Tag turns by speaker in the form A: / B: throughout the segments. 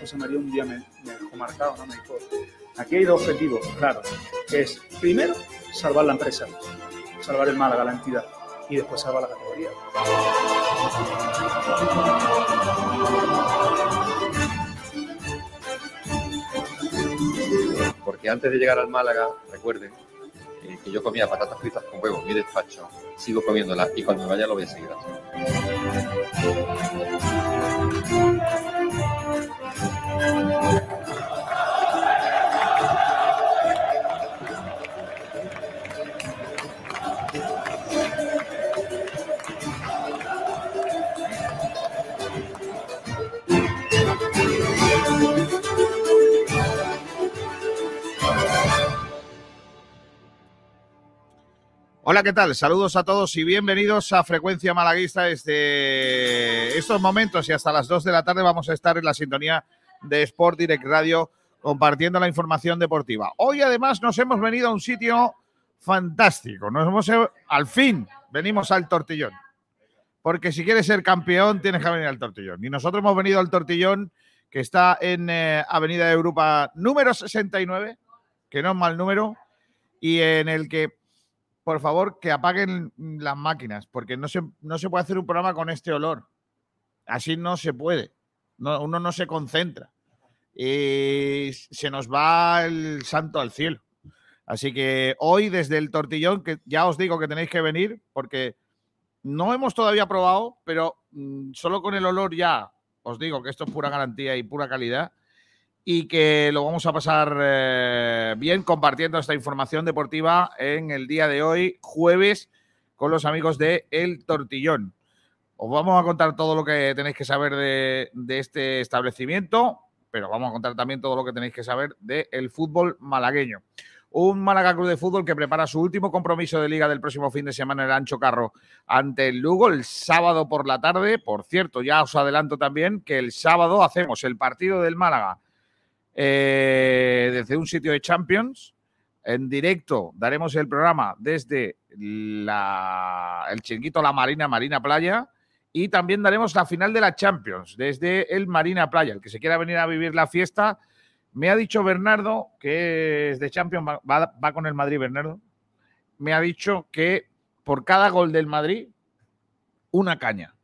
A: José María un día me, me dejó marcado, ¿no? Me dijo, aquí hay dos objetivos, claro, que es, primero, salvar la empresa, salvar el Málaga, la entidad, y después salvar la categoría.
B: Porque antes de llegar al Málaga, recuerden eh, que yo comía patatas fritas con huevo en mi despacho, sigo comiéndolas y cuando me vaya lo voy a seguir haciendo.
C: Hola, ¿qué tal? Saludos a todos y bienvenidos a Frecuencia Malaguista desde estos momentos y hasta las 2 de la tarde vamos a estar en la sintonía de Sport Direct Radio compartiendo la información deportiva. Hoy además nos hemos venido a un sitio fantástico. Nos hemos eh, al fin venimos al Tortillón. Porque si quieres ser campeón tienes que venir al Tortillón. Y nosotros hemos venido al Tortillón que está en eh, Avenida de Europa número 69, que no es mal número, y en el que por favor, que apaguen las máquinas, porque no se, no se puede hacer un programa con este olor. Así no se puede. No- uno no se concentra. Y se nos va el santo al cielo. Así que hoy desde el tortillón, que ya os digo que tenéis que venir, porque no hemos todavía probado, pero mm, solo con el olor ya os digo que esto es pura garantía y pura calidad y que lo vamos a pasar eh, bien compartiendo esta información deportiva en el día de hoy, jueves, con los amigos de El Tortillón. Os vamos a contar todo lo que tenéis que saber de, de este establecimiento, pero vamos a contar también todo lo que tenéis que saber del fútbol malagueño. Un Málaga Club de Fútbol que prepara su último compromiso de liga del próximo fin de semana en el Ancho Carro ante el Lugo el sábado por la tarde. Por cierto, ya os adelanto también que el sábado hacemos el partido del Málaga eh, desde un sitio de Champions. En directo daremos el programa desde la- el chinguito La Marina, Marina Playa. Y también daremos la final de la Champions desde el Marina Playa. El que se quiera venir a vivir la fiesta, me ha dicho Bernardo, que es de Champions, va, va- va con el Madrid, Bernardo. Me ha dicho que por cada gol del Madrid, una caña.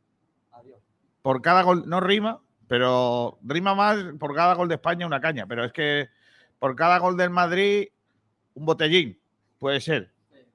C: Por cada gol, no rima, pero rima más por cada gol de España una caña, pero es que por cada gol del Madrid un botellín, puede ser.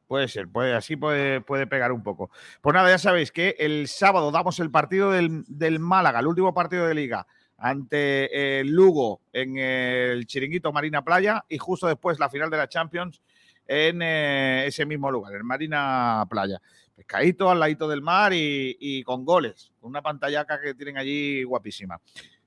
C: Puede ser, puede, así puede, puede pegar un poco. Pues nada, ya sabéis que el sábado damos el partido del, del Málaga, el último partido de liga, ante el Lugo en el Chiringuito Marina Playa y justo después la final de la Champions en eh, ese mismo lugar, en Marina Playa. Pescadito al ladito del mar y, y con goles, con una pantallaca que tienen allí guapísima.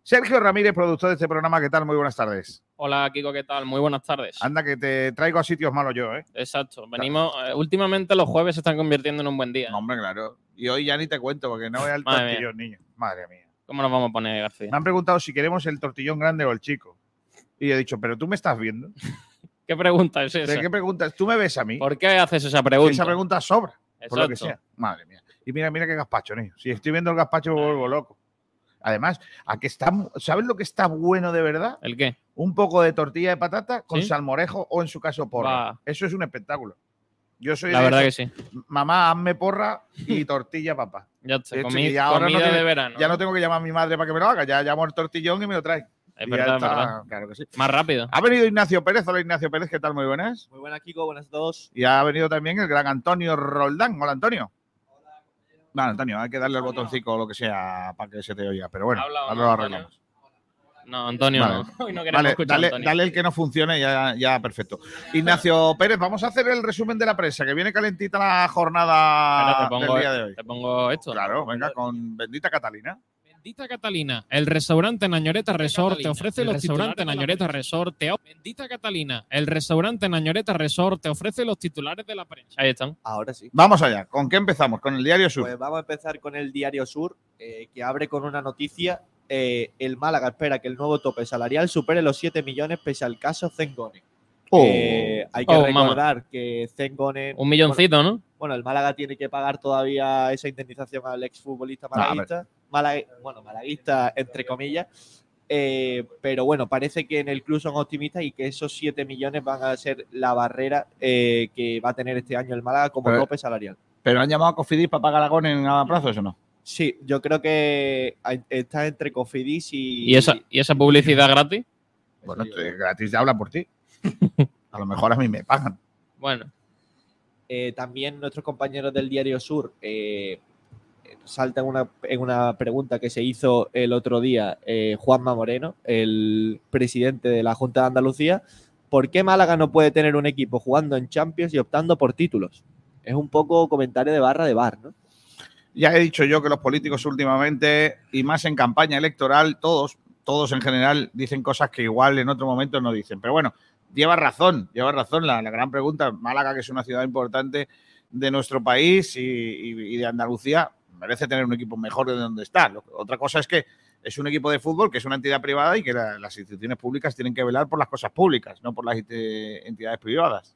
C: Sergio Ramírez, productor de este programa, ¿qué tal? Muy buenas tardes.
D: Hola Kiko, ¿qué tal? Muy buenas tardes.
C: Anda, que te traigo a sitios malos yo, ¿eh?
D: Exacto. Venimos. eh, últimamente los jueves se están convirtiendo en un buen día.
C: No, hombre, claro. Y hoy ya ni te cuento porque no voy al
D: Madre mía.
C: tortillón, niño. Madre mía.
D: ¿Cómo nos vamos a poner, García?
C: Me han preguntado si queremos el tortillón grande o el chico. Y he dicho, pero tú me estás viendo.
D: ¿Qué pregunta es
C: ¿De
D: esa?
C: qué preguntas? ¿Tú me ves a mí?
D: ¿Por qué haces esa
C: Que
D: pregunta?
C: Esa pregunta sobra, por lo que
D: Exacto.
C: sea. Madre mía. Y mira, mira qué gazpacho, niño. Si estoy viendo el gazpacho, me vuelvo loco. Además, ¿a que está, mu- ¿sabes lo que está bueno de verdad?
D: ¿El qué?
C: Un poco de tortilla de patata con
D: ¿Sí?
C: salmorejo o, en su caso, porra.
D: Va.
C: Eso es un espectáculo. Yo soy
D: La
C: de
D: verdad
C: esos
D: que sí.
C: mamá, hazme porra y tortilla, papá.
D: Ya está.
C: De hecho,
D: Comi-
C: y ahora no
D: comida
C: tiene-
D: de verano.
C: Ya no tengo que llamar a mi madre para que me lo haga, ya llamo al tortillón y me lo trae.
D: Es
C: Y ya
D: verdad, es
C: está,
D: verdad.
C: Claro que sí.
D: Más rápido.
C: Ha venido Ignacio Pérez, hola Ignacio Pérez, ¿qué tal? Muy buenas.
E: Muy buenas, Kiko. Buenas a todos.
C: Y ha venido también el gran Antonio Roldán, hola Antonio. No, Antonio, hay que darle el
D: Antonio.
C: botoncito o lo que sea para que se te oiga, pero bueno,
D: Habla o no,
C: ahora lo
D: Antonio.
C: arreglamos.
D: No, Antonio,
C: Vale.
D: no. Hoy no queremos
C: Vale,
D: escuchar a
C: dale,
D: Antonio.
C: dale el que no funcione, ya, ya perfecto. Ignacio Pérez, vamos a hacer el resumen de la prensa, que viene calentita la
D: Espera,
C: jornada
D: te pongo,
C: Ah, del día de hoy.
D: te pongo esto.
C: Claro, venga, con bendita Catalina.
F: Bendita Catalina, el restaurante Nañoreta Resort te
D: Catalina,
F: ofrece
D: el
F: los
D: restaurante
F: titulares de la
D: Nañoreta
F: prensa. Bendita Catalina, el restaurante Nañoreta Resort te ofrece los titulares de la prensa.
D: Ahí están.
E: Ahora sí.
C: Vamos allá, ¿con qué empezamos? Con el diario Sur.
E: Pues vamos a empezar con el Diario Sur, eh, que abre con una noticia. Eh, el Málaga espera que el nuevo tope salarial supere los 7 millones pese al caso Zengone.
C: Oh.
E: Eh, hay que
D: Oh, mamá.
E: recordar que Zengone...
D: Un milloncito, ¿no?
E: Bueno, el Málaga tiene que pagar todavía esa indemnización al exfutbolista
C: No, a ver.
E: malaguista. Málaga- bueno, malaguista, entre comillas. Eh, pero bueno, parece que en el club son optimistas y que esos 7 millones van a ser la barrera eh, que va a tener este año el Málaga como
C: Pero-
E: tope salarial.
C: ¿Pero han llamado a Cofidis para pagar a Gon en a plazo, eso no?
E: Sí, yo creo que hay- está entre Cofidis y.
D: ¿Y esa, ¿Y esa publicidad gratis?
C: Bueno, te- gratis ya habla por ti. A lo mejor a mí me pagan.
D: Bueno,
E: Eh, también nuestros compañeros del Diario Sur eh, saltan una, en una pregunta que se hizo el otro día eh, Juanma Moreno, el presidente de la Junta de Andalucía. ¿Por qué Málaga no puede tener un equipo jugando en Champions y optando por títulos? Es un poco comentario de barra de bar, ¿no?
C: Ya he dicho yo que los políticos últimamente, y más en campaña electoral, todos, todos en general, dicen cosas que igual en otro momento no dicen. Pero bueno, lleva razón, lleva razón la, la gran pregunta. Málaga, que es una ciudad importante de nuestro país y, y- y de Andalucía, merece tener un equipo mejor de donde está. Lo- otra cosa es que es un equipo de fútbol que es una entidad privada y que la- las instituciones públicas tienen que velar por las cosas públicas, no por las eh, entidades privadas.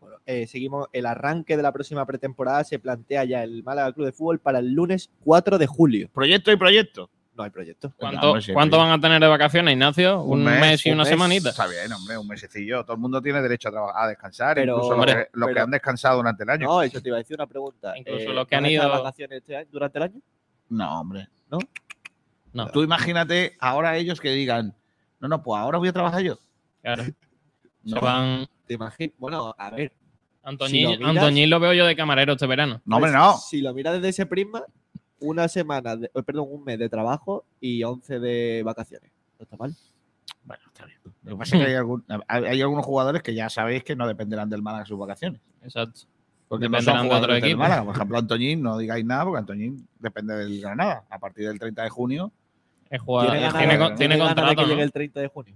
E: Bueno, eh, seguimos. El arranque de la próxima pretemporada se plantea ya el Málaga Club de Fútbol para el lunes 4 de julio.
C: Proyecto y proyecto.
E: No hay proyecto.
D: ¿cuánto, cuánto van a tener de vacaciones, Ignacio?
C: Un
D: ¿Un,
C: mes,
D: mes, y
C: un
D: una
E: mes.
D: semanita?
C: Está bien, hombre, un mesecillo. Todo el mundo tiene derecho a, traba- a descansar,
E: Pero,
C: incluso los,
D: hombre,
C: que, los que
E: pero-
C: han descansado durante el año.
E: No, eso te iba a decir una pregunta. Eh,
D: Incluso los que
E: ¿van
D: han
E: a estar de
D: ido-
E: vacaciones este año- durante el año?
C: No, hombre. ¿no?
D: No.
C: Tú imagínate ahora ellos que digan, no, no, pues ahora voy a trabajar yo.
D: Claro. Se
C: No,
D: van-
E: Te imagino. Bueno, a ver.
D: Antoñín,
E: Si lo miras-
D: Antoñín lo veo yo de camarero este verano.
C: No, hombre,
E: pues,
C: no.
E: Si lo miras desde ese prisma, una semana, de- eh, perdón, un mes de trabajo y 11 de vacaciones. No está mal.
C: Bueno, está bien. Lo que pasa es que hay, algún- hay- hay algunos jugadores que ya sabéis que no dependerán del Málaga en sus vacaciones.
D: Exacto.
C: Porque no
D: Dependerán
C: son
D: de otro
C: jugadores del
D: equipo.
C: Málaga. Por ejemplo, Antoñín, no digáis nada porque Antoñín depende del Granada. A partir del 30 de junio
D: Es jugador-
C: Tiene
D: Tiene,
C: ganas-
D: con-
C: tiene
D: tiene
E: ganas de
D: contrato.
E: que
D: ¿no?
E: llegue el 30 de junio.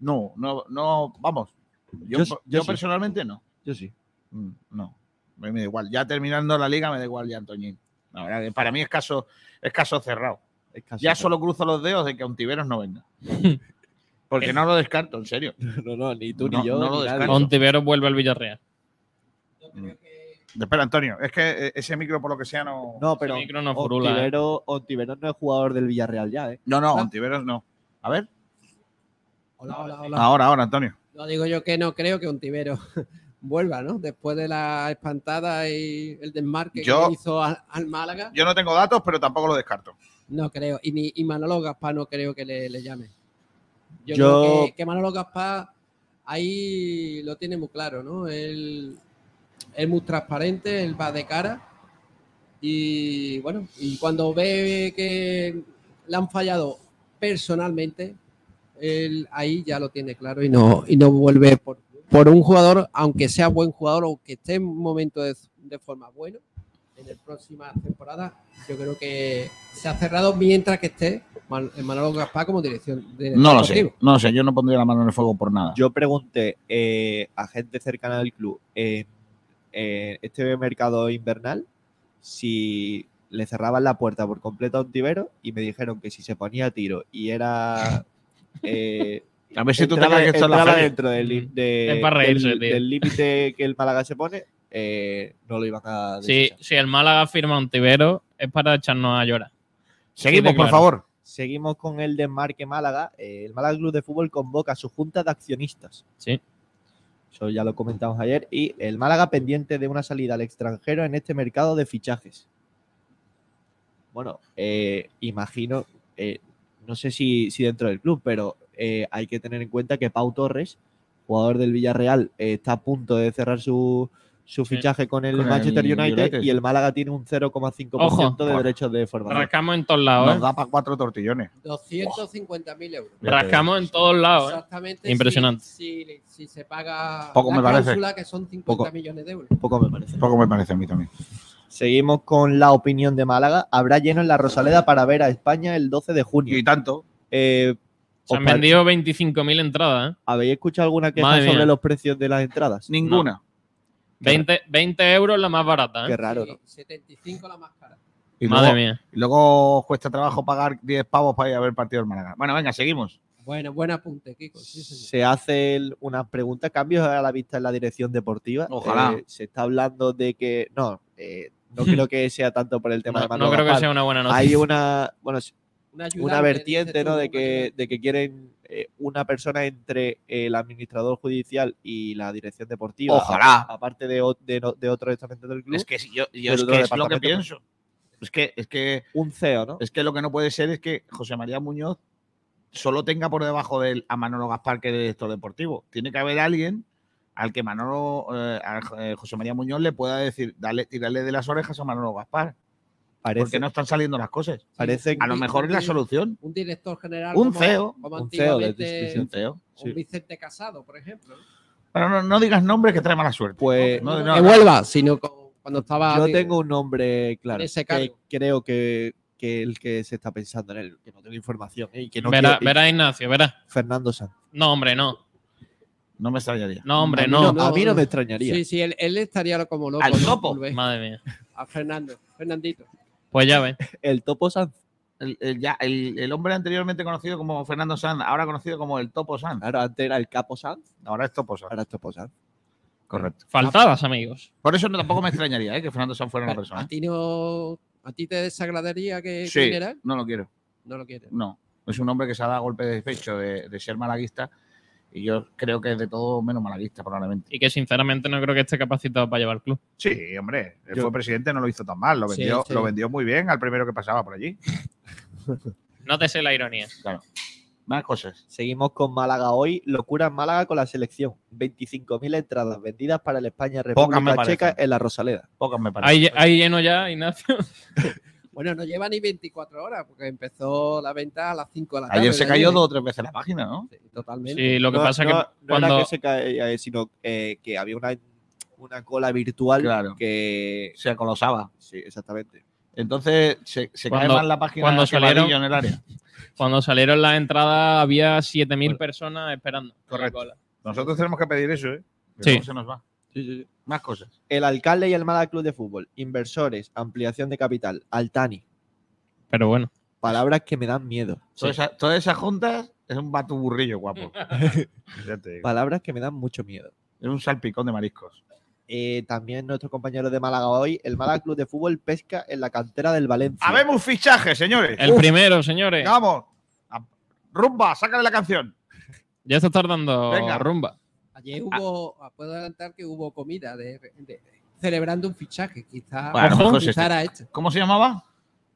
C: No, no, no, vamos. Yo,
E: Yo
C: yo,
E: sí, yo sí.
C: personalmente no.
E: Yo sí.
C: Mm, No. A mí me da igual. Ya terminando la liga me da igual ya Antoñín. La verdad que para mí es caso, es caso cerrado.
E: es casi
C: Ya
E: un-
C: solo cruzo los dedos de que Auntiveros no venga. Porque no lo descarto, en serio.
E: No, no, ni tú
C: No,
E: ni yo.
C: no lo
E: ni nadie.
C: descarto.
D: Ontiveros vuelve al Villarreal.
C: Espera, Antonio, es que eh, ese micro por lo que sea no.
E: No, pero
D: Ese micro no furula, eh.
E: Ontivero, Ontivero no es jugador del Villarreal ya, ¿eh?
C: No, no, Ontiveros no. A ver,
G: Hola, hola, hola.
C: ahora, ahora, Antonio.
G: No digo yo que no creo que Ontivero vuelva, ¿no? Después de la espantada y el desmarque
C: Yo-
G: que hizo al, al Málaga,
C: Yo no tengo datos, pero tampoco lo descarto.
G: no creo. Y, ni, y Manolo Gaspar no creo que le, le llame. Yo,
E: Yo-
G: creo que, que Manolo Gaspar ahí lo tiene muy claro, ¿no? Él es muy transparente, él va de cara. Y bueno, y cuando ve que le han fallado personalmente, él ahí ya lo tiene claro y no, y no vuelve por, por un jugador, aunque sea buen jugador o que esté en un momento de, de forma bueno en la próxima temporada, yo creo que se ha cerrado mientras que esté Man- Manolo Gaspar como dirección. de
C: No lo sé,
G: deportivo.
C: no lo sé. Yo no pondría la mano en el fuego por nada.
E: Yo pregunté eh, a gente cercana del club en en este mercado invernal si le cerraban la puerta por completo a Ontivero y me dijeron que si se ponía a tiro y era. eh,
C: A ver si tú te
E: entraba-
C: crees que esto es la
E: entraba
C: feria.
E: dentro del li-
D: Mm.
E: de-
D: Es para reírse,
E: del-
D: tío.
E: del límite que el Málaga se pone, eh, no lo iban a
D: Si,
E: desechar.
D: si el Málaga firma a Ontiveros, es para echarnos a llorar.
C: Seguimos,
D: Sí,
C: por
D: claro.
C: favor.
E: Seguimos con el desmarque Málaga. Eh, el Málaga Club de Fútbol convoca a su junta de accionistas.
D: Sí.
E: Eso ya lo comentamos ayer. Y el Málaga pendiente de una salida al extranjero en este mercado de fichajes. Bueno, eh, imagino, eh, no sé si, si dentro del club, pero eh, hay que tener en cuenta que Pau Torres, jugador del Villarreal, eh, está a punto de cerrar su, su
D: Sí.
E: fichaje con el
C: Con el
E: Manchester United,
C: United.
E: y el Málaga tiene un 0,5%
D: Ojo.
E: de derechos de formación.
D: Rascamos en todos lados,
C: Nos
D: ¿eh?
C: da para cuatro tortillones.
G: 250.000 euros.
D: Rascamos en todos lados, ¿eh?
G: Exactamente.
D: Impresionante.
G: Si, si- si se paga
C: Poco
G: la
C: me parece.
G: cláusula, que son 50
E: Poco.
G: millones de euros.
E: Poco me parece.
C: Poco me parece a mí también.
E: Seguimos con la opinión de Málaga. Habrá lleno en la Rosaleda para ver a España el 12 de junio.
C: Y tanto.
E: Eh,
D: Se
E: ¿os
D: han
E: pare-
D: vendido 25.000 entradas, ¿eh?
E: ¿Habéis escuchado alguna queja
D: Madre
E: sobre
D: mía.
E: los precios de las entradas?
C: Ninguna.
D: 20, 20 euros la más barata,
E: Qué
D: ¿eh?
E: raro,
G: Sí,
E: ¿no?
G: 75 la más cara.
C: Y
D: Madre
C: luego,
D: mía.
C: y luego cuesta trabajo pagar 10 pavos para ir a ver el partido del Málaga. Bueno, venga, seguimos.
G: Bueno, buen apunte, Kiko. Sí, señor.
E: se hace el- una pregunta, cambios a la vista en la dirección deportiva.
H: Ojalá.
E: Eh, se está hablando de que no, eh, no creo que sea tanto por el tema de
D: No,
E: Manolo
D: no creo que
E: Gaspar.
D: sea una buena noticia.
E: Hay una, bueno, s-
G: Un ayudante,
E: una vertiente,
G: dices
E: ¿no?
G: tú,
E: De
G: un
E: que,
G: ayudante.
E: de que quieren eh, una persona entre el administrador judicial y la dirección deportiva.
H: Ojalá.
E: a- Aparte de, o- de no- de otro estamento del club,
C: Es que si yo, yo
E: Del
C: es,
E: otro
C: que es lo que
E: departamento.
C: pienso. Es que, es, que,
E: un CEO, ¿no?
C: es que lo que no puede ser es que José María Muñoz solo tenga por debajo de él a Manolo Gaspar que es director deportivo. Tiene que haber alguien al que Manolo, eh, a eh, José María Muñoz le pueda decir, dale, tirarle de las orejas a Manolo Gaspar, porque
E: Parece,
C: no están saliendo las cosas.
E: parece
C: A lo mejor es la solución.
G: Un director general.
C: Un
G: como-
C: CEO.
G: Como
E: Un CEO de
G: antiguamente
E: distribución.
C: Un CEO.
G: un Vicente Casado, por ejemplo. ¿no?
C: Pero no, no digas nombres que trae mala suerte.
E: Pues
C: No, no,
G: que
C: no.
G: vuelva, sino co- cuando estaba.
E: yo tengo un nombre claro.
G: en ese
E: que
G: cargo.
E: creo que, que el que se está pensando en él, que no tengo información ¿eh? y que no
D: verá,
E: quiero- y-
D: verá, Ignacio, verá.
E: Fernando Sanz.
D: No, hombre, no.
C: No me extrañaría.
D: No, hombre,
E: a mí no,
D: no.
E: a mí no
G: no.
E: me extrañaría.
G: Sí, sí, él, él estaría como loco.
C: Al
G: ¿no?
C: topo.
G: Volver
D: Madre mía.
G: A Fernando, Fernandito.
D: Pues ya ves.
E: El Topo Sanz.
C: El, el ya- el- el hombre anteriormente conocido como Fernando Sanz, ahora conocido como el Topo Sanz.
E: Claro, antes era el Capo Sanz,
C: Ahora es Topo Sanz.
E: ahora es Topo Sanz.
C: Correcto.
D: Faltabas, amigos.
C: Por eso no, tampoco me extrañaría ¿eh? que Fernando Sanz fuera una
G: A
E: Ah.
C: persona. ¿eh?
G: ti no. ¿A ti te desagradaría que
C: Sí,
G: viniera?
C: no lo quiero.
G: No lo quieres.
C: No. Es un hombre que se ha dado golpe de pecho de, de ser malaguista y yo creo que es de todo menos malaguista, probablemente.
D: Y que sinceramente no creo que esté capacitado para llevar el club.
C: Sí, hombre. Él
E: Yo-
C: fue presidente, no lo hizo tan mal. Lo
G: Sí,
C: vendió,
G: sí.
C: Lo vendió muy bien al primero que pasaba por allí.
D: No te sé la ironía.
C: Más cosas.
E: Seguimos con Málaga hoy. Locura en Málaga con la selección. 25.000 entradas vendidas para el España
C: Pocas me
E: República
C: parecen.
E: Checa en la Rosaleda.
C: Pocas me parecen.
D: Ahí, ahí lleno ya, Ignacio.
G: Bueno, no lleva ni 24 horas, porque empezó la venta a las 5 de la tarde.
C: Ayer se
G: de
C: cayó
G: ayer.
C: dos o tres veces la página, ¿no?
G: Sí, Totalmente.
D: Sí, lo que
E: No-
D: pasa
E: no-
D: que
E: no era
D: cuando.
E: que se caía, eh, sino eh, que había una, una cola virtual
C: Claro.
E: que.
C: Se colosaba.
E: Sí, exactamente.
C: Entonces se, se cae
D: Cuando-
C: más la página
D: cuando
C: que
D: salieron-
C: Vadillo en el área.
D: Cuando salieron las entradas había 7.000 personas esperando. en la
C: Correcto.
D: cola.
C: Nosotros tenemos que pedir eso, ¿eh? Que
D: Sí.
C: luego se nos va. Más cosas.
E: El alcalde y el Málaga Club de Fútbol. Inversores, ampliación de capital. Altani.
D: Pero bueno.
E: Palabras que me dan miedo.
C: Todas esas- todas esas juntas es un batuburrillo guapo. Ya te digo.
E: Palabras que me dan mucho miedo.
C: Es un salpicón de mariscos.
E: Eh, también nuestro compañero de Málaga hoy, el Málaga Club de Fútbol pesca en la cantera del Valencia.
C: ¡Habemos fichaje, señores!
D: El
C: Uf,
D: primero, señores.
C: ¡Vamos! A- Rumba, sácale la canción.
D: Ya está tardando
C: Venga.
D: rumba.
C: Ah.
G: Ayer hubo, ah, puedo adelantar que hubo comida de, de- celebrando un fichaje. Quizá,
C: Bueno, a lo
G: Ojo,
C: mejor es
G: quizá
C: este.
G: era este.
C: ¿Cómo se llamaba?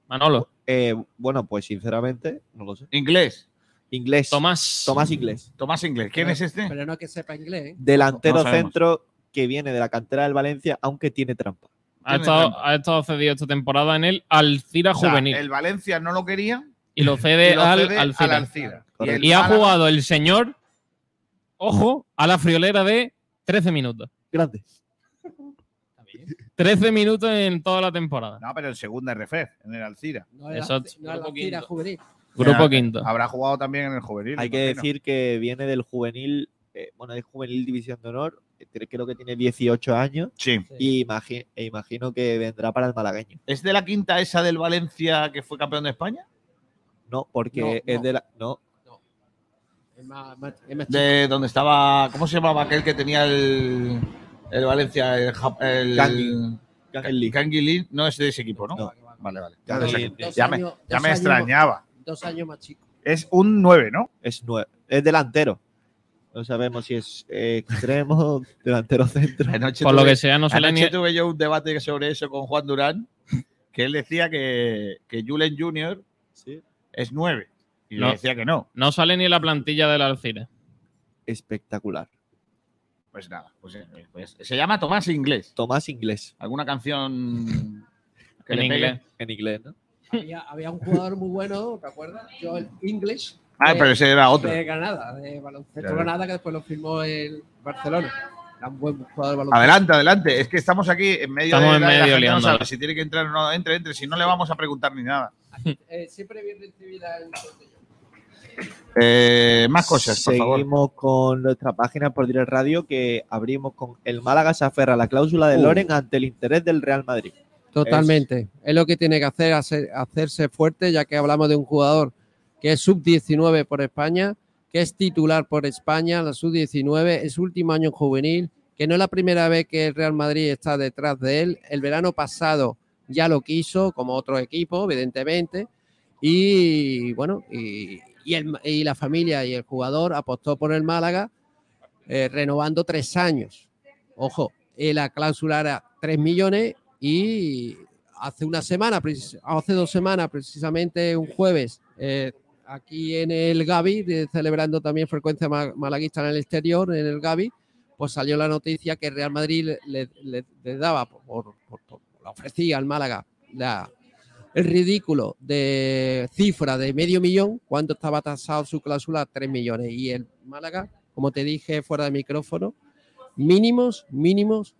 D: Manolo.
E: Eh, bueno, pues sinceramente, no lo sé.
C: Inglés.
E: Inglés.
D: Tomás.
E: Tomás Inglés.
C: Tomás Inglés. ¿Quién
G: Pero-
C: es este?
G: Pero no que sepa inglés. ¿eh?
E: Delantero
C: No sabemos.
E: centro que viene de la cantera del Valencia, aunque tiene trampa.
D: Ha
C: Tiene
D: estado,
C: trampa.
D: ha estado cedido esta temporada en el Alcira
C: O sea,
D: Juvenil.
C: El Valencia no lo quería
D: Y lo
C: y
D: cede
C: lo
D: al
C: cede al
D: Alcira.
C: Alcira.
E: Correcto.
C: el
D: Y ha
C: Málaga-
D: jugado el señor, ojo, a la friolera de 13 minutos.
E: Grande.
D: 13 minutos en toda la temporada.
C: No, pero en segunda RF, en el Alcira.
G: No era,
D: Eso-
G: no era la tira juvenil.
D: Grupo
C: Mira,
D: quinto.
C: Habrá jugado también en el juvenil.
E: Hay
C: me
E: que
C: imagino.
E: decir que viene del juvenil, eh, bueno, del juvenil División de Honor. eh, Creo que tiene 18 años
C: Sí.
E: y imagi- e imagino que vendrá para el malagueño.
C: ¿Es de la quinta esa del Valencia que fue campeón de España?
E: No, porque
G: No,
E: es
G: no.
E: de la. No,
G: Es más- más- es más chico.
C: de donde estaba. ¿Cómo se llamaba aquel que tenía el, el Valencia? El, Jap- el,
E: Kangin.
C: el Kangin Lee, No es de ese equipo, ¿no?
E: No.
C: Vale, vale.
E: Ya
C: Entonces
E: no
C: aquí-
E: sé.
G: Dos
C: ya me-
G: años-
C: ya
G: dos
C: me
G: años-
C: extrañaba.
G: Dos años más chico.
C: Es un 9, ¿no?
E: es, nue- es delantero. No sabemos si es eh, extremo, delantero centro.
C: Anoche,
D: Por lo
C: tuve,
D: que sea, no sale ni.
C: anoche tuve yo un debate sobre eso con Juan Durán, que él decía que, que Julen Junior es 9. Y yo
D: No.
C: decía que no.
D: No sale ni la plantilla del Alcira.
E: Espectacular.
C: Pues nada. pues, eh, pues se llama Tomás Inglés.
E: Tomás inglés.
C: ¿Alguna canción que
D: En
C: le pegue?
D: inglés.
E: En inglés, ¿no?
G: Había, había un jugador muy bueno, ¿te acuerdas? Joel English.
C: Ah,
G: de-
C: pero ese era otro.
G: De Granada, de baloncesto
C: Claro.
G: Granada, que después lo firmó el Barcelona. Era un buen jugador de baloncesto.
C: Adelante, adelante. Es que estamos aquí en medio
D: Estamos
C: de
D: en
C: la- la
D: medio
C: gente no
D: liándola.
C: sabe si tiene que entrar o no entre, entre. Si no le vamos a preguntar ni nada.
G: Eh, siempre bien recibida el
C: Eh, más cosas, por favor.
E: Seguimos con nuestra página por Direct Radio que abrimos con el Málaga se aferra a la cláusula de
G: Uh.
E: Loren ante el interés del Real Madrid.
G: Totalmente. Es, lo que tiene que hacer, hacer- hacerse fuerte, ya que hablamos de un jugador que es sub-19 por España, que es titular por España, la sub-19, es su último año en juvenil, que no es la primera vez que el Real Madrid está detrás de él. El verano pasado ya lo quiso, como otro equipo, evidentemente. Y bueno, y, y el- y la familia y el jugador apostó por el Málaga, eh, renovando tres años. Ojo, eh, la cláusula era 3 millones y hace una semana, precis- hace dos semanas, precisamente un jueves, eh, aquí en el Gavi, de- celebrando también frecuencia ma- malaguista en el exterior, en el Gavi, pues salió la noticia que Real Madrid le, le- le daba, por, por- por- le ofrecía al Málaga la- el ridículo de cifra de medio millón cuando estaba tasado su cláusula a 3 millones. Y el Málaga, como te dije fuera de micrófono, mínimos, mínimos,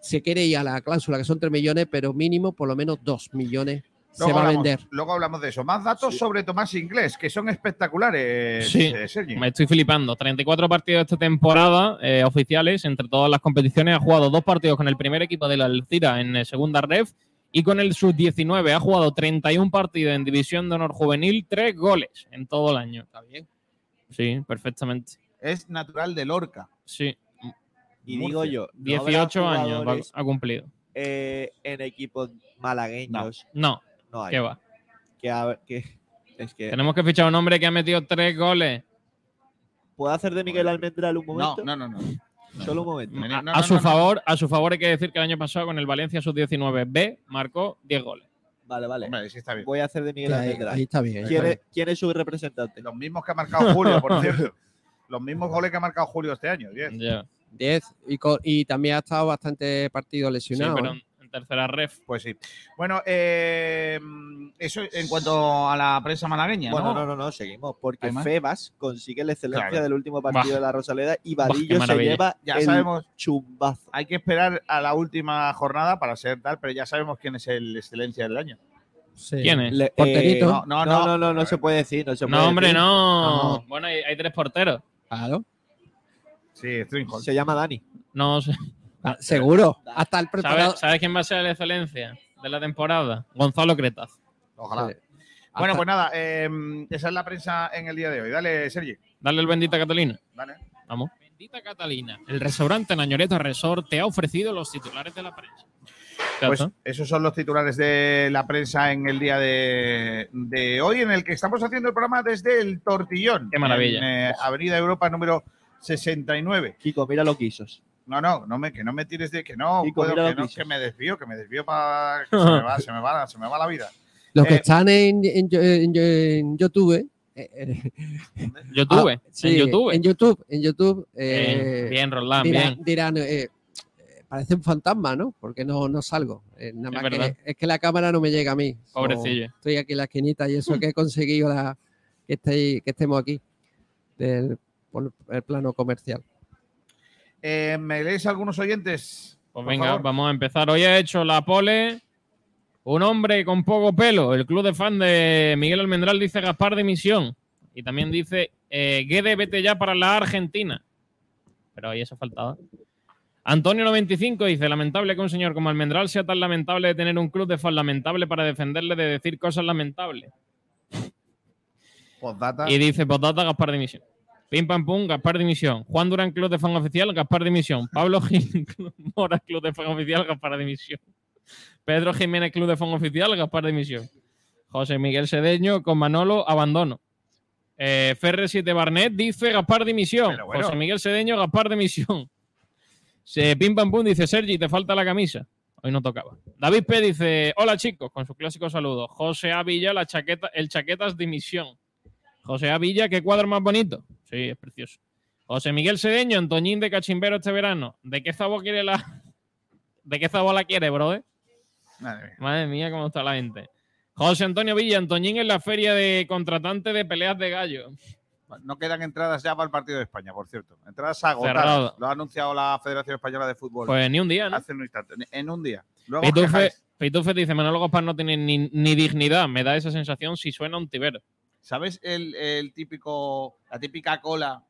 G: se quiere ir a la cláusula que son 3 millones, pero mínimo por lo menos 2 millones se va a
C: hablamos,
G: vender.
C: luego hablamos de eso. Más datos sobre Tomás Inglés, que son espectaculares,
D: Sí.
C: eh, Sergi.
D: Me estoy flipando. 34 partidos esta temporada eh, oficiales entre todas las competiciones. Ha jugado dos partidos con el primer equipo de la Alcira en eh, segunda ref y con el sub-19. Ha jugado 31 partidos en división de honor juvenil, tres goles en todo el año.
G: Está bien.
D: Sí, perfectamente.
C: Es natural de Lorca.
D: Sí,
E: Y digo yo, ¿no habrá
D: 18 años va-
E: jugadores,
D: ha cumplido.
E: eh, en equipos malagueños
D: No,
E: no, hay.
D: qué va.
E: Que a- que- es que
D: Tenemos que fichar un hombre que ha metido tres goles.
E: ¿Puedo hacer de Miguel Almendral un
C: No,
E: momento?
C: no, no, no.
E: Solo un momento.
C: No, no,
D: A,
C: no,
D: a su
C: no.
D: favor, a su favor hay que decir que el año pasado con el Valencia sub-19B marcó 10 goles.
E: Vale, vale.
C: Hombre, sí está bien.
E: Voy a hacer de Miguel
G: Ahí,
E: Almendral.
G: ahí está bien. ahí
E: ¿Quién
G: está
E: es, quién es su representante?
C: Los mismos que ha marcado Julio, por cierto. Los mismos goles que ha marcado Julio este año. bien.
D: Ya.
G: 10 y, co- y también ha estado bastante partido
D: Sí,
G: lesionado.
D: pero
G: ¿eh?
D: en, en tercera ref.
C: Pues sí. Bueno, eh, eso en cuanto a la prensa malagueña.
E: Bueno,
C: ¿no?
E: no, no, no, seguimos. Porque
C: ¿Hay más?
E: Febas consigue la excelencia
C: Claro.
E: del último partido
D: Bah.
E: de la Rosaleda y
D: qué
E: Vadillo se
D: maravilla.
E: lleva
C: Ya
E: el
C: sabemos,
E: chumbazo.
C: hay que esperar a la última jornada para ser tal, pero ya sabemos quién es el excelencia del año.
G: Sí.
D: ¿Quién es?
E: Le-
G: Porterito.
E: no, no, no, no, no,
C: A ver.
E: se puede decir. No, se puede
D: No, hombre,
E: decir.
D: no.
G: No.
D: Bueno, hay, hay tres porteros.
G: Claro.
C: Sí, Stringhold.
E: Se llama Dani.
D: No sé.
G: Ah, Seguro. Hasta el preparado.
D: ¿Sabes, sabes quién va a ser la excelencia de la temporada? Gonzalo Cretaz.
C: Ojalá.
G: Sí.
C: Bueno,
G: Hasta-
C: pues nada, eh, esa es la prensa en el día de hoy. Dale, Sergi.
D: Dale el bendita Catalina.
C: Dale.
D: Vamos. Bendita Catalina. El restaurante Nañoreta Resort te ha ofrecido los titulares de la prensa. Ya
C: Pues
D: está.
C: esos son los titulares de la prensa en el día de, de hoy, en el que estamos haciendo el programa desde el Tortillón.
D: Qué maravilla.
C: en, eh, Avenida Europa número 69.
E: Kiko, mira lo que hizo.
C: No, no, no me, que no me tires de que no,
E: Kiko,
C: puedo,
E: mira
C: que,
E: los
C: no,
E: pisos.
C: que me desvío, que me desvío para. Se, me va, se, me va, se me va la vida.
G: Los que
C: Eh,
G: están en, en- en- en YouTube. eh, eh,
D: YouTube.
G: ah, sí,
D: en YouTube.
G: En YouTube. En YouTube. eh,
D: bien, bien, Roland,
G: dirán,
D: bien.
G: dirán, eh, eh, parece un fantasma, ¿no? Porque no, no salgo. Eh,
D: Es
G: nada más que,
D: verdad.
G: es que la cámara no me llega a mí. So,
D: Pobrecillo.
G: estoy aquí en la esquinita y eso que he conseguido la- que, estéis- que estemos aquí. Del, por el plano comercial.
C: Eh, ¿Me lees algunos oyentes?
D: Pues
C: Por
D: venga,
C: favor.
D: vamos a empezar. Hoy ha hecho la pole un hombre con poco pelo. El club de fan de Miguel Almendral dice Gaspar de Misión. Y también dice eh, Guede, vete ya para la Argentina. Pero ahí eso faltaba. Antonio 95 dice, lamentable que un señor como Almendral sea tan lamentable de tener un club de fan lamentable para defenderle de decir cosas lamentables.
C: Postdata.
D: Y dice, postdata, Gaspar Dimisión. Pim pam pum, Gaspar Dimisión. Juan Durán, club de fan oficial, Gaspar Dimisión. Pablo Gil, Club Mora, club de fan oficial, Gaspar Dimisión. Pedro Jiménez, club de fan oficial, Gaspar Dimisión. José Miguel Sedeño con Manolo, abandono. Eh, Ferre 7 Barnet dice Gaspar Dimisión.
C: Pero bueno.
D: José Miguel Sedeño, Gaspar Dimisión. Se, pim pam pum, dice Sergi, te falta la camisa. Hoy no tocaba. David P. dice, hola chicos, con su clásico saludo. José Avilla, la chaqueta, el chaquetas dimisión. José Avilla, qué cuadro más bonito. Sí, es precioso. José Miguel Sedeño, Antoñín de Cachimbero este verano. ¿De qué sabor quiere la. ¿De qué sabor la quiere, brother?
C: Madre mía.
D: Madre mía, cómo está la gente. José Antonio Villa, Antoñín en la feria de contratantes de peleas de gallo.
C: No quedan entradas ya para el partido de España, por cierto. Entradas agotadas.
D: Cerrado.
C: Lo ha anunciado la Federación Española de Fútbol
D: Pues ni un día, ¿no?
C: hace un instante, en un día. Luego os
D: Pitufe,
C: quejáis.
D: Pitufe dice: Manolo Gaspar no tiene ni, ni dignidad. Me da esa sensación si suena un tibero.
C: ¿Sabes el, el típico, la típica cola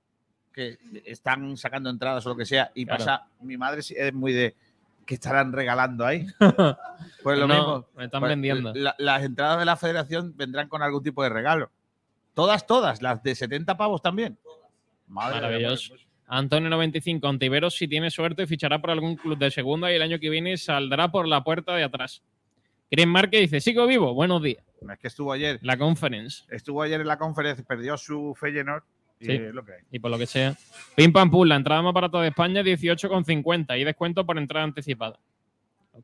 C: que están sacando entradas o lo que sea y
D: Claro.
C: pasa? Mi madre sí es muy de ¿qué estarán regalando ahí? Pues lo
D: No,
C: mismo.
D: Me están
C: Pues,
D: vendiendo.
C: la- las entradas de la Federación vendrán con algún tipo de regalo. Todas, todas, las de 70 pavos también. Madre mía,
D: Maravilloso.
C: pues,
D: Antonio 95, Antiveros, si tiene suerte, fichará por algún club de segunda y el año que viene saldrá por la puerta de atrás. Cris Márquez dice, sigo vivo, buenos días.
C: pues, es que estuvo ayer,
D: La conference.
C: estuvo ayer en la conferencia, perdió su Feyenoord y
D: Sí.
C: es lo que hay.
D: Y por lo que sea. Pim pam pum, la entrada más barata de España 18,50 y descuento por entrada anticipada.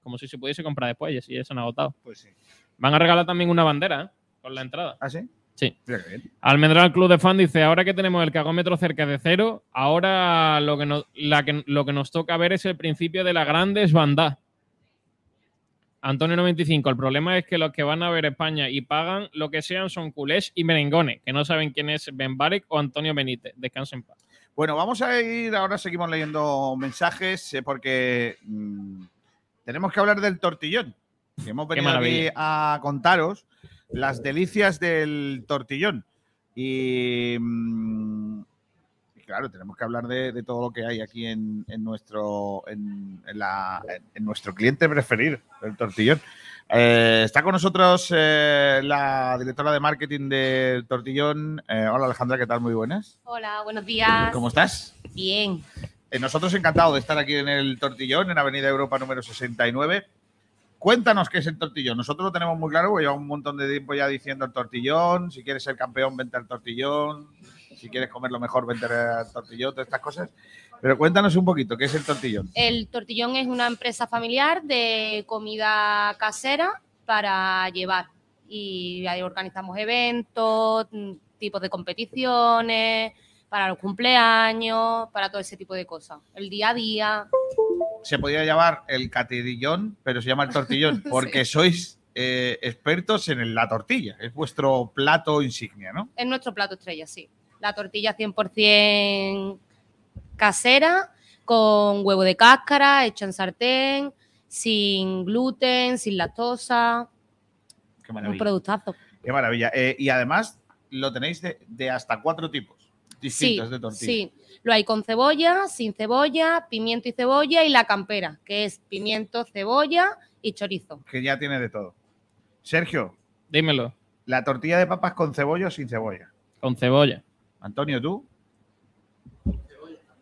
D: Como si se pudiese comprar después, y así ya se han agotado.
C: Pues sí.
D: Van a regalar también una bandera ¿eh? con la entrada.
C: ¿Ah, sí?
D: Sí.
C: Mira qué bien.
D: Almendral Club de Fan dice, ahora que tenemos el cagómetro cerca de cero, ahora lo que, nos, la que- lo que nos toca ver es el principio de la gran desbandada. Antonio 95, el problema es que los que van a ver España y pagan lo que sean son culés y merengones, que no saben quién es Ben Barek o Antonio Benítez. Descansen en paz.
C: Bueno, vamos a ir, ahora seguimos leyendo mensajes eh, porque mm, tenemos que hablar del tortillón. que hemos venido aquí
D: maravilla.
C: a contaros las delicias del tortillón. Y, mm, y claro, tenemos que hablar de, de todo lo que hay aquí en, en nuestro, en, en la- en nuestro cliente preferido, el tortillón. Eh, está con nosotros eh, la directora de marketing del tortillón. Eh, hola Alejandra, ¿qué tal? Muy buenas.
H: Hola, buenos días.
C: ¿Cómo estás?
H: Bien.
C: Eh, nosotros encantados de estar aquí en el Tortillón, en Avenida Europa número 69. Cuéntanos qué es el Tortillón. Nosotros lo tenemos muy claro, porque llevamos un montón de tiempo ya diciendo el Tortillón. Si quieres ser campeón, vente al Tortillón. Si quieres comer lo mejor, vente al Tortillón, todas estas cosas. Pero cuéntanos un poquito, ¿qué es el Tortillón?
H: El Tortillón es una empresa familiar de comida casera para llevar. Y ahí organizamos eventos, mm, tipos de competiciones, para los cumpleaños, para todo ese tipo de cosas. El día a día.
C: Se podría llamar el Catirillón, pero se llama el Tortillón, porque sois eh, expertos en el- la tortilla. Es vuestro plato insignia, ¿no?
H: Es nuestro plato estrella, sí. La tortilla 100% casera, con huevo de cáscara, hecha en sartén, sin gluten, sin lactosa.
C: Qué
H: Un
C: maravilla.
H: productazo.
C: Qué maravilla. Eh, y además lo tenéis de, de hasta cuatro tipos distintos de tortilla.
H: Sí, lo hay con cebolla, sin cebolla, pimiento y cebolla y la campera, que es pimiento, cebolla y chorizo.
C: Que ya tiene de todo. Sergio,
D: Dímelo,
C: la tortilla de papas con cebolla o sin cebolla.
D: con cebolla.
C: Antonio, ¿tú?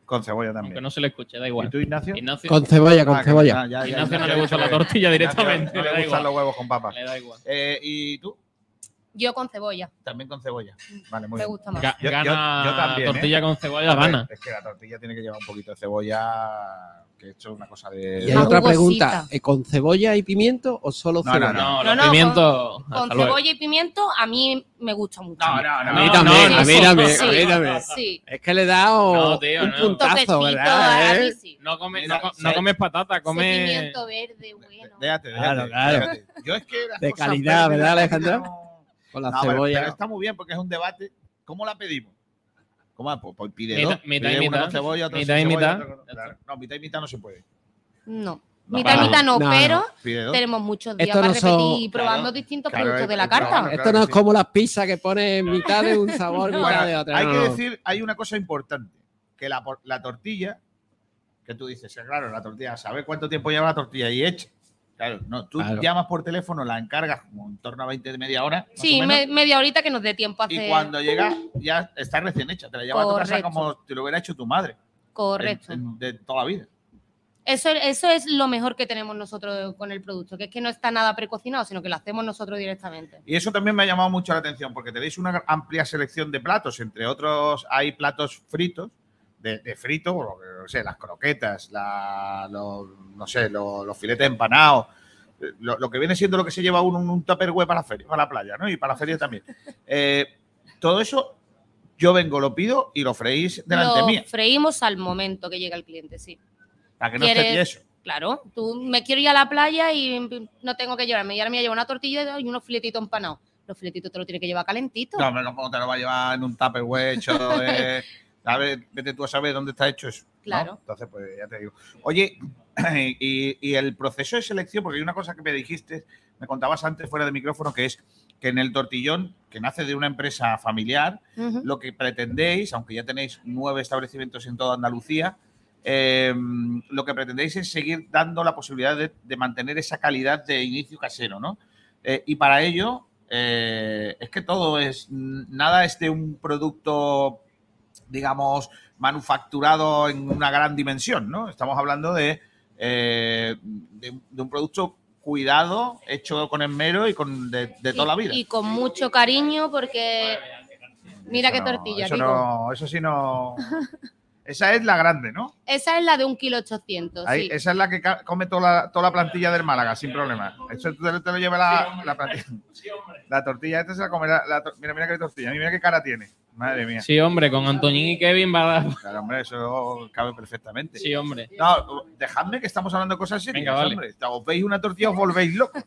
C: Con cebolla
D: Aunque
C: también.
D: no se le escuche, da
C: ¿Y
D: igual.
C: tú, Ignacio?
D: Ignacio,
G: Con cebolla, con
C: Ah,
G: cebolla.
C: ah, ya, ya,
D: Ignacio no
C: Ignacio
D: le gusta la
C: ve.
D: tortilla
C: Ignacio
D: directamente. le
C: No le
D: da
C: gustan
D: igual.
C: los huevos con papas.
D: Le da igual.
C: Eh, ¿Y tú?
H: Yo con cebolla, Mm.
C: También con cebolla. Vale, muy
H: me
C: bien.
H: gusta más.
D: Ga-
C: Yo- yo-
D: gana
C: yo también, ¿eh?
D: Ah, tortilla con cebolla,
C: Hombre,
D: gana.
C: Es que la tortilla tiene que llevar un poquito de cebolla, que he hecho una cosa de...
G: Y hay
H: Una
G: otra
H: jugosita.
G: pregunta, ¿eh, ¿con cebolla y pimiento o solo
C: No, no,
G: cebolla?
D: No,
H: No,
D: los
H: no,
D: pimientos.
H: Con
D: hasta luego.
H: cebolla y pimiento a mí me gusta mucho.
C: no,
D: no, no,
H: no,
G: a mí
H: no,
G: también,
H: sí,
G: a mí también.
H: Sí,
G: Es que le he dado
D: No, tío,
G: un
D: no.
G: puntazo,
H: toquecito,
G: ¿verdad?
H: a mí
G: ¿Eh?
H: sí.
D: No, come-
C: Ah, Mira,
D: no co-
C: sí.
D: no comes patata,
H: Ese
D: come.
H: pimiento verde, bueno.
C: Déjate,
G: Claro,
C: déjate,
G: claro.
C: déjate. Yo es que las
G: De
C: cosas
G: calidad,
C: verdes,
G: ¿verdad,
C: la gente
G: Alejandra?
C: no-
G: Con la
C: No, pero-
G: cebolla.
C: pero está muy bien porque es un debate. ¿Cómo la pedimos? ¿Cómo la pues, pues pide
D: Mitad-
C: dos.
D: mitad y
C: Pide uno
D: mitad.
C: con cebolla, otro
D: Mitad
C: sin
D: y
C: cebolla,
D: mitad.
C: otro con- claro. No, mitad y mitad no se puede.
H: No,
C: No,
H: mitad
D: vale.
H: y mitad no,
G: No, no.
H: pero
C: Pide dos.
H: tenemos muchos días
G: Esto no
H: para repetir
G: son-
H: probando
C: claro,
H: distintos
C: claro,
H: productos de la
C: es- es-
H: carta.
C: no,
G: Esto
C: claro
G: no es
C: que sí.
G: como las pizzas que ponen mitad de un sabor,
H: No.
G: mitad de otra.
C: Hay
G: No,
C: que
G: no.
C: decir, hay una cosa importante, que la, por- la tortilla, que tú dices, eh, claro, la tortilla, ¿sabes cuánto tiempo lleva la tortilla ahí hecha? Claro, no, tú
G: Claro.
C: llamas por teléfono, la encargas como en torno a 20 de media hora. más
H: Sí,
C: o menos,
H: me- media horita que nos dé tiempo a hacer.
C: y cuando llega ya está recién hecha, te la llevas a tu casa
H: Correcto.
C: como te lo hubiera hecho tu madre. en-
H: Correcto.
C: en- de toda la vida.
H: Eso, eso es lo mejor que tenemos nosotros con el producto, que es que no está nada precocinado, sino que lo hacemos nosotros directamente.
C: Y eso también me ha llamado mucho la atención, porque tenéis una amplia selección de platos. Entre otros, hay platos fritos, de, de frito, o lo que- no sé, las croquetas, la- los, no sé, los, los filetes empanados, eh, lo, lo que viene siendo lo que se lleva un, un, un tupperware para la feria, para la playa, ¿no? Y para la feria también. Eh, todo eso, yo vengo, lo pido y lo freís delante
H: lo
C: mía,
H: freímos al momento que llega el cliente, sí.
C: para que no esté
H: ¿Quieres?
C: tieso.
H: Claro, tú me quiero ir a la playa y no tengo que llevarme. Y ahora me llevo una tortilla y unos filetitos empanados. Los filetitos te los tienes que llevar calentitos.
C: No, hombre, no, ¿cómo te lo va a llevar en un tupperware hecho de- A ver, vete tú a saber dónde está hecho eso. ¿no?
H: Claro.
C: Entonces, pues ya te digo. Oye, y, y el proceso de selección, porque hay una cosa que me dijiste, me contabas antes fuera de micrófono, que es que en el tortillón, que nace de una empresa familiar,
H: Ujú.
C: lo que pretendéis, aunque ya tenéis nueve establecimientos en toda Andalucía, eh, lo que pretendéis es seguir dando la posibilidad de, de mantener esa calidad de inicio casero, ¿no? Eh, y para ello, eh, es que todo es, nada es de un producto digamos, manufacturado en una gran dimensión, ¿no? Estamos hablando de, eh, de, de un producto cuidado, hecho con esmero y con de, de toda la vida.
H: Y con mucho cariño porque mira
C: Eso
H: qué
C: no,
H: tortilla,
C: Eso,
H: digo.
C: no, eso sí no... Esa es la grande, ¿no?
H: Esa es la de un kilo ochocientos,
C: Ahí,
H: sí.
C: Esa es la que ca- come toda la, toda la plantilla del Málaga, sin problema. Eso te, lo- te lo lleva la, la plantilla. La tortilla, esta se la comerá. la tor- mira, mira qué tortilla, mira qué cara tiene. Madre mía.
D: Sí, hombre, con Antoñín y Kevin va a dar.
C: Claro, hombre, eso cabe perfectamente.
D: Sí, hombre.
C: No, dejadme que estamos hablando cosas serias,
D: Venga, vale.
C: hombre. Os veis una tortilla, os volvéis locos.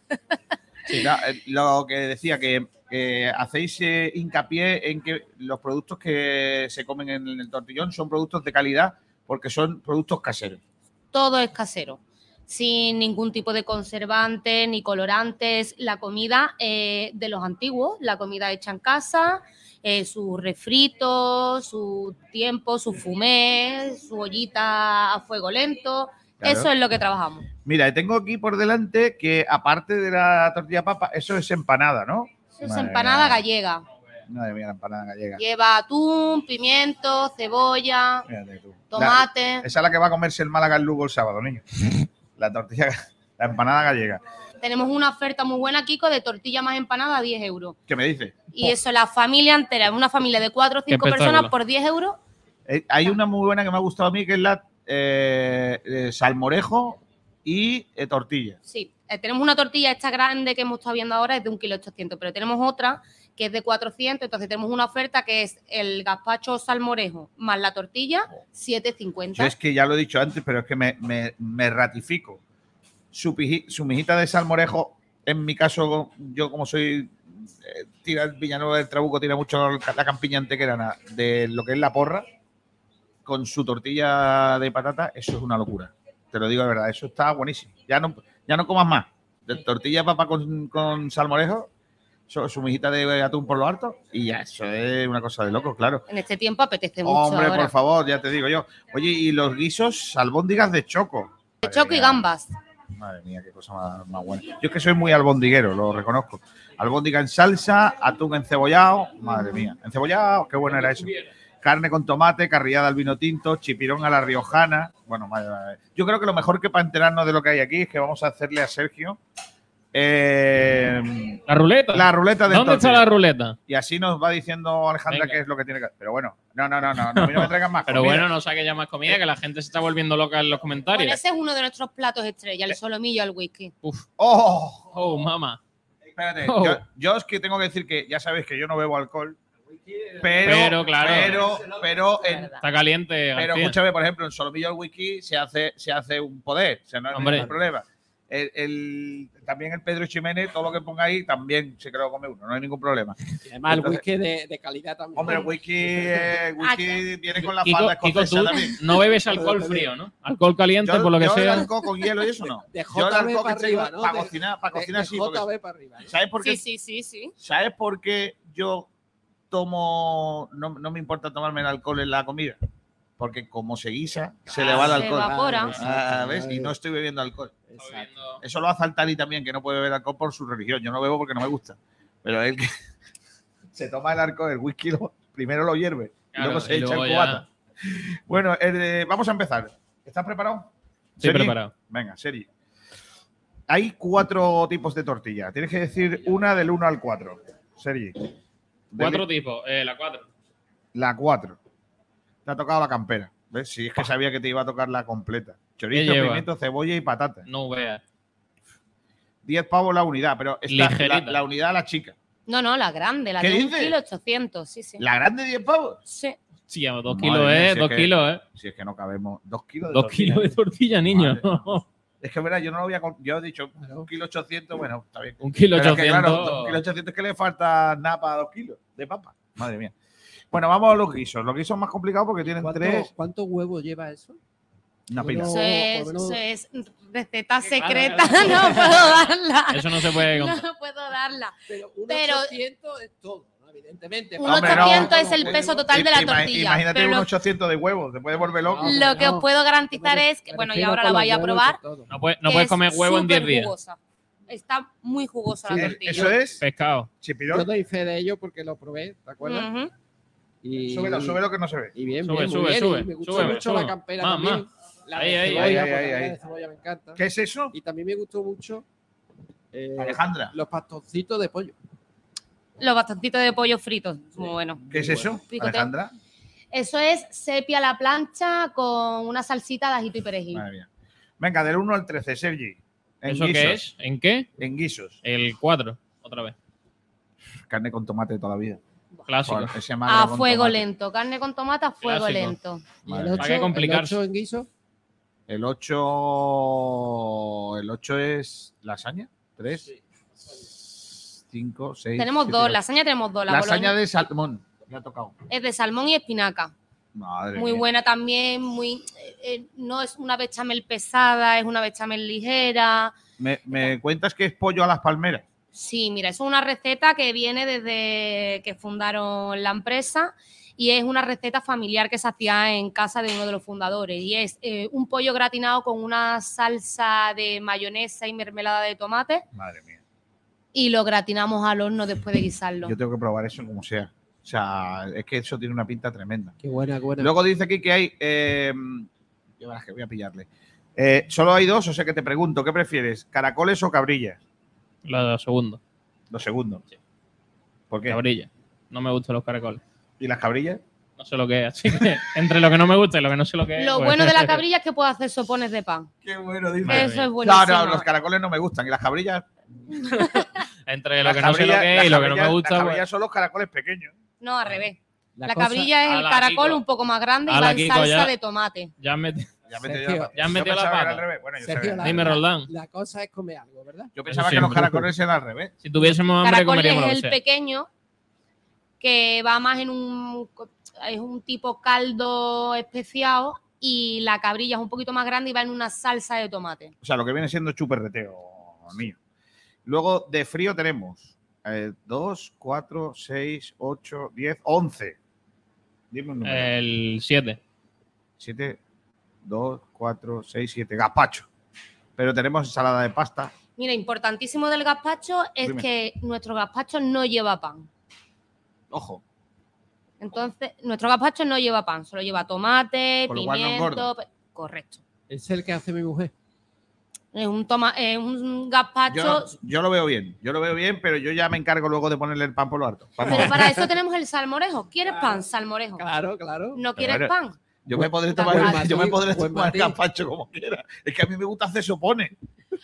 C: No, eh, lo que decía, que, que hacéis eh, hincapié en que los productos que se comen en el tortillón son productos de calidad porque son productos caseros.
H: todo es casero, sin ningún tipo de conservantes ni colorantes. La comida eh, de los antiguos, la comida hecha en casa, eh, su refrito, su tiempo, su fumé, su ollita a fuego lento.
C: Claro.
H: Eso es lo que trabajamos.
C: Mira, y tengo aquí por delante que aparte de la tortilla papa, eso es empanada, ¿no?
H: Eso es
C: Madre
H: empanada
C: mía.
H: gallega.
C: Madre mía, la empanada gallega.
H: Lleva atún, pimiento, cebolla,
C: Fíjate tú. La-
H: tomate.
C: esa es la que va a comerse el Málaga en Lugo el sábado, niño. La tortilla, la empanada gallega.
H: Tenemos una oferta muy buena, Kiko, de tortilla más empanada a 10 euros.
C: ¿Qué me dices?
H: Y eso, la familia entera, una familia de 4 o
D: Qué
H: 5 personas
D: espectáculo.
H: por 10 euros,
C: Eh, hay una muy buena que me ha gustado a mí, que es la eh, eh, salmorejo y eh, tortilla.
H: Sí, eh, tenemos una tortilla esta grande que hemos estado viendo ahora, es de 1,8 kg, pero tenemos otra que es de 400, entonces tenemos una oferta que es el gazpacho salmorejo más la tortilla,
C: Oh. Yo
H: 7,50.
C: es que ya lo he dicho antes, pero es que me, me- me ratifico. Su, piji- su mijita de salmorejo, en mi caso, yo como soy eh, tira el Villanueva del Trabuco, tira mucho la campiña antequerana de lo que es la porra, con su tortilla de patata, eso es una locura. Te lo digo de verdad, eso está buenísimo. Ya no, ya no comas más. De tortilla de papa con, con salmorejo, su, su mijita de atún por lo alto, y ya, eso es una cosa de loco, claro.
H: En este tiempo apetece mucho
C: Hombre,
H: ahora.
C: por favor, ya te digo yo. Oye, y los guisos, albóndigas de choco.
H: De choco y gambas.
C: Madre mía, qué cosa más, más buena. Yo es que soy muy albondiguero, lo reconozco. Albóndiga en salsa, atún encebollado. Madre mía, encebollado, qué bueno era eso. Carne con tomate, carrillada al vino tinto, chipirón a la riojana. Bueno, madre mía. Yo creo que lo mejor que para enterarnos de lo que hay aquí es que vamos a hacerle a Sergio eh,
D: La ruleta.
C: la ruleta de
D: ¿Dónde está la ruleta?
C: Y así nos va diciendo Alejandra
D: Venga.
C: qué es lo que tiene que hacer. Pero bueno, no, no, no, no, no, a mí no me traigan más.
D: Pero
C: comida.
D: bueno, no saque ya más comida, que la gente se está volviendo loca en los
H: Bueno,
D: comentarios.
H: ese es uno de nuestros platos estrella,
D: Eh.
H: el solomillo al whisky.
C: ¡Oh!
D: Oh, mamá.
C: Espérate,
D: Oh.
C: yo, yo es que tengo que decir que ya sabéis que yo no bebo alcohol, pero,
D: Pero,
C: pero,
D: claro.
C: pero, pero,
H: Es
C: en-
H: verdad.
D: Está caliente.
C: pero
D: García.
C: escúchame, por ejemplo, en Solomillo al Wiki se hace, se hace un poder, o sea, no hay
D: Hombre.
C: ningún problema. El, el- también el Pedro Ximénez, todo lo que ponga ahí, también se creo come uno, no hay ningún problema.
G: Además, el
C: Entonces-
G: whisky de, de calidad también.
C: Hombre, el wiki, eh, el
H: Ah,
C: wiki viene con la
D: Kiko,
C: falda
D: Kiko,
C: escocesa
D: tú
C: también.
D: no bebes alcohol frío, ¿no? Alcohol caliente,
C: Yo,
D: por lo que
C: yo el
D: sea.
C: alcohol con hielo y eso no.
G: De
C: Yo el
G: JB
C: alcohol
G: para
C: que tengo
G: arriba, ¿no?
C: para
G: De-
C: cocinar, para
G: de-
C: cocinar
G: de
C: sí. porque-
G: JB para arriba. ¿no?
C: ¿Sabes por qué
H: Sí, sí, sí, sí.
C: ¿Sabes por qué yo tomo, no, no me importa tomarme el alcohol en la comida? Porque como se guisa, se le va el
H: se
C: alcohol.
H: va. evapora.
C: Ah, ¿ves? Y no estoy bebiendo alcohol.
G: Exacto.
C: Eso lo hace Altari también, que no puede beber alcohol por su religión. Yo no bebo porque no me gusta. Pero él que se toma el alcohol, el whisky, lo- primero lo hierve y
D: Claro,
C: luego se
D: y
C: echa
D: luego
C: el
D: ya-
C: cubata. Bueno, eh, vamos a empezar. ¿Estás preparado?
D: Estoy
C: Sergi,
D: preparado.
C: Venga, Seri. Hay cuatro tipos de tortilla. Tienes que decir una del 1 al 4. Seri.
D: Cuatro tipos. Eh, la cuatro.
C: La 4. Te ha tocado la campera. ¿Ves? Si es que sabía que te iba a tocar la completa. Chorizo,
D: Ah. lleva?
C: pimiento, cebolla y patata.
D: No veas.
C: 10 pavos la unidad, pero esta- la,
D: Ligerita.
C: la unidad a la chica.
H: No, no, la grande, la
C: ¿Qué
H: de un
C: dices?
H: kilo ochocientos, sí, sí.
C: ¿La grande 10 pavos?
H: Sí.
D: Sí, ya, dos
C: Madre
D: kilos,
C: mía,
D: eh.
C: si es
D: dos
C: que-
D: kilos, eh.
C: Si es que no cabemos. Dos kilos de
D: Dos
C: tortilla.
D: kilos de tortilla, niño.
C: Madre. Es que, verdad, yo no lo había. con- Yo he dicho, un kilo 800, bueno, está bien.
D: Un kilo
C: Pero es que, claro,
D: ochocientos.
C: dos kilos 800 es que le falta nada para 2 kilos de papa. Madre mía. Bueno, vamos a los guisos. Los guisos más complicados porque tienen
G: ¿Cuánto-
C: tres.
G: ¿Cuántos huevos lleva eso?
C: Una
G: yo
C: pila.
G: no-
H: Eso es,
G: por lo
H: eso es receta
D: claro,
H: secreta,
D: claro.
H: no puedo darla.
D: Eso no se puede contar.
H: No puedo darla.
G: Pero un
H: Pero-
G: 800 es todo, ¿no? evidentemente.
H: Un
G: Para-
C: Este, Hombre, no.
H: 800 es el
G: Bueno,
H: peso total de la
C: Eh, Ima-
H: tortilla.
C: Imagínate
H: pero
C: un
H: lo-
C: 800 de huevos, te puedes volver loco.
G: No,
H: lo que os
G: no.
H: puedo garantizar
G: me
H: es que,
G: refiero
H: bueno, y ahora la
G: con los
H: vais a
G: huevos y
H: probar.
G: todo.
D: No, puedes, Pues, no
H: que
D: puedes
H: es
D: comer huevo en 10
H: súper
D: días.
H: jugosa. Está muy jugosa la
C: Eh,
H: tortilla.
C: Eso es
D: Pescado.
G: Yo
C: chipirón.
G: doy fe de ello porque lo probé, ¿te acuerdas?
H: Ujú.
G: Y,
C: Súbelo, súbelo que no se ve.
G: Y bien,
D: Sube,
G: bien, muy
D: sube,
G: bien,
D: sube,
G: y Me gusta
D: sube,
G: mucho
D: sube.
G: la campera
D: Más,
G: también. La de
D: Ahí, ahí,
G: cebolla,
C: ahí,
G: porque
C: ahí,
G: la de
C: ahí.
G: cebolla me encanta.
C: ¿Qué es eso?
G: Y también me gustó mucho eh,
C: Alejandra,
G: los pastoncitos de pollo.
H: Los bastoncitos de pollo fritos, muy bueno.
C: ¿qué es eso?
H: Picoteo.
C: Alejandra,
H: Eso es sepia a la plancha con una salsita de ajito y perejil.
C: madre mía. Venga, del 1 al 13, Sergi. En
D: ¿Eso
C: guisos,
D: qué es? ¿En qué?
C: En guisos.
D: El 4, otra vez.
C: Carne con tomate de toda la vida.
D: Clásico.
C: Joder, ese magro
H: A
C: con
H: fuego
C: tomate.
H: lento, carne con tomate a fuego
D: Clásico.
H: lento.
G: Y
C: Madre
G: el
C: mía.
D: Para qué
G: 8,
D: complicarse.
G: en guiso.
C: El 8. El 8 es lasaña. 3, 5, 6.
H: Tenemos dos, lasaña tenemos dos. La
C: Lasaña
H: boloña
C: de salmón. Me ha tocado.
H: es de salmón y espinaca.
C: Madre
H: Muy
C: mía.
H: buena también, muy eh, eh, no es una bechamel pesada, es una bechamel ligera.
C: Me, me cuentas que es pollo a las palmeras.
H: Sí, mira, es una receta que viene desde que fundaron la empresa y es una receta familiar que se hacía en casa de uno de los fundadores. Y es eh, un pollo gratinado con una salsa de mayonesa y mermelada de tomate
C: Madre mía.
H: y lo gratinamos al horno después de guisarlo.
C: Yo tengo que probar eso como sea. O sea, es que eso tiene una pinta tremenda.
G: Qué buena, qué buena.
C: Luego dice aquí que hay. eh, yo verás que voy a pillarle. Eh, solo hay dos, o sea que te pregunto, ¿qué prefieres? ¿Caracoles o cabrillas?
D: La segunda,
C: Lo segundo. ¿Por qué?
D: cabrilla. No me gustan los caracoles.
C: ¿Y las cabrillas?
D: No sé lo que es, así que entre lo que no me gusta y lo que no sé lo que es.
H: Lo
D: pues-
H: bueno de la cabrilla es que puedo hacer sopones de pan.
C: Qué bueno, dice.
D: Madre
H: Eso
D: mía.
H: es
C: No,
H: buenísimo.
C: no, los caracoles no me gustan. ¿Y las cabrillas?
D: entre lo
C: Las
D: que no sé lo
C: cabrillas-
D: que es
C: las
D: y lo que no me
C: cabrillas-
D: gusta,
C: Las
D: pues-
C: cabrillas son los caracoles pequeños.
H: No, al revés. La,
G: cosa-
H: cabrilla es el
D: Ala,
H: caracol
D: Kiko.
H: un poco más grande y
D: Ala,
H: va en
D: Kiko,
H: salsa
D: ya.
H: de tomate.
D: Ya me...
C: Ya
G: Sergio,
C: metí yo-
D: ya han
C: yo
D: metido la
C: pensaba que era
D: pata.
C: al revés. Bueno, yo,
G: Sergio,
C: sabía.
G: la-
D: Dime, Roldán.
G: La cosa es comer algo, ¿verdad?
C: Yo pensaba
D: Eso
C: que los
D: siempre.
C: caracoles eran al revés.
D: Si tuviésemos hambre,
H: caracol
D: comeríamos lo que
H: es el
D: sea.
H: pequeño que va más en un es un tipo caldo especiado y la cabrilla es un poquito más grande y va en una salsa de tomate.
C: O sea, lo que viene siendo chuperreteo mío. Luego de frío tenemos eh, 2, 4, 6, 8, 10, 11. Dime un número.
D: El 7.
C: 7, 2, 4, 6, 7. Gazpacho. Pero tenemos ensalada de pasta.
H: Mira, importantísimo del gazpacho es
C: Dime.
H: que nuestro gazpacho no lleva pan.
C: Ojo,
H: Entonces, nuestro gazpacho no lleva pan, solo lleva tomate,
C: Con lo cual no engorda.
H: pimiento, pe- correcto.
G: Es el que hace mi mujer.
H: Es un toma, es un gazpacho,
C: yo, yo lo veo bien. Yo lo veo bien, pero yo ya me encargo luego de ponerle el pan por lo harto. Vamos.
H: pero para eso tenemos el salmorejo. ¿Quieres pan? Salmorejo.
G: Claro, claro.
H: ¿No quieres
C: Claro.
H: pan?
C: Yo me podré
G: Buen
C: tomar,
G: matiz,
C: yo me podré
G: buen
C: tomar
G: matiz.
C: gazpacho como quiera. Es que a mí me gusta hacer sopones.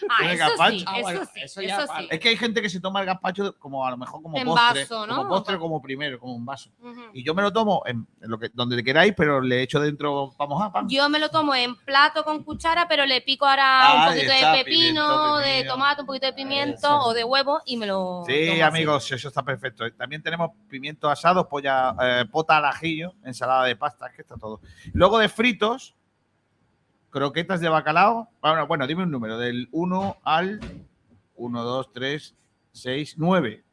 H: Ah,
C: Tiene
H: eso
C: gazpacho.
H: sí,
G: Ah,
H: eso
G: bueno,
H: sí,
G: eso ya
H: eso
G: vale.
H: sí.
C: Es que hay gente que se toma el gazpacho como a lo mejor como
H: En
C: postre,
H: vaso, ¿no? Mm.
C: como postre como primero, como un vaso.
H: Ujú.
C: Y yo me lo tomo en, en lo que donde queráis, pero le echo dentro vamos a pan.
H: Yo me lo tomo en plato con cuchara, pero le pico ahora
C: Ah,
H: un poquito
C: ya está,
H: de pepino,
C: pimiento,
H: de
C: pimiento.
H: tomate, un poquito de pimiento
G: Eso.
H: o de huevo y me lo.
C: Sí,
H: tomo así.
C: amigos, eso está perfecto. También tenemos pimientos asados, polla, eh, pota al ajillo, ensalada de pasta, es que está todo. Luego de fritos, croquetas de bacalao. Bueno, bueno, dime un número, del 1 al 1, 2, 3, 6, 9.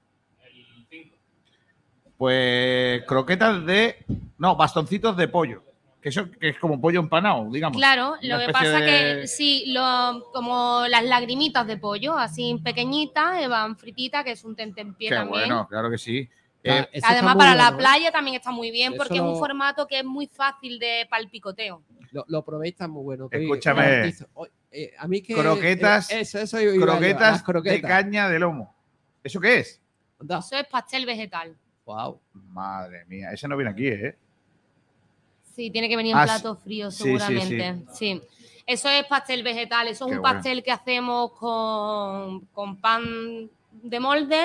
C: Pues croquetas de. No, bastoncitos de pollo. Que eso que es como pollo empanado, digamos.
H: Claro,
C: Una
H: lo que
C: especie
H: pasa
C: de-
H: que sí, lo, como las lagrimitas de pollo, así pequeñitas, eh, van frititas, que es un tentempié
C: Qué
H: también.
C: bueno, claro que sí.
G: Ah,
C: Eh,
G: eso está
H: Además,
G: muy
H: para la
G: bueno, ¿eh?
H: playa también está muy bien
G: Eso
H: porque es
G: lo-
H: un formato que es muy fácil de palpicoteo.
G: Lo, lo probéis tan muy bueno. que-
C: Escúchame.
G: que garantizo. Oye, eh, a mí que.
C: Croquetas-
G: eh, eso, eso iba yo,
C: croquetas,
G: las croquetas.
C: de caña de lomo. ¿Eso qué es?
G: Anda,
H: Eso es pastel vegetal.
G: Wow.
C: Madre mía, ese no viene aquí, ¿eh?
H: Sí, tiene que venir en
C: Ah,
H: plato frío,
C: sí, sí, sí.
H: seguramente. Sí, Eso es pastel vegetal, eso es
C: Qué
H: un
C: bueno.
H: pastel que hacemos con, con pan de molde.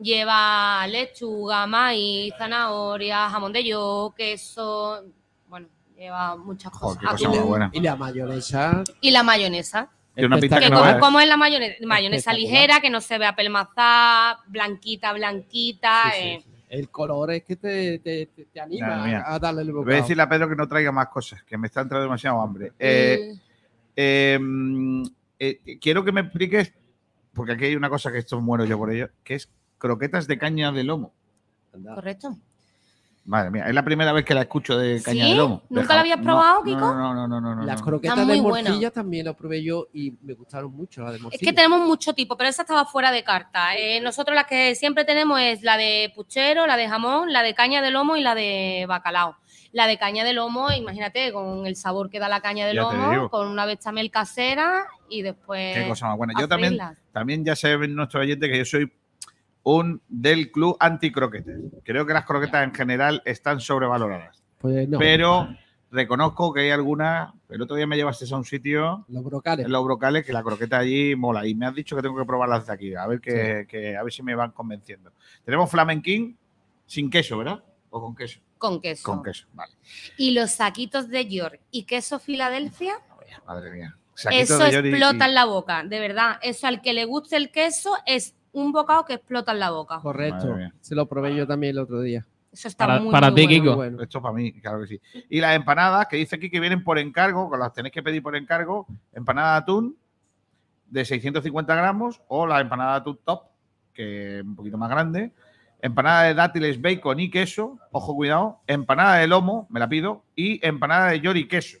H: Lleva lechuga, maíz, zanahoria, jamón de yo, queso. Bueno, lleva muchas
C: Joder,
H: cosas.
C: qué cosa
H: Atún.
C: más buena.
G: Y la mayonesa.
H: Y la mayonesa.
C: Tiene una pinta que
H: Que
C: no
H: como,
C: veas.
H: como es la mayonesa, mayonesa
G: Espectacular.
H: ligera, que no se ve apelmazada, blanquita, blanquita.
G: Sí, sí.
H: eh.
G: El color es que te, te, te- te anima
C: Madre mía.
G: a darle el
C: Voy a
G: bocado.
C: decirle a Pedro que no traiga más cosas, que me está entrando demasiado hambre. Eh, eh, mm, eh, quiero que me expliques, porque aquí hay una cosa que esto muero yo por ello, que es croquetas de caña de lomo.
G: Anda.
H: Correcto.
C: Madre mía, es la primera vez que la escucho de
H: ¿Sí?
C: caña de lomo.
H: ¿Nunca
C: Deja-
H: la habías
C: no,
H: probado,
C: no,
H: Kiko?
C: No, no, no, no, no.
G: Las
C: no.
G: croquetas
H: Está
G: de
H: muy buena.
G: morcilla también las probé yo y me gustaron mucho las de
H: Es
G: morcilla.
H: que tenemos mucho tipo, pero esa estaba fuera de carta. Eh, nosotros las que siempre tenemos es la de puchero, la de jamón, la de caña de lomo y la de bacalao. La de caña de lomo, imagínate, con el sabor que da la caña de
C: Ya te digo.
H: lomo, con una bechamel casera y después
C: Qué cosa más buena. Yo también,
H: freírlas.
C: también ya sé nuestro oyente que yo soy un del club anti-croquetes. Creo que las croquetas en general están sobrevaloradas.
G: Pues no,
C: Pero reconozco que hay algunas. El otro día me llevaste a un sitio
G: los brocales.
C: en los brocales que la croqueta allí mola. Y me has dicho que tengo que probarlas de aquí. A ver que, que- a ver si me van convenciendo. Tenemos flamenquín sin queso, ¿verdad? O con queso.
H: con queso.
C: Con queso, vale.
H: Y los saquitos de York y queso Filadelfia,
C: Madre mía. Saquitos
H: eso
C: de York y-
H: explota
C: y-
H: en la boca, de verdad. Eso al que le guste el queso es un bocado que explota en la boca.
G: Correcto.
C: Madre mía.
G: Se lo probé yo también el otro día.
H: Eso está
D: Para-
H: muy,
D: para
H: muy
D: ti,
H: bueno.
D: Kiko.
G: Muy bueno.
C: Esto para mí, claro que sí. Y las empanadas, que dice aquí que vienen por encargo, que las tenéis que pedir por encargo, empanada de atún de 650 gramos o la empanada de atún top, que es un poquito más grande, empanada de dátiles, bacon y queso, ojo cuidado, empanada de lomo, me la pido, y empanada de yori y queso.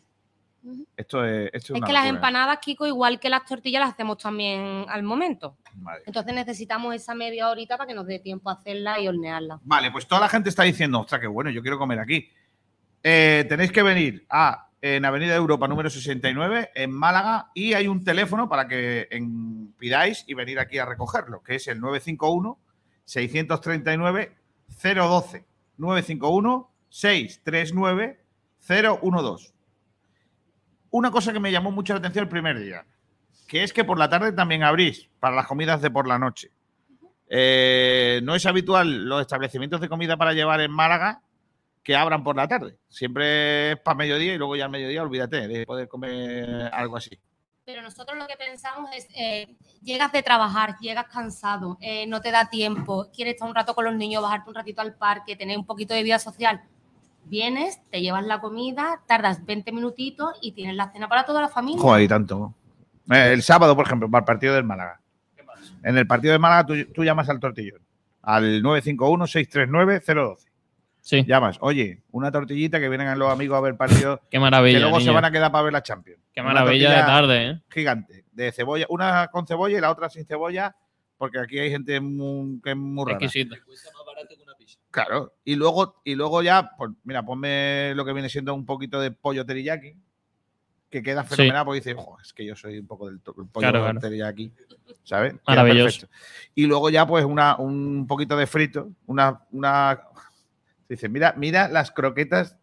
H: Ujú.
C: Esto es... Esto
H: Es
C: una
H: que las
C: locura.
H: empanadas, Kiko, igual que las tortillas, las hacemos también al momento.
C: Madre.
H: Entonces necesitamos esa media horita para que nos dé tiempo a hacerla y hornearla.
C: Vale, pues toda la gente está diciendo, ostras, qué bueno, yo quiero comer aquí. Eh, tenéis que venir a en Avenida Europa número 69, en Málaga, y hay un teléfono para que en- pidáis y venir aquí a recogerlo, que es el 951-639-012. 951-639-012. Una cosa que me llamó mucho la atención el primer día, que es que por la tarde también abrís para las comidas de por la noche. Eh, no es habitual los establecimientos de comida para llevar en Málaga que abran por la tarde. Siempre es para mediodía y luego ya al mediodía olvídate de poder comer algo así.
H: Pero nosotros lo que pensamos es, eh, llegas de trabajar, llegas cansado, eh, no te da tiempo, quieres estar un rato con los niños, bajarte un ratito al parque, tener un poquito de vida social. Vienes, te llevas la comida, tardas 20 minutitos y tienes la cena para toda la familia.
C: Joder, y tanto. Eh, el sábado, por ejemplo, para el partido del Málaga. En el partido del Málaga tú, tú llamas al tortillón, al 951-639-012.
D: Sí,
C: Llamas, oye, una tortillita que vienen los amigos a ver el partido,
D: qué
C: que
D: maravilla.
C: luego se
D: niño.
C: van a quedar para ver la Champions.
D: Qué
C: Una
D: maravilla de
C: tortilla-
D: tarde, ¿eh?
C: gigante de cebolla, una con cebolla y la otra sin cebolla, porque aquí hay gente mu- que es muy rara.
D: Exquisito.
C: Claro. Y luego, y luego ya, pues mira, ponme lo que viene siendo un poquito de pollo teriyaki, que queda
D: Sí.
C: fenomenal, porque dices, "Jo, es que yo soy un poco del to- pollo
D: Claro, claro.
C: teriyaki. ¿Sabes? Queda
D: Maravilloso.
C: perfecto. Y luego ya, pues, una, un poquito de frito, una, una. Dice, mira, mira las croquetas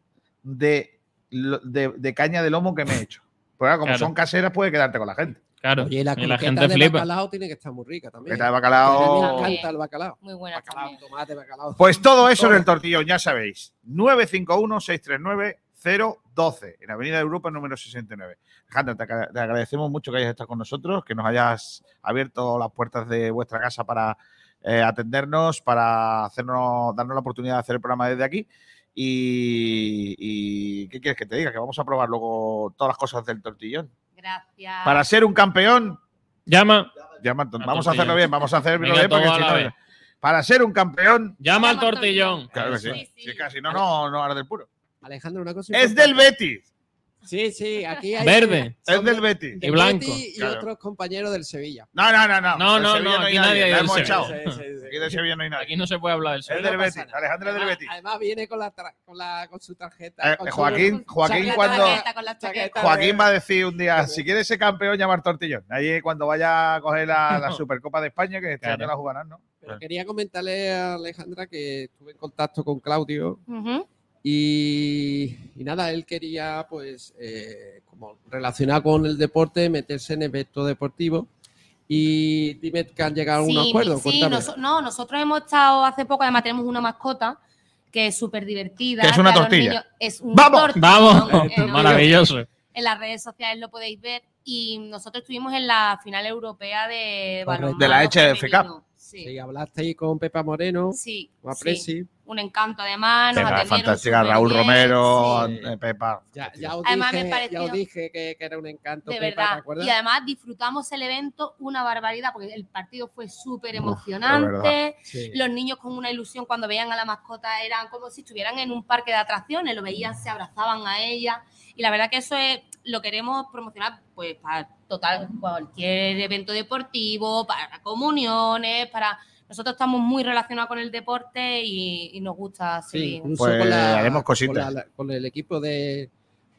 C: de, lo- de, de caña de lomo que me he hecho. Pues ahora, como
D: Claro.
C: son caseras, puede quedarte con la gente.
D: Claro.
G: Oye, la,
D: y la
G: croqueta
D: gente
G: de
D: flipa.
G: bacalao tiene que estar muy rica también.
C: Croqueta de
G: A mí
C: bacalao.
G: Me encanta el bacalao.
H: Muy buena
G: Bacalao,
H: también.
G: tomate, bacalao.
C: Pues todo eso en el
G: Todo.
C: tortillón, ya sabéis. 951-639-012, en Avenida Europa número 69. Alejandra, te agra- te agradecemos mucho que hayas estado con nosotros, que nos hayas abierto las puertas de vuestra casa para eh, atendernos, para hacernos, darnos la oportunidad de hacer el programa desde aquí. Y, y ¿qué quieres que te diga? Que vamos a probar luego todas las cosas del tortillón.
H: Gracias.
C: Para ser un campeón,
D: Llama,
C: llama al tor-
D: Al
C: vamos a
D: tortillón.
C: hacerlo bien, vamos a hacerlo
D: Venga,
C: bien, porque
D: todo a
C: si
D: la
C: no-
D: vez.
C: para ser un campeón
D: llama al tortillón.
C: Claro que
D: Eso
C: sí.
D: es.
H: sí.
C: Si es que así, no, no, no, ahora del puro.
G: Alejandro, una cosa.
C: Es del
G: importante.
C: Betis.
G: Sí, sí, aquí hay.
D: Verde.
G: son
C: Es del
G: de-
C: Betis.
G: de
D: Y blanco,
G: Betis Y
C: claro.
G: otros compañeros del Sevilla.
C: No, no, no, no.
D: No,
C: Del
D: no,
C: Sevilla
D: no, aquí nadie
C: La
D: del
C: hemos
D: Sevilla.
C: echado.
G: Sí, sí, sí, sí.
C: Aquí del Sevilla no hay nadie.
D: Aquí no se puede hablar del
C: Es
D: Sevilla.
C: del
G: no pasa
C: Betis.
G: nada.
C: Alejandro es del
G: Además-
C: Betis.
G: Además viene con, la tra- con, la- con su tarjeta.
C: Eh,
G: con su-
C: Joaquín, Joaquín
H: Con la
C: cuando,
H: chaqueta, con la chaqueta.
C: Joaquín va a decir un día, si quieres ser campeón, llamar tortillón. Ahí cuando vaya a coger la, la Supercopa de España, que este
D: Claro.
C: año la jugarán, ¿no?
G: Pero quería comentarle a Alejandra que estuve en contacto con Claudio
H: Ujú.
G: y, y nada, él quería, pues, eh, como relacionado con el deporte, meterse en eventos deportivos. Y dime que han llegado a un
H: Sí,
G: acuerdo.
H: sí,
G: cuéntame.
H: noso- no, nosotros hemos estado hace poco, además tenemos una mascota que es súper divertida.
C: Que es una
H: a los
C: tortilla.
H: niños- Es un
C: ¡Vamos!
H: tortillón
D: Vamos,
H: enorme.
D: maravilloso.
H: En las redes sociales lo podéis ver. Y nosotros estuvimos en la final europea de
G: Correcto.
H: balonmano
C: De la HF
H: femenino.
C: Cup.
H: Sí,
G: Sí, hablasteis con Pepa Moreno,
H: sí,
G: o a
H: sí.
G: Presi.
H: Un encanto, además. Nos
C: Pepa,
H: atendieron
C: fantástica,
H: súper
C: Raúl
H: bien,
C: Romero,
G: sí.
C: eh, Pepa.
G: Ya, ya os
H: Además, me
G: dije,
H: pareció-
G: ya os dije que, que era un encanto,
H: De
G: Pepa, ¿te
H: verdad.
G: acuerdas?
H: Y además disfrutamos el evento una barbaridad, porque el partido fue súper
C: Uf, de
H: emocionante.
G: Sí.
H: Los niños con una ilusión cuando veían a la mascota eran como si estuvieran en un parque de atracciones, lo veían, se abrazaban a ella. Y la verdad que eso es, lo queremos promocionar pues para total, cualquier evento deportivo, para comuniones, para... Nosotros estamos muy relacionados con el deporte y, y nos gusta
G: Sí,
H: seguir
G: incluso
C: Pues
G: con, la-
C: haremos
G: con
C: cositas.
G: la- con el equipo de,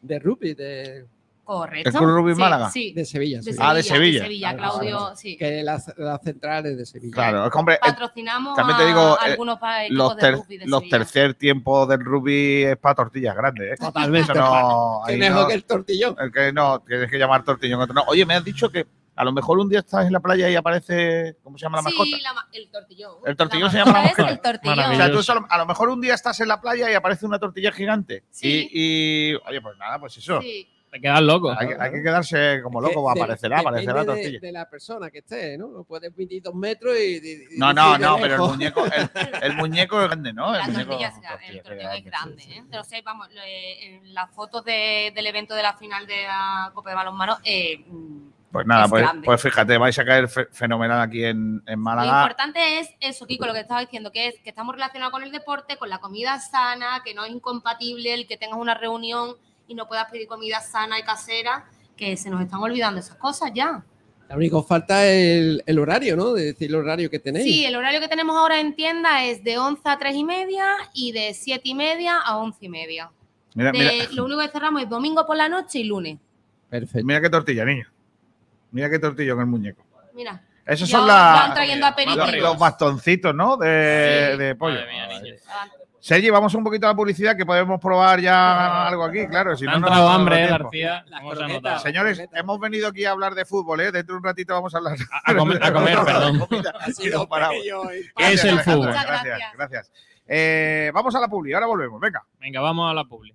G: de rugby de,
H: correcto.
C: ¿El Club Rugby
H: Sí,
C: Málaga?
H: Sí,
G: de Sevilla. sí.
C: Ah, de Sevilla.
G: Ah,
H: Claudio,
G: vale.
H: sí.
G: Que las, las centrales de Sevilla.
C: Claro, es que, hombre, eh,
H: Patrocinamos
C: también te
H: a
C: digo, eh,
H: algunos pa- equipos
C: los,
H: de
C: ter-
H: rugby de
C: los
H: Sevilla.
C: tercer tiempos del rugby es para tortillas grandes. ¿eh?
D: Totalmente.
C: Eso no,
G: Que
C: ahí
G: mejor
C: no-
G: que el tortillón.
C: el que no, tienes que llamar tortillón. otro no. Oye, me has dicho que a lo mejor un día estás en la playa y aparece, ¿cómo se llama la mascota?
H: Sí, la ma- el tortillón.
C: El tortillón
H: La
C: se llama la
H: mascota es
C: mascota.
H: El tortillón.
C: O sea, tú solo- a lo mejor un día estás en la playa y aparece una tortilla gigante.
H: Sí.
C: Y, y, oye, pues nada, pues eso.
H: Sí,
D: Te quedas loco.
C: Hay, que- hay que quedarse como loco, pues
G: Que de-
C: aparecerá, aparecerá la
G: depende de-
C: tortilla.
G: De, la persona que esté, ¿no? Puedes venir dos metros y. y- y
C: No, no,
G: decir,
C: no,
G: "Yo
C: pero el
G: dejo".
C: muñeco, el, el muñeco es grande, ¿no? El
H: la
C: muñeco,
H: tortilla es grande,
C: tortilla,
H: el tortillón es
C: sí,
H: grande.
C: sí.
H: ¿eh? Entonces, vamos, lo- eh, en las fotos de- del evento de la final de la Copa de Balonmano, eh, mm,
C: Pues nada,
H: Es
C: pues,
H: grande.
C: pues fíjate, vais a caer fe- fenomenal aquí en, en
H: lo
C: Málaga.
H: importante es eso, Kiko, lo que estaba diciendo, que es que estamos relacionados con el deporte, con la comida sana, que no es incompatible el que tengas una reunión y no puedas pedir comida sana y casera, que se nos están olvidando esas cosas ya.
G: La única falta es el, el horario, ¿no? De decir el horario que tenéis.
H: Sí, el horario que tenemos ahora en tienda es de 11 a 3 y media y de 7 y media a 11 y media.
C: Mira, mira,
H: De- lo único que cerramos es domingo por la noche y lunes.
G: Perfecto.
C: mira qué tortilla, niño. Mira qué tortilla con el muñeco.
H: Mira,
C: Esos
H: Ya
C: son
H: os
C: la-
H: van trayendo
C: los,
H: aperitivos.
C: los bastoncitos, ¿no? De,
H: Sí.
C: de pollo.
D: Madre mía, niño.
H: ah,
C: Sergi, vamos un poquito a la publicidad que podemos probar
G: Ah,
C: ya algo aquí, claro. Si
D: Me
C: no,
D: ha
C: no
D: entrado
C: nos da
D: hambre, eh,
C: tiempo.
D: García.
G: Las
D: Vamos a
G: croquetas.
D: anotar.
C: Señores,
G: Concreta.
C: hemos venido aquí a hablar de fútbol, ¿eh? Dentro de un ratito vamos a hablar.
D: A- a comer- a comer, perdón.
G: Ha sido
C: Y nos paramos.
G: pequeño el
D: ¿Qué es el
C: Gracias,
D: fútbol?
C: Alejandra,
H: Muchas
C: Gracias,
H: gracias.
C: gracias. Eh, vamos a la publi, ahora volvemos, venga.
D: Venga, vamos a la publi.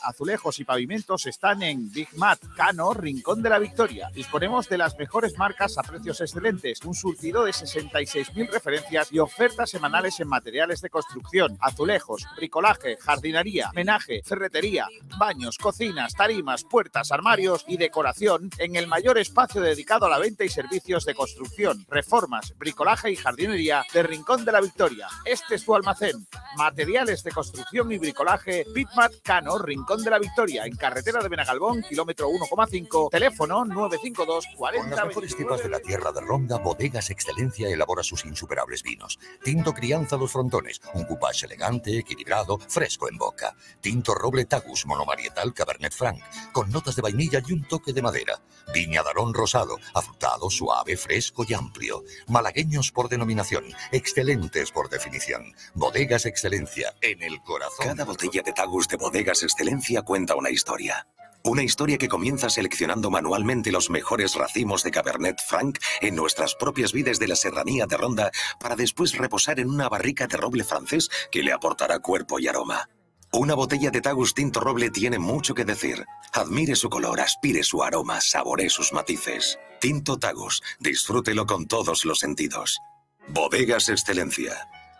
C: azulejos y pavimentos están en Big Mat, Cano, Rincón de la Victoria. Disponemos de las mejores marcas a precios excelentes, un surtido de 66.000 referencias y ofertas semanales en materiales de construcción, azulejos, bricolaje, jardinería, menaje, ferretería, baños, cocinas, tarimas, puertas, armarios y decoración en el mayor espacio dedicado a la venta y servicios de construcción, reformas, bricolaje y jardinería de Rincón de la Victoria. Este es tu almacén. Materiales de construcción y bricolaje Bitmat Cano, Rincón de la Victoria, en carretera de Benagalbón, kilómetro 1,5, teléfono 952 40
I: Con las mejores cepas de la tierra de Ronda, Bodegas Excelencia elabora sus insuperables vinos. Tinto Crianza Dos Frontones, un coupage elegante, equilibrado, fresco en boca. Tinto Roble Tagus Monomarietal Cabernet Franc, con notas de vainilla y un toque de madera. Viña Darón Rosado, afrutado, suave, fresco y amplio. Malagueños por denominación, excelentes por definición. Bodegas Excelencia, en el corazón.
J: Cada botella de Tagus de Bodegas Excelencia cuenta una historia. Una historia que comienza seleccionando manualmente los mejores racimos de Cabernet Franc en nuestras propias vides de la serranía de Ronda para después reposar en una barrica de roble francés que le aportará cuerpo y aroma. Una botella de Tagus Tinto Roble tiene mucho que decir. Admire su color, aspire su aroma, saboree sus matices. Tinto Tagus, disfrútelo con todos los sentidos. Bodegas Excelencia.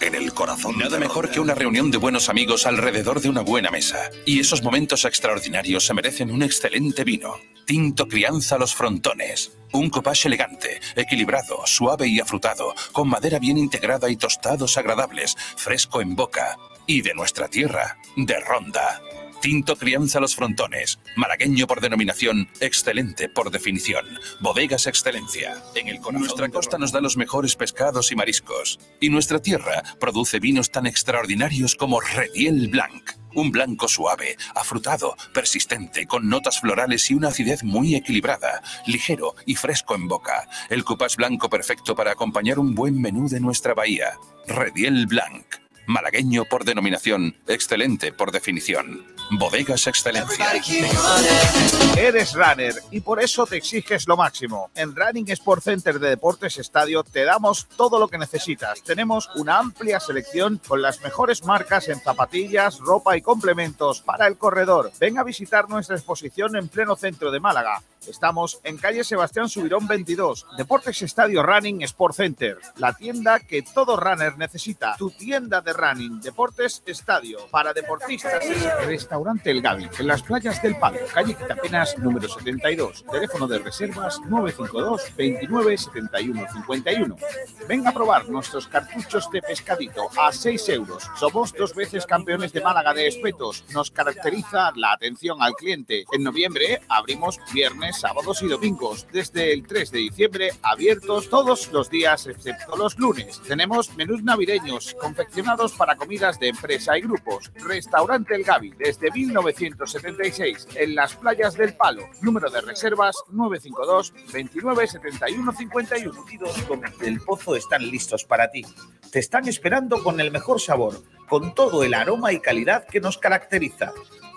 J: En el corazón.
I: Nada
J: de
I: mejor
J: Ronda.
I: que una reunión de buenos amigos alrededor de una buena mesa. Y esos momentos extraordinarios se merecen un excelente vino.
J: Tinto Crianza Los Frontones. Un copage elegante, equilibrado, suave y afrutado, con madera bien integrada y tostados agradables, fresco en boca. Y de nuestra tierra, de Ronda. Tinto Crianza Los Frontones. Malagueño por denominación, excelente por definición. Bodegas Excelencia. En el corazón Nuestra costa nos da los mejores pescados y mariscos. Y nuestra tierra produce vinos tan extraordinarios como Rediel Blanc. Un blanco suave, afrutado, persistente, con notas florales y una acidez muy equilibrada, ligero y fresco en boca. El cupás blanco perfecto para acompañar un buen menú de nuestra bahía. Rediel Blanc. Malagueño por denominación, excelente por definición. Bodegas Excelencia.
C: Eres runner y por eso te exiges lo máximo. En Running Sport Center de Deportes Estadio te damos todo lo que necesitas. Tenemos una amplia selección con las mejores marcas en zapatillas, ropa y complementos para el corredor. Ven a visitar nuestra exposición en pleno centro de Málaga. Estamos en calle Sebastián Subirón 22, Deportes Estadio Running Sport Center, la tienda que todo runner necesita. Tu tienda de running, Deportes Estadio, para deportistas. Restaurante El Gavi, en las playas del Palo, calle Quitapenas, número 72. Teléfono de reservas 952 29 71 51. Ven a probar nuestros cartuchos de pescadito a 6 euros. Somos dos veces campeones de Málaga de espetos. Nos caracteriza la atención al cliente. En noviembre abrimos viernes, sábados y domingos. Desde el 3 de diciembre abiertos todos los días excepto los lunes. Tenemos menús navideños confeccionados para comidas de empresa y grupos. Restaurante El Gavi desde 1976 en las playas del Palo. Número de reservas 952 29 71 51.
K: Los del pozo están listos para ti. Te están esperando con el mejor sabor, con todo el aroma y calidad que nos caracteriza.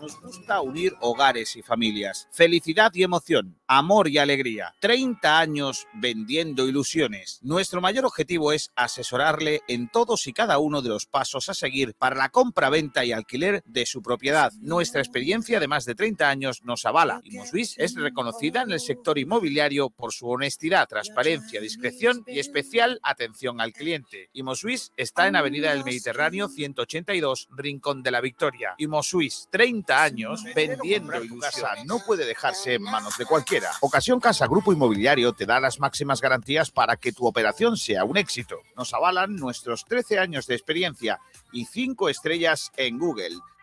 C: Nos gusta unir hogares y familias, felicidad y emoción, amor y alegría. 30 años vendiendo ilusiones. Nuestro mayor objetivo es asesorarle en todos y cada uno de los pasos a seguir para la compra, venta y alquiler de su propiedad. Nuestra experiencia de más de 30 años nos avala y Mosbis es reconocida en el sector inmobiliario por su honestidad, transparencia, discreción y especial atención al cliente. Imosuis está en Avenida del Mediterráneo 182, Rincón de la Victoria. Imosuis, 30 años vendiendo y casa no puede dejarse en manos de cualquiera. Ocasión Casa Grupo Inmobiliario te da las máximas garantías para que tu operación sea un éxito. Nos avalan nuestros 13 años de experiencia y 5 estrellas en Google.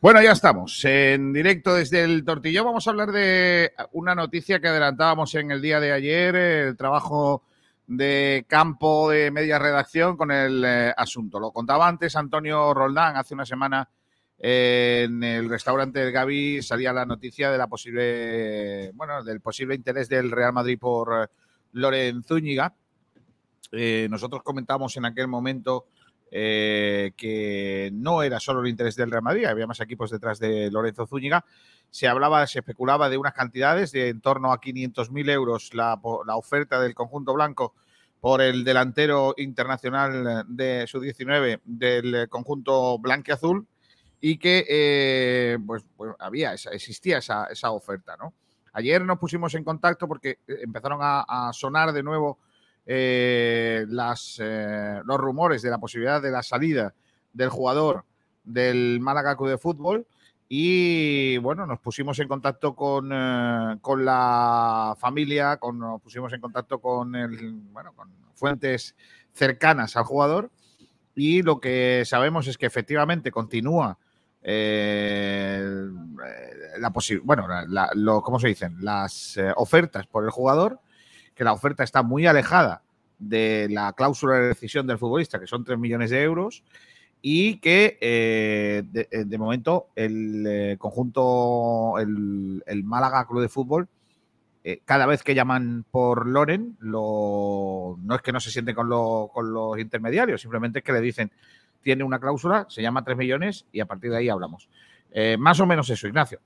C: Bueno, ya estamos en directo desde el Tortillón. Vamos a hablar de una noticia que adelantábamos en el día de ayer, eh, el trabajo de campo de media redacción con el eh, asunto. Lo contaba antes Antonio Roldán hace una semana eh, en el restaurante del Gavi salía la noticia de la posible, bueno, del posible interés del Real Madrid por eh, Loren Zúñiga. Eh, nosotros comentamos en aquel momento eh, que no era solo el interés del Real Madrid, había más equipos detrás de Lorenzo Zúñiga. Se hablaba, se especulaba de unas cantidades de en torno a 500.000 euros la, po- la oferta del conjunto blanco por el delantero internacional de su 19 del conjunto blanqueazul y que eh, pues, pues había esa- existía esa, esa oferta. ¿no? Ayer nos pusimos en contacto porque eh, empezaron a- a sonar de nuevo eh, las, eh, los rumores de la posibilidad de la salida del jugador del Málaga Club de Fútbol. Y bueno, nos pusimos en contacto con, eh, con la familia, con, nos pusimos en contacto con, el, bueno, con fuentes cercanas al jugador. Y lo que sabemos es que efectivamente continúa eh, la posi- bueno, la- la- lo- ¿cómo se dicen? Las eh, ofertas por el jugador, que la oferta está muy alejada de la cláusula de decisión del futbolista, que son 3 millones de euros, y que eh, de, eh, de momento el eh, conjunto, el, el Málaga Club de Fútbol, eh, cada vez que llaman por Loren, lo, no es que no se sienten con, lo- con los intermediarios, simplemente es que le dicen, tiene una cláusula, se llama 3 millones y a partir de ahí hablamos. Eh, más o menos eso, Ignacio.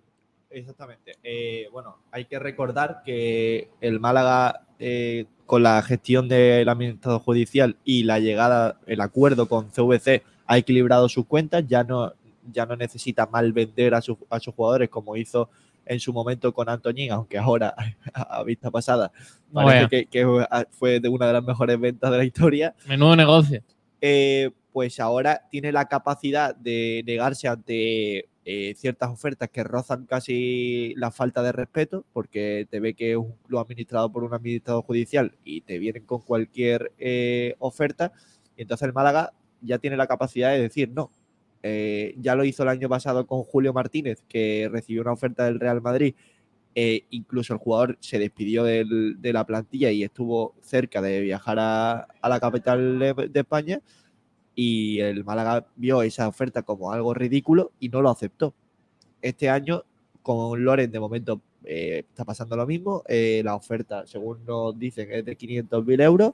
E: Exactamente. Eh, bueno, hay que recordar que el Málaga, eh, con la gestión del administrador judicial y la llegada, el acuerdo con CVC, ha equilibrado sus cuentas, ya no, ya no necesita mal vender a, sus- a sus jugadores como hizo en su momento con Antoñín, aunque ahora, a vista pasada,
D: No
E: parece
D: vea.
E: que, que fue de una de las mejores ventas de la historia
D: Menudo negocio.
E: eh, pues ahora tiene la capacidad de negarse ante eh, ciertas ofertas que rozan casi la falta de respeto, porque te ve que es un club administrado por un administrador judicial y te vienen con cualquier eh, oferta, y entonces el Málaga ya tiene la capacidad de decir no. Eh, ya lo hizo el año pasado con Julio Martínez, que recibió una oferta del Real Madrid. eh, incluso el jugador se despidió del- de la plantilla y estuvo cerca de viajar a, a la capital de, de España. Y el Málaga vio esa oferta como algo ridículo y no lo aceptó. Este año, con Loren, de momento eh, está pasando lo mismo. eh, la oferta, según nos dicen, es de 500.000 euros.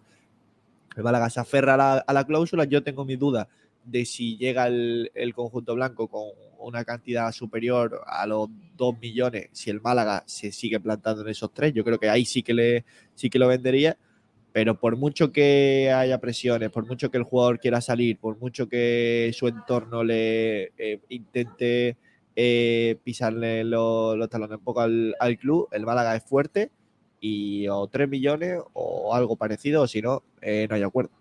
E: El Málaga se aferra a la, a la cláusula. Yo tengo mis dudas de si llega el, el conjunto blanco con una cantidad superior a los 2 millones, si el Málaga se sigue plantando en esos tres. Yo creo que ahí sí que, le, sí que lo vendería. Pero por mucho que haya presiones, por mucho que el jugador quiera salir, por mucho que su entorno le eh, intente eh, pisarle lo- los talones un poco al, al club, el Málaga es fuerte y o 3 millones o algo parecido, o si no, eh, no hay acuerdo.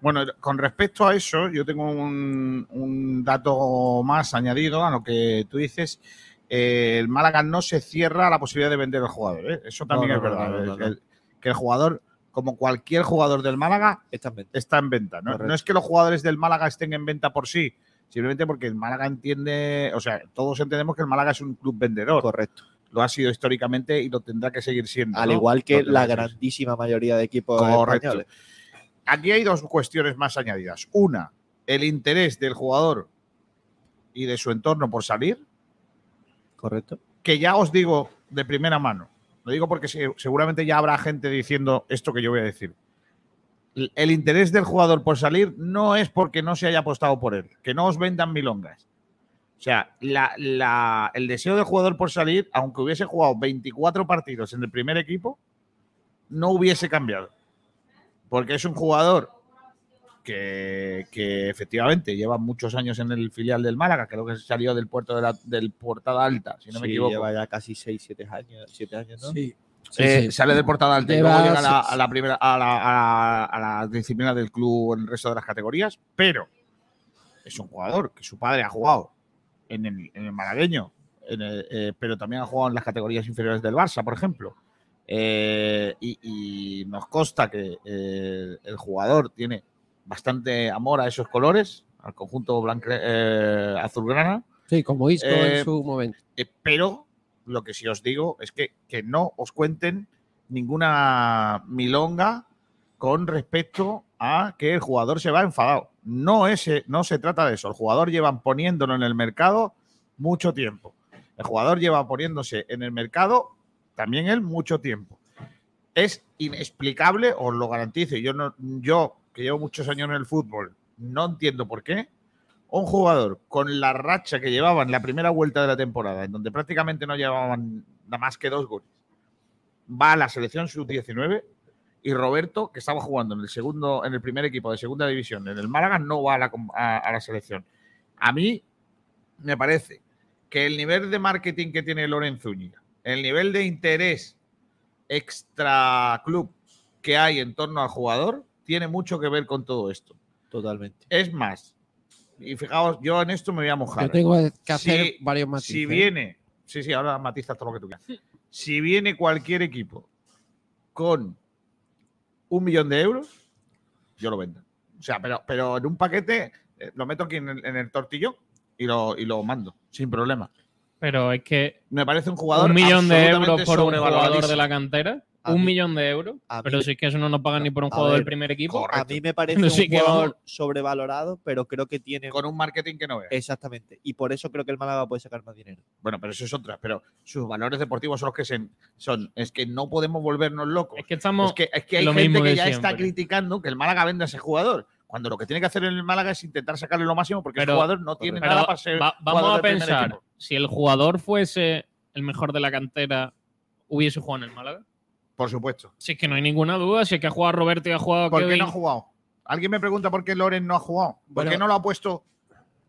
C: Bueno, con respecto a eso, yo tengo un, un dato más añadido a lo que tú dices. Eh, el Málaga no se cierra a la posibilidad de vender al jugador. ¿eh? Eso también
E: no,
C: es
E: no,
C: verdad.
E: no, no,
C: El-
E: no, no.
C: el- que el jugador, como cualquier jugador del Málaga,
E: Esta es mentira.
C: está en venta. ¿no?
E: Correcto.
C: No es que los jugadores del Málaga estén en venta por sí, simplemente porque el Málaga entiende, o sea, todos entendemos que el Málaga es un club vendedor.
E: Correcto.
C: Lo ha sido históricamente y lo tendrá que seguir siendo.
E: Al
C: ¿no?
E: igual
C: Lo
E: que
C: tendrá
E: la
C: seguir siendo.
E: grandísima mayoría de equipos
C: Correcto.
E: españoles.
C: Aquí hay dos cuestiones más añadidas. Una, el interés del jugador y de su entorno por salir,
E: Correcto.
C: que ya os digo de primera mano. Lo digo porque se- seguramente ya habrá gente diciendo esto que yo voy a decir. El el interés del jugador por salir no es porque no se haya apostado por él, que no os vendan milongas. O sea, la- la- el deseo del jugador por salir, aunque hubiese jugado 24 partidos en el primer equipo, no hubiese cambiado. Porque es un jugador que, que efectivamente lleva muchos años en el filial del Málaga, creo que salió del puerto de la, del Portada Alta, si no me
E: Sí,
C: equivoco.
E: Lleva ya casi 6, 7 años, siete años, ¿no?
G: Sí.
C: Eh,
G: sí.
C: Sale del portada alta y
G: Lleva
C: luego llega a la,
G: seis-
C: a la primera, a la, a la- a la disciplina del club en el resto de las categorías, pero es un jugador que su padre ha jugado en el, en el malagueño, en el- eh, pero también ha jugado en las categorías inferiores del Barça, por ejemplo. Eh, y, y nos consta que eh, el jugador tiene bastante amor a esos colores, al conjunto blanque, eh, azulgrana.
G: Sí, como Isco
C: Eh,
G: en su momento.
C: Eh, pero lo que sí os digo es que, que no os cuenten ninguna milonga con respecto a que el jugador se va enfadado. No, ese, no se trata de eso. El jugador lleva poniéndolo en el mercado mucho tiempo. El jugador lleva poniéndose en el mercado también él mucho tiempo. Es inexplicable, os lo garantizo. y Yo, no, yo que llevo muchos años en el fútbol, no entiendo por qué un jugador con la racha que llevaba en la primera vuelta de la temporada, en donde prácticamente no llevaban nada más que dos goles, va a la selección sub-19 y Roberto, que estaba jugando en el segundo, en el primer equipo de segunda división, en el Málaga, no va a la, com- a- a la selección. A mí me parece que el nivel de marketing que tiene Loren Zúñiga, el nivel de interés extra club que hay en torno al jugador, tiene mucho que ver con todo esto.
E: Totalmente.
C: Es más, y fijaos, yo en esto me voy a mojar. ¿eh?
G: Yo tengo que hacer
C: Si-
G: varios matices. ¿eh?
C: si viene, sí, sí, ahora matizas todo lo que tú quieras. Si viene cualquier equipo con un millón de euros, yo lo vendo. O sea, pero, pero en un paquete eh, lo meto aquí en el, en el tortillón y lo, y lo mando, sin problema.
D: Pero es que
C: Me parece un jugador.
D: un millón de euros
C: absolutamente
D: por un jugador
C: sobrevaloradísimo.
D: de la cantera.
E: A
D: un
E: mí-
D: millón de euros.
E: a
D: Pero
E: mí-
D: si es que eso no nos pagan ni por un
E: a
D: jugador del
E: ver,
D: primer equipo.
E: A mí me parece
D: No
E: un
D: sé qué
E: jugador
D: vamos.
E: sobrevalorado, pero creo que tiene.
C: Con un marketing que no veas.
E: Exactamente. Y por eso creo que el Málaga puede sacar más dinero.
C: Bueno, pero eso es otra. Pero sus valores deportivos son los que se- son. Es que no podemos volvernos locos.
D: Es que estamos.
C: Es que, es que hay
D: lo
C: gente
D: mismo
C: que
D: de
C: ya está
D: siempre.
C: criticando que el Málaga venda a ese jugador. Cuando lo que tiene que hacer el Málaga es intentar sacarle lo máximo porque el
D: Pero-
C: jugador no tiene
D: Pero
C: nada para ser.
D: va-
C: jugador
D: vamos a
C: de primer
D: pensar,
C: equipo.
D: si el jugador fuese el mejor de la cantera, ¿hubiese jugado en el Málaga?
C: Por supuesto.
D: Si es que no hay ninguna duda, si es que ha jugado Roberto y ha jugado
C: ¿Por qué
D: Kevin.
C: no ha jugado? Alguien me pregunta por qué Loren no ha jugado. ¿Por
G: Bueno.
C: qué no lo ha puesto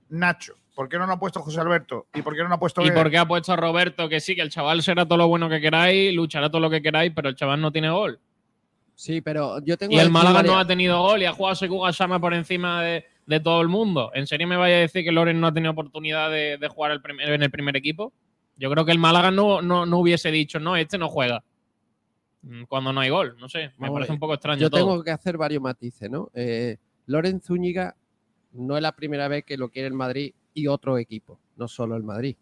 C: Nacho? ¿Por qué no lo ha puesto José Alberto? ¿Y por qué no lo ha puesto
D: y
C: Guede?
D: por qué ha puesto a Roberto que sí, que el chaval será todo lo bueno que queráis, luchará todo lo que queráis, pero el chaval no tiene gol.
G: Sí, pero yo tengo.
D: Y el Málaga no ha
G: varias-
D: tenido gol y ha jugado Sekuga Sama por encima de, de todo el mundo. ¿En serio me vais a decir que Loren no ha tenido oportunidad de, de jugar el primer- en el primer equipo? Yo creo que el Málaga no, no, no hubiese dicho, no, este no juega. Mm, Cuando no hay gol, no sé. Me
G: Vamos a
D: parece
G: ver,
D: un poco extraño
G: Yo
D: todo.
G: tengo que hacer varios matices, ¿no? Eh, Loren Zúñiga no es la primera vez que lo quiere el Madrid y otro equipo, no solo el Madrid.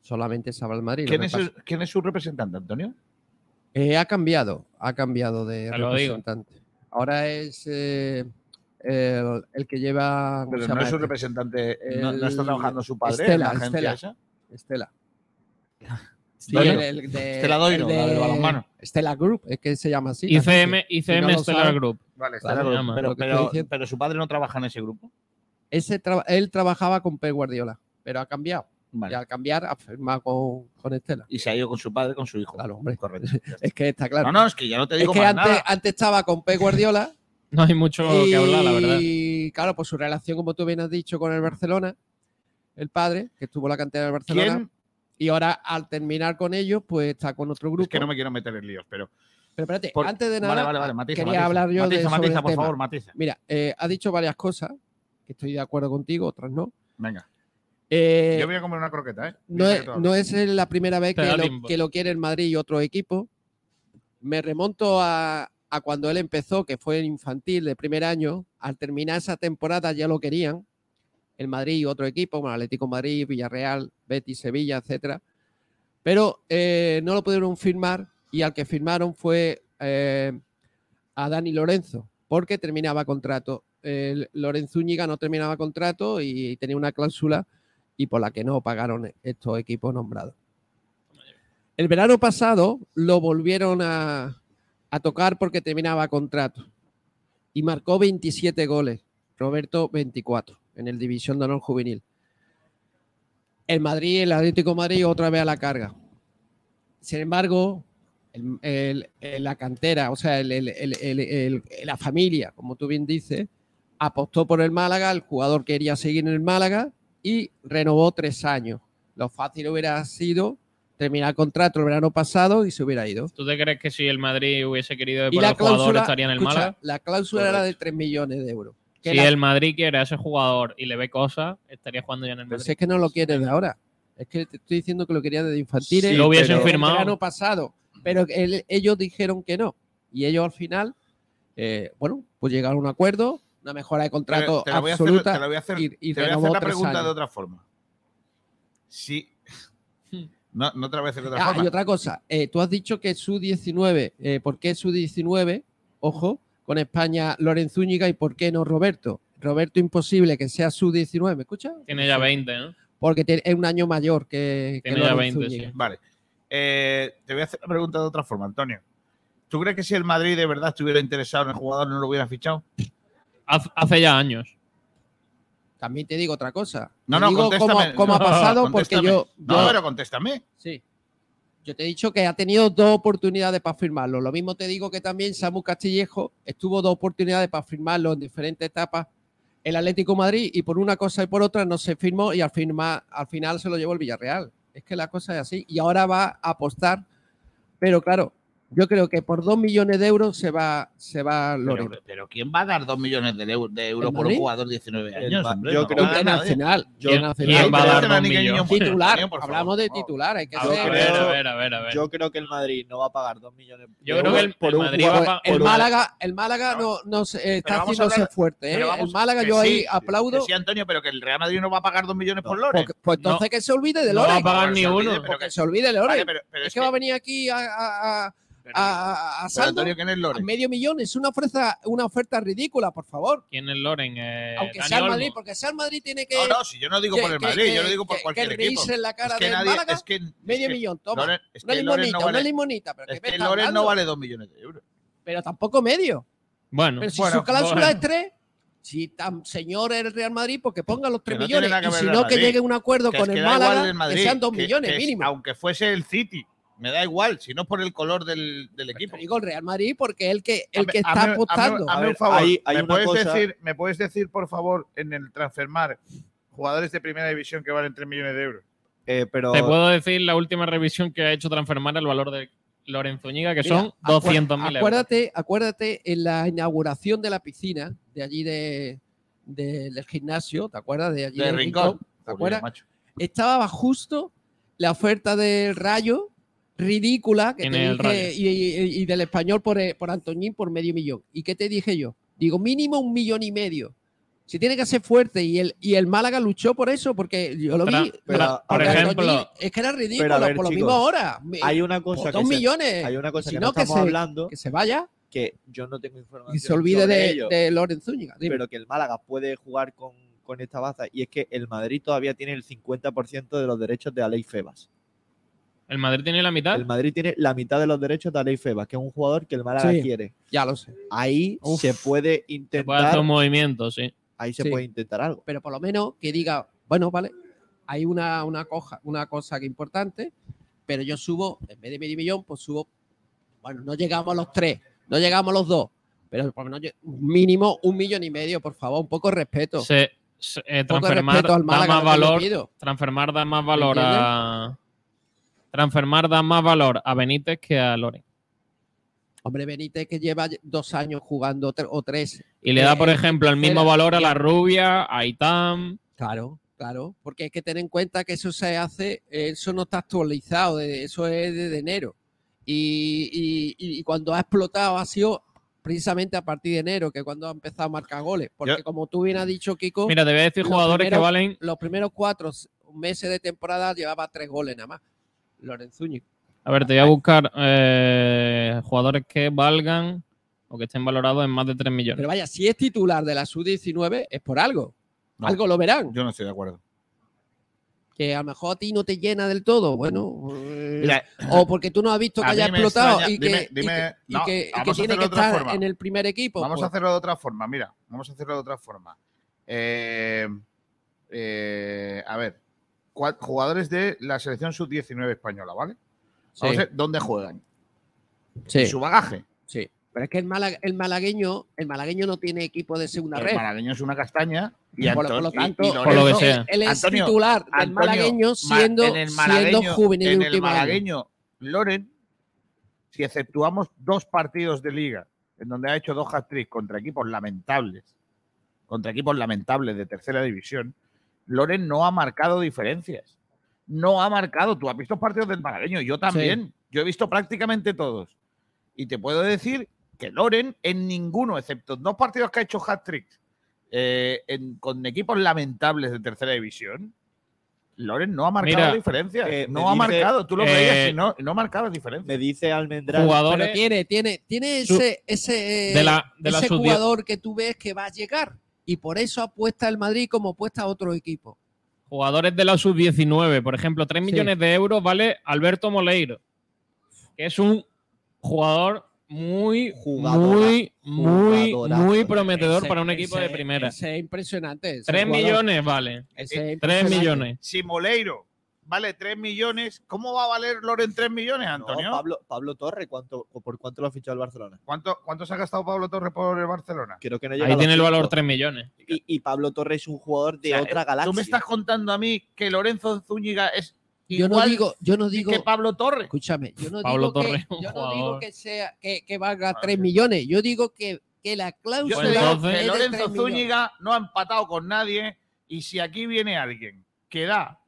G: Solamente estaba el Madrid. lo
C: ¿Quién,
G: que
C: es
G: pasa-
C: el- quién es su representante, Antonio?
G: Eh, ha cambiado, ha cambiado de
D: Te lo digo.
G: representante. Ahora es eh, el, el que lleva. ¿cómo
C: Pero
G: se
C: no
G: llama
C: es su
G: este?
C: representante. eh, No, no está
G: El-
C: trabajando su padre en
G: Estela,
C: la agencia
G: Estela.
C: esa.
G: Estela. Sí,
C: Doiro.
G: el- el de-
C: Estela Doiro,
G: el
C: la del balonmano.
G: Estela Group, es que se llama así. la
D: ICM,
G: agencia.
D: ICM
G: Si no lo
D: Stellar
G: sabe-
D: Group.
C: Vale,
G: Claro,
C: Estela,
D: llama.
C: pero,
G: Lo que
C: pero-
G: estoy diciendo.
C: pero su padre no trabaja en ese grupo.
G: Ese traba- él trabajaba con Pep Guardiola, pero ha cambiado.
C: Vale.
G: Y al cambiar ha firmado con, con Estela.
C: Y se ha ido con su padre, con su hijo.
G: Claro, hombre.
C: Correcto.
G: Es que está claro.
C: No, no, es que ya no te
G: es
C: digo
G: que
C: más
G: antes,
C: nada.
G: antes estaba con Pep Guardiola
D: No hay mucho que hablar, la verdad.
G: Y claro, pues su relación, como tú bien has dicho, con el Barcelona, el padre, que estuvo en la cantera del Barcelona,
C: ¿Quién?
G: y ahora al terminar con ellos, pues está con otro grupo.
C: Es que no me quiero meter en líos, pero.
G: Pero espérate,
C: por-
G: antes de nada,
C: Vale, vale, vale. Matiza,
G: quería
C: matiza.
G: hablar yo
C: matiza,
G: de, sobre
C: matiza,
G: el
C: por
G: tema.
C: favor, matiza.
G: Mira, eh, ha dicho varias cosas, que estoy de acuerdo contigo, otras no.
C: Venga.
G: Eh,
C: Yo voy a comer una croqueta, ¿eh?
G: no,
C: Dice
G: es,
C: que todo.
G: no es la primera vez
D: Te
G: que
D: da
G: lo,
D: tiempo.
G: que lo quiere el Madrid y otro equipo. Me remonto a, a cuando él empezó, que fue el infantil de primer año. Al terminar esa temporada ya lo querían. El Madrid y otro equipo, como Atlético de Madrid, Villarreal, Betis, Sevilla, etcétera. Pero eh, no lo pudieron firmar y al que firmaron fue eh, a Dani Lorenzo, porque terminaba contrato. El Lorenzo Úñiga no terminaba contrato y tenía una cláusula y por la que no pagaron estos equipos nombrados. El verano pasado lo volvieron a, a tocar porque terminaba contrato y marcó 27 goles, Roberto 24 en el División de Honor Juvenil. El Madrid, el Atlético de Madrid otra vez a la carga. Sin embargo, el- el- el- la cantera, o sea, el- el- el- el- el- la familia, como tú bien dices, apostó por el Málaga, el jugador quería seguir en el Málaga y renovó tres años. Lo fácil hubiera sido terminar el contrato el verano pasado y se hubiera ido.
D: ¿Tú te crees que si el Madrid hubiese querido ir
G: Y
D: por
G: la
D: el jugador
G: cláusula-
D: estaría en el
G: escucha,
D: Málaga?
G: La cláusula era de 3 millones de euros. Que
D: Si
G: la-
D: el Madrid quiere a ese jugador y le ve cosas, estaría jugando ya en el
G: Pero
D: Madrid.
G: si es que no lo quiere de ahora. Es que te estoy diciendo que lo quería desde infantiles.
D: Sí, lo hubiesen
G: desde
D: firmado.
G: El verano pasado. Pero el- ellos dijeron que no. Y ellos al final, eh, bueno, pues llegaron a un acuerdo, una mejora de
C: Te-
G: contrato
C: te la voy a hacer-
G: absoluta.
C: te la voy a hacer-
G: y- y
C: te voy a hacer
G: renovó
C: la
G: tres
C: pregunta
G: años.
C: de otra forma. Sí. No, no te la voy a hacer de otra
G: Ah,
C: forma.
G: y otra cosa, eh, tú has dicho que su 19, eh, ¿por qué su 19? Ojo, con España Lorenzo Úñiga y por qué no Roberto. Roberto imposible que sea su 19, ¿me escuchas?
D: Tiene ya 20, ¿no?
G: Porque tiene- es un año mayor que, que
D: Tiene ya
G: Lorenzo
D: 20,
G: Úñiga.
D: sí.
C: Vale. Eh, te voy a hacer la pregunta de otra forma, Antonio. ¿Tú crees que si el Madrid de verdad estuviera interesado en el jugador no lo hubiera fichado?
D: Haz- Hace ya años.
G: También te digo otra cosa.
C: No,
G: Te
C: no,
G: digo cómo,
C: contéstame.
G: cómo ha
C: No,
G: pasado, porque yo,
C: contéstame. No,
G: yo-
C: pero contéstame.
G: sí. Yo te he dicho que ha tenido dos oportunidades para firmarlo. Lo mismo te digo que también Samu Castillejo estuvo dos oportunidades para firmarlo en diferentes etapas el Atlético de Madrid y por una cosa y por otra no se firmó y al, firma- al final se lo llevó el Villarreal. Es que la cosa es así y ahora va a apostar, pero claro, Yo creo que por 2 millones de euros se va, se va
L: Pero,
G: Loren.
L: pero ¿quién va a dar 2 millones de, eu- de euros
G: ¿El
L: por un
G: Madrid?
L: jugador de 19
E: El
L: años?
E: Ma-
L: hombre?
E: yo
L: No
E: creo
L: va a dar nadie.
G: Internacional. yo
L: ¿Quién-
G: nacional.
L: quién va a dar
E: Internacional,
L: 2
E: ni que
L: millones?
G: Titular,
L: Por favor.
G: hablamos de titular, hay que
E: Yo
G: ser.
D: A ver, a ver, a ver, a ver.
E: Yo creo que el Madrid no va a pagar 2 millones de
D: Yo
E: euros
D: creo que el-
E: por
D: el
E: un
D: Madrid
E: jugador-
D: va a pa-
E: por
G: El
E: un-
G: Málaga, el Málaga no, no se- eh, está
L: vamos a
G: haciéndose
L: hablar-
G: fuerte. ¿eh?
L: pero vamos-
G: el Málaga,
L: que
G: yo ahí
L: sí, Que
G: aplaudo.
L: sí, Antonio, pero que el Real Madrid no va a pagar 2 millones por
G: porque-
L: Loren.
G: pues entonces que se olvide de
D: No va a
G: Loren.
D: pagar
L: Pero
D: ni
L: se olvide,
D: uno.
L: pero
G: que se olvide de Loren.
L: Vale, pero, pero
G: es que va a venir aquí a, a, a,
L: pero-
G: a, a- a
L: pero,
G: saldo,
L: Antonio, ¿quién es
G: a
L: Loren?
G: medio millón. Es una oferta, una oferta ridícula, por favor.
D: ¿Quién es Loren? Eh,
G: Aunque
D: Dani
G: sea el
D: Olmo.
G: Madrid, porque sea el Madrid tiene que.
L: No, no, si yo no digo
G: que-
L: por el
G: que-
L: Madrid, yo
G: que-
L: lo digo por
G: que-
L: cualquier
G: que
L: equipo.
G: reírse en la cara
L: Es que
G: del
L: nadie,
G: Málaga,
L: es que, es
G: medio
L: que
G: millón, toma.
L: Loren- es
G: una
L: que Loren
G: limonita,
L: no
G: una
L: vale,
G: limonita, pero que
L: es
G: me
L: que
G: está
L: Loren no
G: hablando?
L: vale 2 millones de euros.
G: Pero tampoco medio.
D: Bueno,
G: Pero si
D: bueno,
G: su cláusula
D: bueno.
G: es tres, si tan señor es el Real Madrid, pues que ponga los tres
L: Que no tiene
G: millones.
L: nada que
G: y
L: ver
G: si
L: el
G: no,
L: Real
G: que
L: Madrid,
G: llegue a un acuerdo
L: Que
G: con
L: es que
G: el
L: da igual
G: Málaga,
L: del Madrid.
G: que sean dos
L: que-
G: millones
L: que es-
G: mínimo.
L: Aunque fuese el City, me da igual, si no es por el color del, del
G: Pero
L: equipo.
G: digo el Real Madrid porque es el que, el
C: Hazme-
G: que
C: hazme-
G: está
C: hazme-
G: apostando.
C: hazme
E: A
C: un
E: ver,
C: favor.
E: ahí hay
C: ¿Me,
E: una
C: puedes
E: cosa-
C: decir, ¿Me puedes decir, por favor, en el transfermar, jugadores de primera división que valen 3 millones de euros?
E: Eh, pero
D: Te puedo decir la última revisión que ha hecho Transfermar el valor de Lorenzo Ñiga, que
G: Mira,
D: son
G: acuer-
D: 200.000 euros.
G: Acuérdate, acuérdate en la inauguración de la piscina de allí de, de- del gimnasio, ¿te acuerdas? De allí
L: De
G: del
L: Rincón.
G: ¿te
L: Joder,
G: acuerdas?
L: macho.
G: Estaba justo la oferta del Rayo, ridícula, que
D: En
G: te
D: el
G: dije,
D: Rayo.
G: y, y- y del español por, eh, por Antoñín por medio millón. ¿Y qué te dije yo? Digo, mínimo un millón y medio. Si tiene que ser fuerte y el, y el Málaga luchó por eso, porque yo lo
D: Tra-
G: vi.
D: tra-
E: Pero-
D: por
E: pero
G: Antoñín,
D: ejemplo,
G: es que era ridículo,
E: ver,
G: por lo
E: chicos,
G: mismo ahora.
E: hay una cosa que
G: dos
E: se-
G: millones.
E: hay una cosa
G: Si
E: que
G: no,
E: no
G: que
E: estamos
G: se-
E: hablando
G: que se vaya
E: que yo no tengo información
G: y se olvide
E: sobre
G: de,
E: ello.
G: de Loren Zúñiga. Dime.
E: pero que el Málaga puede jugar con, con esta baza. Y es que el Madrid todavía tiene el 50% de los derechos de Alei Febas.
D: El Madrid tiene la mitad.
E: El Madrid tiene la mitad de los derechos de Alei Febas, que es un jugador que el Málaga
G: Sí.
E: quiere.
G: ya lo sé.
E: Ahí
D: Uf.
E: se puede
D: Se puede hacer
E: intentar.
D: un movimiento, sí.
E: ahí se
G: Sí.
E: puede intentar algo.
G: Pero por lo menos que diga, bueno, vale, hay una, una, coja, una cosa que importante, pero yo subo, en vez de medio millón, pues subo, bueno, no llegamos a los tres, no llegamos a los dos, pero por lo menos lle- mínimo un millón y medio, por favor, un poco de respeto.
D: Se, se- eh,
G: un poco de
D: Transfermar
G: respeto
D: da
G: al Málaga. lo
D: más
G: que le
D: valor.
G: pido.
D: Transfermar da más valor a. Transfermar da más valor a Benítez que a Loren.
G: Hombre, Benítez que lleva dos años jugando tre- o tres
D: Y le da, por
G: Eh,
D: ejemplo, el mismo
G: espera,
D: valor a la rubia, a Itam.
G: Claro, claro, porque hay que tener en cuenta que eso se hace, eh, eso no está actualizado, de- eso es desde enero. Y, y- y cuando ha explotado ha sido precisamente a partir de enero, que es cuando ha empezado a marcar goles. Porque
L: Yo-
G: como tú bien has dicho, Kiko,
D: Mira, te voy a decir
G: Lo
D: jugadores
G: primero-
D: que valen.
G: los primeros cuatro s- meses de temporada llevaba tres goles nada más. Lorenzuñi.
D: A ver, te voy a buscar eh, jugadores que valgan o que estén valorados en más de 3 millones.
G: Pero vaya, si es titular de la sub-19 es por algo.
L: No.
G: Algo lo verán.
L: Yo no estoy de acuerdo.
G: Que a lo mejor a ti no te llena del todo. Bueno, eh,
L: Mira,
G: O porque tú no has visto que
L: A mí
G: haya
L: me
G: explotado
L: extraña-
G: y que,
L: dime-
G: y
L: dime-
G: que- y
L: no,
G: que- y que
L: vamos a hacerlo
G: tiene que
L: de otra
G: estar
L: forma.
G: en el primer equipo.
C: vamos a
G: pues,
C: hacerlo de otra forma, mira, vamos a hacerlo de otra forma. Eh, eh, a ver, cua- jugadores de la selección sub-19 española, ¿vale? Vamos a ver dónde juegan.
G: sí,
C: Y Su bagaje.
G: sí. Pero es que el, mala- el malagueño, el malagueño no tiene equipo de segunda
C: El
G: red.
C: malagueño es una castaña. Y
G: Por lo- por lo
C: Anton- y-
G: tanto,
C: y
G: por lo
D: Por lo que
C: Lorenzo-
D: sea.
G: Él es
C: Antonio,
G: titular del
C: Antonio,
G: malagueño
C: ma-
G: siendo,
C: en el malagueño-
G: siendo juvenil
C: en
G: de
C: el
G: última año.
C: malagueño Loren, si exceptuamos dos partidos de liga en donde ha hecho dos hat-tricks contra equipos lamentables, contra equipos lamentables de tercera división, Loren no ha marcado diferencias. No ha marcado. Tú has visto partidos del malagueño, yo también. Yo he visto prácticamente todos. Y te puedo decir que Loren en ninguno, excepto dos partidos que ha hecho hat-tricks eh, en- con equipos lamentables de tercera división, Loren no ha marcado
D: Mira,
C: diferencias.
E: eh,
C: no
E: me
C: ha
E: dice,
C: marcado. Tú lo
D: eh,
C: veías y no, no marcaba diferencias.
E: Me dice Almendral.
G: Pero
D: Jugadores
G: tiene, tiene, tiene
D: Su-
G: ese, ese,
D: de la, de la
G: ese
D: sub-
G: jugador que tú ves que va a llegar. Y por eso apuesta el Madrid como apuesta a otro equipo.
D: jugadores de la sub-19. Por ejemplo, 3
G: Sí.
D: millones de euros vale Alberto Moleiro, que es un jugador muy,
E: Jugadora-
D: muy, muy,
E: jugadorazo.
D: muy prometedor
G: Ese-
D: para un equipo de
G: ese-
D: primera.
G: ese es impresionante. ese
D: 3
G: jugador.
D: millones vale.
G: Ese es
D: 3
G: impresionante.
D: millones.
C: Si Moleiro vale 3 millones, ¿cómo va a valer Loren 3 millones,
E: No,
C: Antonio?
E: Pablo, Pablo Torre, ¿cuánto, ¿por cuánto lo ha fichado el Barcelona?
C: ¿Cuánto, ¿Cuánto se ha gastado Pablo Torres por el Barcelona?
E: Creo que no llega a
D: Ahí
E: los
D: tiene el valor
E: cinco.
D: 3 millones.
E: Y, y Pablo Torre es un jugador de
C: O sea, eh,
E: otra
C: ¿Tú me
E: galaxia.
C: estás contando a mí que Lorenzo Zúñiga es
G: Yo no
L: Igual
G: digo, yo no
L: di
G: digo.
L: que Pablo Torres.
G: Escúchame, yo no
D: Pablo
G: digo,
D: Torres,
G: que,
D: un
G: yo no
D: jugador.
G: digo que sea que, que
C: Ah,
G: valga 3 millones. Yo digo que, que la
L: Yo
G: cláusula.
L: te digo
D: entonces-
L: que
G: es de
L: Lorenzo
G: 3 millones.
L: Zúñiga no ha empatado con nadie y si aquí viene alguien que da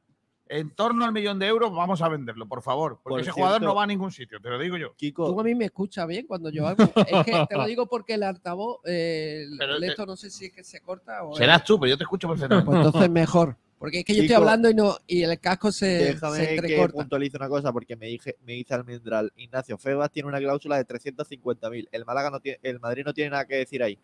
L: en torno al millón de euros, vamos a venderlo, por favor. Porque
E: Por
L: ese jugador
E: cierto-
L: no va a ningún sitio, te lo digo yo.
G: Tú
E: Kiko,
G: a mí me escuchas bien cuando yo hablo. Es que te lo digo porque el altavoz, eh, el-
L: Pero
G: el
L: te-
G: esto no sé si es que se corta o.
L: Serás tú, pero yo te escucho perfectamente.
G: Pues entonces mejor. Porque es que yo estoy
E: Chico,
G: hablando y no y el casco se, se
E: déjame que
G: entrecorta.
E: puntualice una cosa, porque me dije, me dice Almendral, Ignacio Febas tiene una cláusula de 350.000. El Málaga no tiene, el Madrid no tiene nada que decir ahí.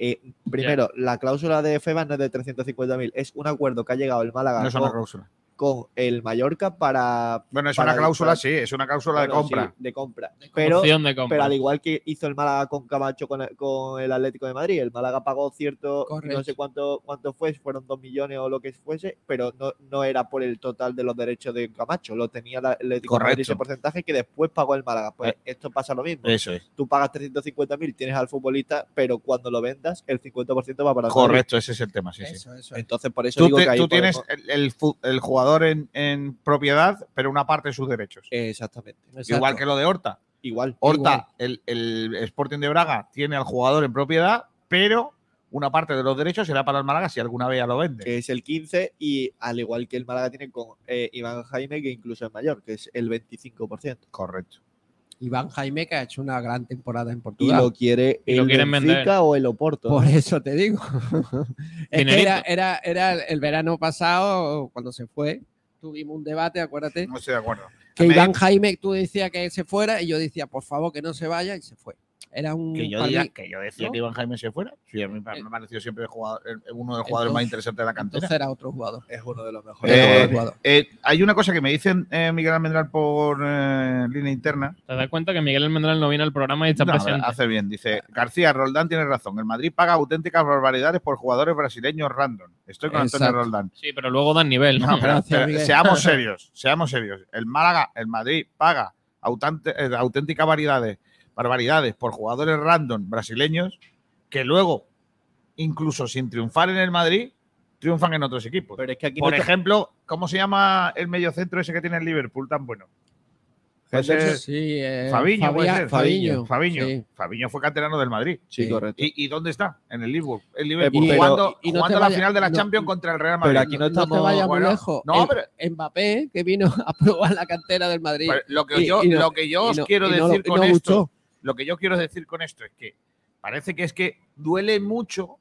E: Eh, primero, la cláusula de Febas no es de 350.000, es un acuerdo que ha llegado el Málaga
C: No es una
E: con,
C: cláusula.
E: con el Mallorca para
C: Bueno, es
E: Para
C: una cláusula,
E: disparar.
C: sí, es una cláusula de
E: bueno, sí,
C: compra.
E: de compra. Pero,
D: Opción de compra.
E: pero al igual que hizo el Málaga con Camacho con el, con el Atlético de Madrid, el Málaga pagó cierto,
G: Correcto.
E: no sé cuánto, cuánto fue, si fueron dos millones o lo que fuese, pero no, no era por el total de los derechos de Camacho, lo tenía el Atlético de Madrid
L: Correcto.
E: ese porcentaje que después pagó el Málaga. Pues
L: Eh.
E: esto pasa lo mismo.
L: Eso es.
E: Tú pagas 350.000, tienes al futbolista, pero cuando lo vendas, el 50% va para el Madrid.
L: Correcto, ese es el tema, sí, sí.
G: Eso, eso.
E: Entonces, por eso
C: Tú,
E: digo
C: te-
E: que ahí
C: tú tienes
E: podemos-
C: el, el fu- el jugador en, en propiedad, pero una parte de sus derechos.
E: Exactamente.
C: Igual que lo de Horta.
E: Igual.
C: Horta, el, el Sporting de Braga tiene al jugador en propiedad, pero una parte de los derechos será para el Málaga si alguna vez ya lo vende.
E: que es el 15, y al igual que el Málaga tiene con eh, Iván Jaime, que incluso es mayor, que es el 25%.
C: Correcto.
G: Iván Jaime que ha hecho una gran temporada en
E: Y
G: Portugal.
E: lo quiere
D: Y lo
E: el
D: quieren vender.
E: Benfica o el Oporto.
G: Por eso te digo. es que
D: Dinerito.
G: era, era, era el verano pasado, cuando se fue, tuvimos un debate, acuérdate,
C: No estoy de acuerdo.
G: que
C: Me-
G: Iván Jaime, tú decías que se fuera y yo decía, por favor, que no se vaya y se fue. Era un...
L: Que yo,
G: para
L: diga-
G: mí-
L: que yo decía
G: ¿no?
L: que Iván Jaime se fuera. Sí, a mí me
G: Eh,
L: ha parecido siempre el jugador- el- uno de los jugadores más
G: entonces-
L: interesantes de la
G: entonces
L: cantera.
G: era otro jugador.
E: Es uno de los mejores.
G: Era
C: Eh,
G: otro jugador.
C: Eh, hay una cosa que me dicen eh, Miguel Almendral por eh, línea interna.
D: Te das cuenta que Miguel Almendral no viene al programa y está
C: No,
D: presente.
C: hace bien, dice García Roldán tiene razón. El Madrid paga auténticas barbaridades por jugadores brasileños random. Estoy con Antonio
G: Exacto.
C: Roldán.
D: Sí, pero luego dan nivel. ¿no?
C: No, pero,
G: Gracias,
C: pero
G: Miguel.
C: seamos serios, seamos serios. El Málaga, el Madrid paga autante- eh, auténticas variedades, barbaridades por jugadores random brasileños que luego, incluso sin triunfar en el Madrid, triunfan en otros equipos.
E: Pero es que aquí
C: por
E: no-
C: ejemplo, ¿cómo se llama el mediocentro ese que tiene el Liverpool tan bueno? Ese-
G: Sí, eh,
C: Fabiño, puede
G: Fabia-
C: ser.
G: Fabiño.
C: Fabiño.
G: sí.
C: Fabiño fue canterano del Madrid.
E: Sí,
G: Sí. Eh,
E: correcto.
C: ¿Y, y dónde está? En el Liverpool. El Liverpool
E: pero-
C: jugando,
G: y no te
C: jugando la
G: vaya-
C: final de la
G: no-
C: Champions contra el Real Madrid.
E: Pero aquí no
G: No te
E: estamos.
G: vayas
C: bueno,
G: muy lejos.
C: no,
G: El- Mbappé, que vino a probar la cantera del Madrid.
C: Pero lo que
G: Y-
C: yo,
G: y no-
C: lo que yo
G: y
C: os
G: no-
C: quiero
G: y no-
C: decir
G: y
C: con
G: no
C: esto,
G: gustó.
C: lo que yo quiero decir con esto es que parece que es que duele mucho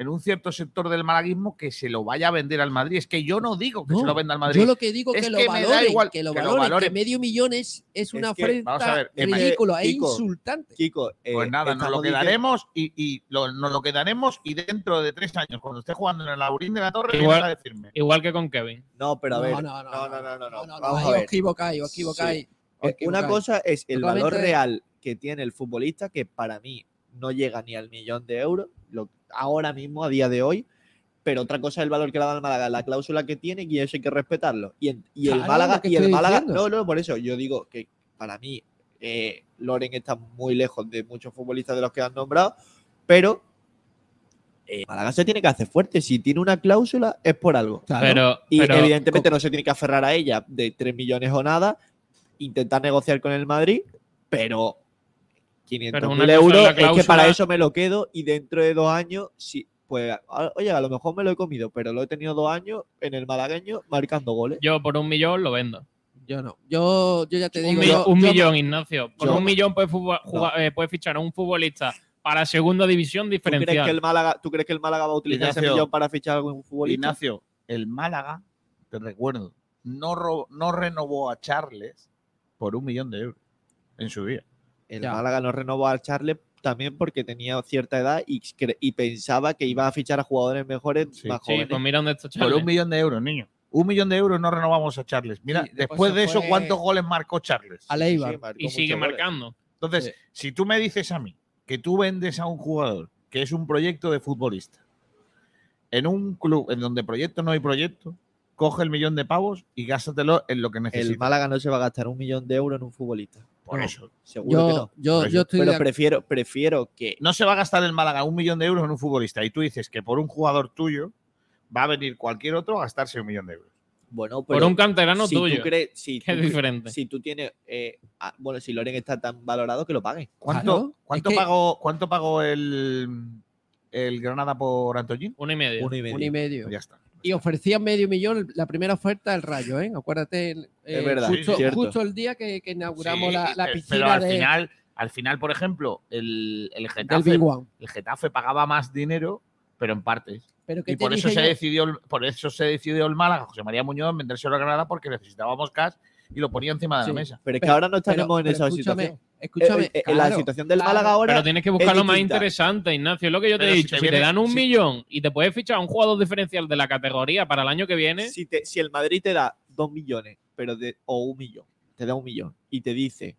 C: en un cierto sector del malaguismo que se lo vaya a vender al Madrid. Es que yo no digo que
G: No,
C: se lo venda al Madrid.
G: Yo lo que digo
C: Es
G: que lo
C: que me da
G: valoren,
C: igual
G: que lo
C: que lo
G: valoren, que
C: valoren.
G: medio millón es, es una
E: que,
G: oferta
C: vamos a ver, que
E: me-
G: ridícula, es
E: Kiko,
G: insultante.
E: Kiko, eh,
C: Pues nada, nos lo
E: estamos
C: quedaremos y, y lo- nos lo quedaremos y dentro de tres años, cuando esté jugando en el Laurín de la Torre,
D: Igual-
C: vienes a decirme.
D: Igual que con Kevin.
E: diciendo- No, pero a ver.
G: No, no, no, no,
E: no, no, no,
G: no,
E: Vamos
G: ahí
E: a
G: os
E: ver.
G: equivocáis, os equivocáis. os
E: Una
G: equivocáis.
E: cosa es el valor
G: Totalmente.
E: real que tiene el futbolista, que para mí no llega ni al millón de euros, lo- ahora mismo, a día de hoy. Pero otra cosa es el valor que le da el Málaga, la cláusula que tiene y eso hay que respetarlo. Y, en- y el
G: Claro,
E: Málaga,
G: lo que
E: y el
G: estoy
E: Málaga, no,
G: diciendo.
E: no, por eso yo digo que para mí eh, Loren está muy lejos de muchos futbolistas de los que han nombrado, pero eh, Málaga se tiene que hacer fuerte. Si tiene una cláusula es por algo.
D: Pero,
E: Y
D: pero-
E: evidentemente no se tiene que aferrar a ella de 3 millones o nada, intentar negociar con el Madrid, pero 500
D: una cosa es
E: euros
D: la
E: es
D: cláusula-
E: que para eso me lo quedo y dentro de dos años, sí, pues, a- oye, a lo mejor me lo he comido, pero lo he tenido dos años en el malagueño marcando goles.
D: yo por un millón lo vendo.
G: Yo no, yo, yo ya te
D: Un,
G: digo.
D: mi-
G: yo-
D: un
G: yo-
D: millón, Ignacio. Por
E: yo-
D: un millón puedes, futbol- jugar- eh, puedes fichar a un futbolista para segunda división
E: ¿Tú crees, que
D: diferencial.
E: el Málaga, ¿Tú crees que el Málaga va a utilizar ese
C: Ignacio,
E: millón para fichar a algún futbolista?
C: Ignacio, el Málaga, te recuerdo, no, ro- no renovó a Charles por un millón de euros en su día.
E: El
G: Ya.
E: Málaga no renovó a Charles también porque tenía cierta edad y, cre- y pensaba que iba a fichar a jugadores mejores
C: Sí.
E: más
D: Sí,
E: jóvenes.
D: pues mira dónde está
C: Por
D: Charles.
C: un millón de euros, niño. Un millón de euros no renovamos a Charles. Mira,
G: Sí, después
C: después
G: se
C: de eso,
G: fue-
C: ¿cuántos goles marcó Charles?
G: A
E: Sí,
G: Leibar.
E: marcó
D: Y
E: muchos
D: sigue
E: goles.
D: marcando.
C: Entonces, si tú me dices a mí que tú vendes a un jugador que es un proyecto de futbolista, en un club en donde proyecto no hay proyecto, coge el millón de pavos y gástatelo en lo que
E: El
C: necesitas.
E: Málaga no se va a gastar un millón de euros en un futbolista.
C: Por
G: no.
C: eso.
E: Seguro que
G: Yo,
E: no.
G: yo,
C: Por eso.
G: yo estoy
E: Pero
G: de-
E: prefiero, prefiero que.
C: No se va a gastar el Málaga un millón de euros en un futbolista y tú dices que por un jugador tuyo va a venir cualquier otro a gastarse un millón de euros.
E: Bueno,
D: Por
E: pero
D: un canterano
E: si tú
D: tuyo,
E: crees- si
D: que es
E: tú-
D: diferente.
E: Si tú tienes. eh, ah, bueno, si Loren está tan valorado que lo pague.
C: ¿Cuánto,
E: Claro.
C: cuánto
E: Es que-
C: pagó, cuánto pagó el, el Granada por Antoñín?
D: Uno y medio.
C: Uno y medio.
G: Uno y medio.
C: Ya está.
G: Y ofrecían medio millón la primera oferta del Rayo, ¿eh? Acuérdate, el- eh,
C: Es verdad,
G: justo,
C: sí, cierto.
G: justo el día que, que inauguramos
C: Sí,
G: la, la
C: pe-
G: piscina
C: Pero al
G: de-
C: final, al final, por ejemplo, el, el Getafe,
G: Big One.
C: el Getafe pagaba más dinero, pero en partes.
G: Pero ¿qué
C: Y
G: te
C: por eso,
G: dije
C: se
G: yo?
C: decidió, el- por eso se decidió el Málaga, José María Muñoz, en vendérselo a Granada porque necesitábamos cash y lo ponía encima de
G: Sí,
C: Ah, la mesa.
E: Pero es que ahora no estaremos en esa situación.
G: Escúchame,
E: Eh, eh, eh, la
G: claro,
E: situación del
G: claro.
E: Málaga ahora.
D: Pero tienes que
E: es
D: buscar lo más
E: distinta.
D: interesante, Ignacio. Es lo que yo te
C: Pero
D: he
C: si
D: dicho.
C: te
D: Si te,
C: viene-
D: dan un
C: si-
D: millón y te puedes fichar a un jugador diferencial de la categoría para el año que viene,
E: Si, te- si el Madrid te da dos millones pero de, o un millón, te da un millón y te dice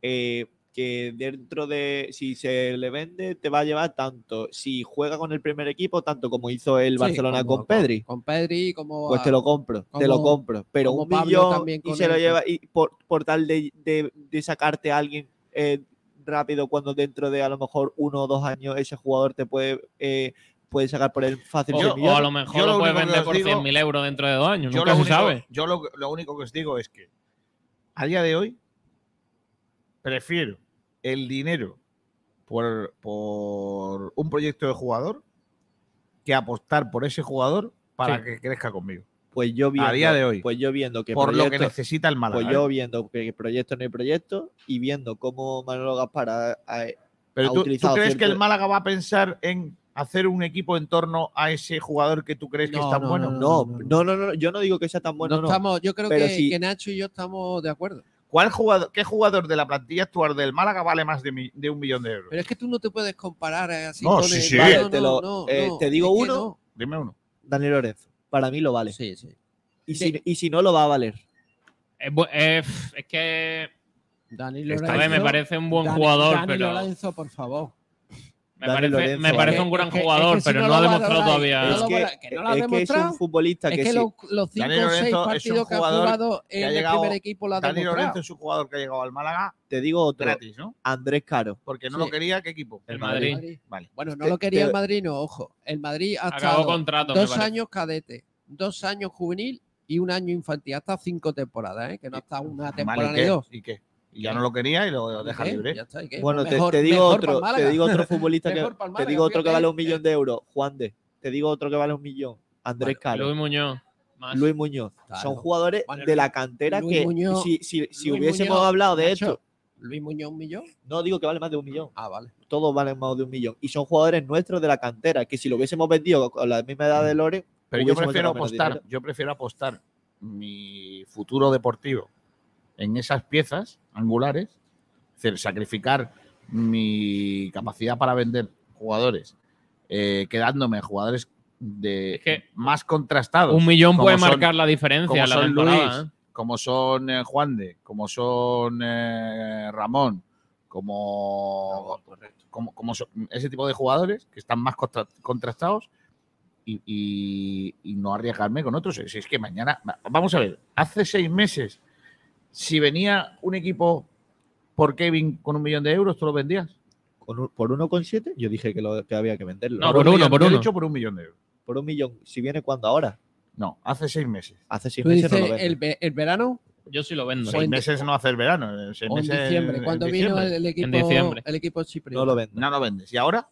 E: eh, que dentro de. Si se le vende, te va a llevar tanto. Si juega con el primer equipo, tanto como hizo el
G: Sí,
E: Barcelona
G: como-
E: con Pedri.
G: Con Pedri, como.
E: Pues te lo compro, te lo
G: como-
E: compro. Pero
G: como
E: un
G: Pablo
E: millón
G: también
E: y
G: con
E: se lo
G: el-
E: lleva y por, por tal de, de- de sacarte a alguien eh, rápido cuando dentro de a lo mejor uno o dos años ese jugador te puede, eh, puede sacar por él fácil.
D: o,
E: de
D: o
E: millón.
D: a lo mejor
C: yo
D: lo,
C: lo
D: puedes
C: único que
D: vender
C: os
D: por
C: digo-
D: 100.000 euros dentro de dos años.
C: Yo,
D: Nunca
C: lo
D: se
C: único,
D: sabe.
C: yo lo, lo único que os digo es que a día de hoy prefiero el dinero por, por un proyecto de jugador que apostar por ese jugador para
D: Sí.
C: que crezca conmigo.
E: Pues yo viendo,
C: a día de hoy.
E: Pues yo viendo que
C: por lo que
E: proyecto-
C: necesita el Málaga.
E: pues
C: ¿eh?
E: yo viendo que proyecto no hay proyecto y viendo cómo Manolo Gaspar ha- ha-
C: Pero
E: ha
C: tú, ¿tú
E: utilizado
C: crees que
E: cierto-
C: el Málaga va a pensar en hacer un equipo en torno a ese jugador que tú crees que
G: No,
C: es tan
G: no,
C: bueno?
E: No, no, no, no, yo no digo que sea tan bueno,
G: no
E: no.
G: estamos, yo creo
E: Pero
G: que,
E: si-
G: que Nacho y yo estamos de acuerdo.
C: ¿Cuál jugador, ¿Qué jugador de la plantilla actual del Málaga vale más de, mi- de un millón de euros?
G: Pero es que tú no te puedes comparar eh, así
C: No,
G: con
C: sí,
G: el-
C: sí.
E: Vale,
G: no,
E: te
G: no,
E: lo-
G: no,
E: eh,
G: no,
E: te digo
G: es que
E: uno,
G: no.
C: Dime uno.
E: Daniel Lorenzo, para mí lo vale.
G: Sí, sí.
E: Y si, y si no, lo va a valer.
D: Es, bu- eh, pff, es que
G: Dani
D: a ver, me
G: Lorenzo,
D: parece un buen
G: Dani-
D: jugador,
G: Dani
D: pero
G: Lorenzo, por favor.
D: me
E: Dani
D: parece,
E: Lorenzo,
D: me
E: vale.
D: parece un
G: Es
D: gran
G: que- es que
D: jugador,
G: si
D: pero
G: no
D: no, ha
G: lo
D: demostrado
G: valoráis,
D: todavía.
G: no
E: Es
G: lo
E: que-
G: valora- que no lo ha
E: es que es un
G: demostrado.
E: futbolista
G: Es
E: que,
G: que
E: sí.
G: los, los cinco
C: Dani
G: o seis
C: Lorenzo es un
G: partidos que ha
C: jugador
G: jugado
C: ha
G: en el
C: llegado-
G: primer equipo lo ha
C: Dani
G: demostrado.
C: Lorenzo es un jugador que ha llegado al Málaga
E: Te digo otro,
C: gratis, ¿no?
E: Andrés Caro.
C: Porque no
G: Sí.
C: lo quería, ¿qué equipo?
D: El Madrid.
G: Madrid.
C: Vale.
G: Bueno, no
E: Te-
G: lo quería el
E: te-
G: Madrid, no, ojo. El Madrid ha
D: Acabó
G: estado
D: contrato. me
G: dos
D: parece.
G: años cadete, dos años juvenil y un año infantil. Hasta cinco temporadas, ¿eh? que no está una temporada
C: Vale,
G: ni
C: ¿y, qué?
G: dos.
C: ¿Y qué? Y ya no lo quería y lo, lo deja
G: ¿Qué?
C: libre.
G: Ya está, ¿y qué?
E: Bueno, te,
G: Eh, Mejor-
E: te digo
G: mejor
E: otro,
G: para el
E: te
G: Málaga.
E: digo otro futbolista que,
G: Mejor para el
E: te
G: Málaga,
E: digo otro que
G: fíjate.
E: vale un millón de euros, Juan de. Te digo otro que vale un millón, Andrés Caro.
D: Luis
E: Luis,
D: Muñoz. más.
E: Muñoz.
G: Claro.
E: Son jugadores
G: Bueno,
E: de la cantera
G: Luis
E: que
G: Muñoz-
E: si, si- si
G: Luis
E: hubiésemos
G: Muñoz,
E: hablado de
G: Nacho.
E: esto,
G: Luis Muñoz, un millón.
E: no digo que vale más de un millón.
G: Ah, vale.
E: Todos valen más de un millón. Y son jugadores nuestros de la cantera, que si lo hubiésemos vendido con la misma edad de Lore,
C: Pero yo
E: hubiésemos
C: prefiero
E: ganado menos
C: apostar,
E: dinero.
C: yo prefiero apostar mi futuro deportivo en esas piezas angulares, es decir, sacrificar mi capacidad para vender jugadores, eh, quedándome jugadores de
D: Es que-
C: más contrastados,
D: Un millón
C: Como
D: puede
C: son-
D: marcar la diferencia
C: como
D: en la
C: son
D: temporada.
C: Luis,
D: ¿eh?
C: como son eh, Juan de, como son eh, Ramón, como, como, como son- ese tipo de jugadores que están más contra- contrastados y, y- y no arriesgarme con otros. Si es que mañana, va- vamos a ver, hace seis meses, si venía un equipo por Kevin con un millón de euros, ¿tú lo vendías?
E: Con un- por 1,7 yo dije que, lo, que había que venderlo.
D: No,
E: por,
D: por uno,
C: millón-
D: por
C: yo he
D: uno.
C: dicho por un millón de euros.
E: por un millón. Si viene cuando ahora,
C: No, hace seis meses.
E: hace seis
G: Tú
E: meses
G: dices
E: no lo vende.
G: el, ve- el verano
D: Yo sí lo vendo.
G: Sí.
C: Seis
G: en-
C: meses no hace el verano. eh, Seis
G: o en
C: meses
G: diciembre,
C: en
G: cuando vino
C: diciembre.
G: el, el equipo,
D: diciembre.
G: el equipo chipri.
E: No lo vende.
C: No lo vendes. ¿Y ahora?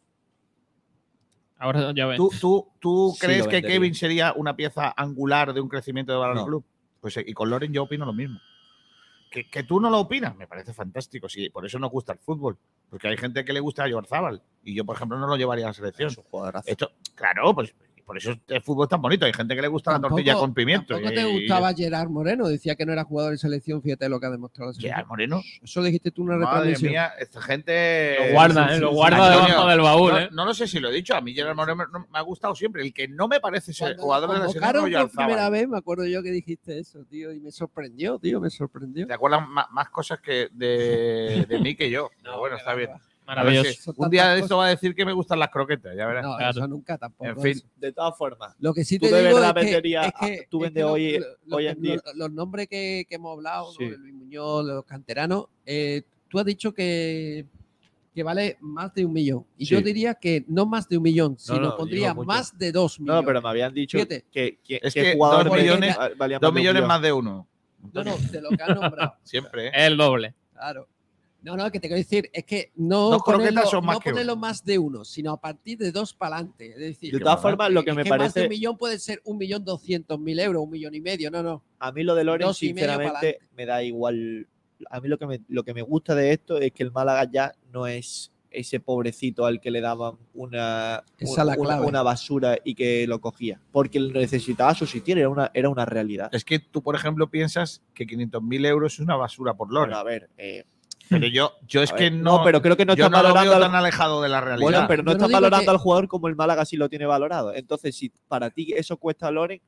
D: Ahora ya ves.
C: ¿Tú, tú, tú
E: Sí,
C: crees
E: lo
C: que
E: vendería.
C: Kevin sería una pieza angular de un crecimiento de Balón
E: No.
C: Club? Pues eh, y con Loren yo opino lo mismo. Que, que tú no lo opinas, me parece fantástico. Sí, por eso nos gusta el fútbol. Porque hay gente que le gusta a Yorzábal. Y yo, por ejemplo, no lo llevaría a la selección.
E: Es un jugadorazo.
C: Esto, claro, pues por eso el fútbol es tan bonito. Hay gente que le gusta la tortilla con pimiento. eh,
G: Tampoco
C: y-
G: te
C: y-
G: gustaba Gerard Moreno, decía que no era jugador de selección, fíjate lo que ha demostrado. la
C: y- Gerard
G: selección.
C: Moreno.
G: Eso dijiste tú en una
C: Madre
G: retransmisión.
C: mía, esta gente.
D: Lo guarda, ¿eh? lo guarda
C: Antonio,
D: debajo del baúl.
C: No,
D: ¿eh?
C: no lo sé si lo he dicho. A mí Gerard Moreno no- me ha gustado siempre. El que no me parece ser
G: Cuando
C: jugador de
G: nos
C: la selección ¿eh? es
G: convocaron por
C: Oyarzábal.
G: primera vez, me acuerdo yo que dijiste eso, tío, y me sorprendió, tío, me sorprendió.
C: ¿Te acuerdas ma- más, cosas que de, de mí que yo? Pero bueno, está bien. A ver
D: Maravilloso.
C: si
G: Son
C: un día
G: tantas
C: de esto va a decir que me gustan las croquetas, ya verás.
G: No,
D: Claro.
G: ah, eso nunca tampoco.
C: En fin.
G: eso.
E: De todas formas,
G: Lo que sí
E: Tú
G: te
E: de
G: digo
E: verdad
G: es que-
E: venderías- ah,
G: es que-
E: tú
G: es que
E: vendes
G: lo-
E: hoy-
G: lo- lo
E: hoy
G: que-
E: en día.
G: lo- los nombres que, que hemos hablado, ¿no?
E: Sí.
G: de Luis Muñoz, los canteranos, eh, tú has dicho que, que que vale más de un millón. Y yo diría que no más de un millón, sino
E: no,
G: pondría
E: digo mucho.
G: más de dos millones.
E: No, pero me habían dicho
G: Fíjate.
E: que, que,
G: Es
E: que
G: que
E: jugador
G: dos
E: valía-
G: millones-
E: valía
G: dos
E: un
G: millones
E: millón.
G: más
L: de uno.
G: No, no, de lo que han nombrado.
L: Siempre. ¿eh?
D: El doble.
G: Claro. No, no, que te quiero decir, es que no,
E: Dos croquetas
G: ponerlo,
E: son más
G: no
E: que
G: ponerlo más de uno, sino a partir de dos para adelante. Es decir,
E: De todas formas, lo que
G: es
E: me
G: Más de
E: parece-
G: un millón puede ser un millón doscientos mil euros, un millón y medio, no, no.
E: A mí lo de Loren,
G: Dos y medio para
E: sinceramente, me da igual. A mí lo que, me, lo que me gusta de esto es que el Málaga ya no es ese pobrecito al que le daban una,
G: Esa
E: una,
G: la clave.
E: una basura y que lo cogía. Porque lo necesitaba subsistir, era una, era una realidad.
L: Es que tú, por ejemplo, piensas que 500.000 euros es una basura por Loren.
E: a ver. eh,
L: pero yo, yo es
E: a
L: que
E: ver,
L: no.
E: no, pero creo que no
L: yo
E: están
L: lo veo
E: valorando al-
L: tan alejado de la realidad.
E: Bueno, pero no
L: está
E: estás valorando al jugador como el Málaga sí lo tiene valorado. Entonces, si para ti eso cuesta a Loren,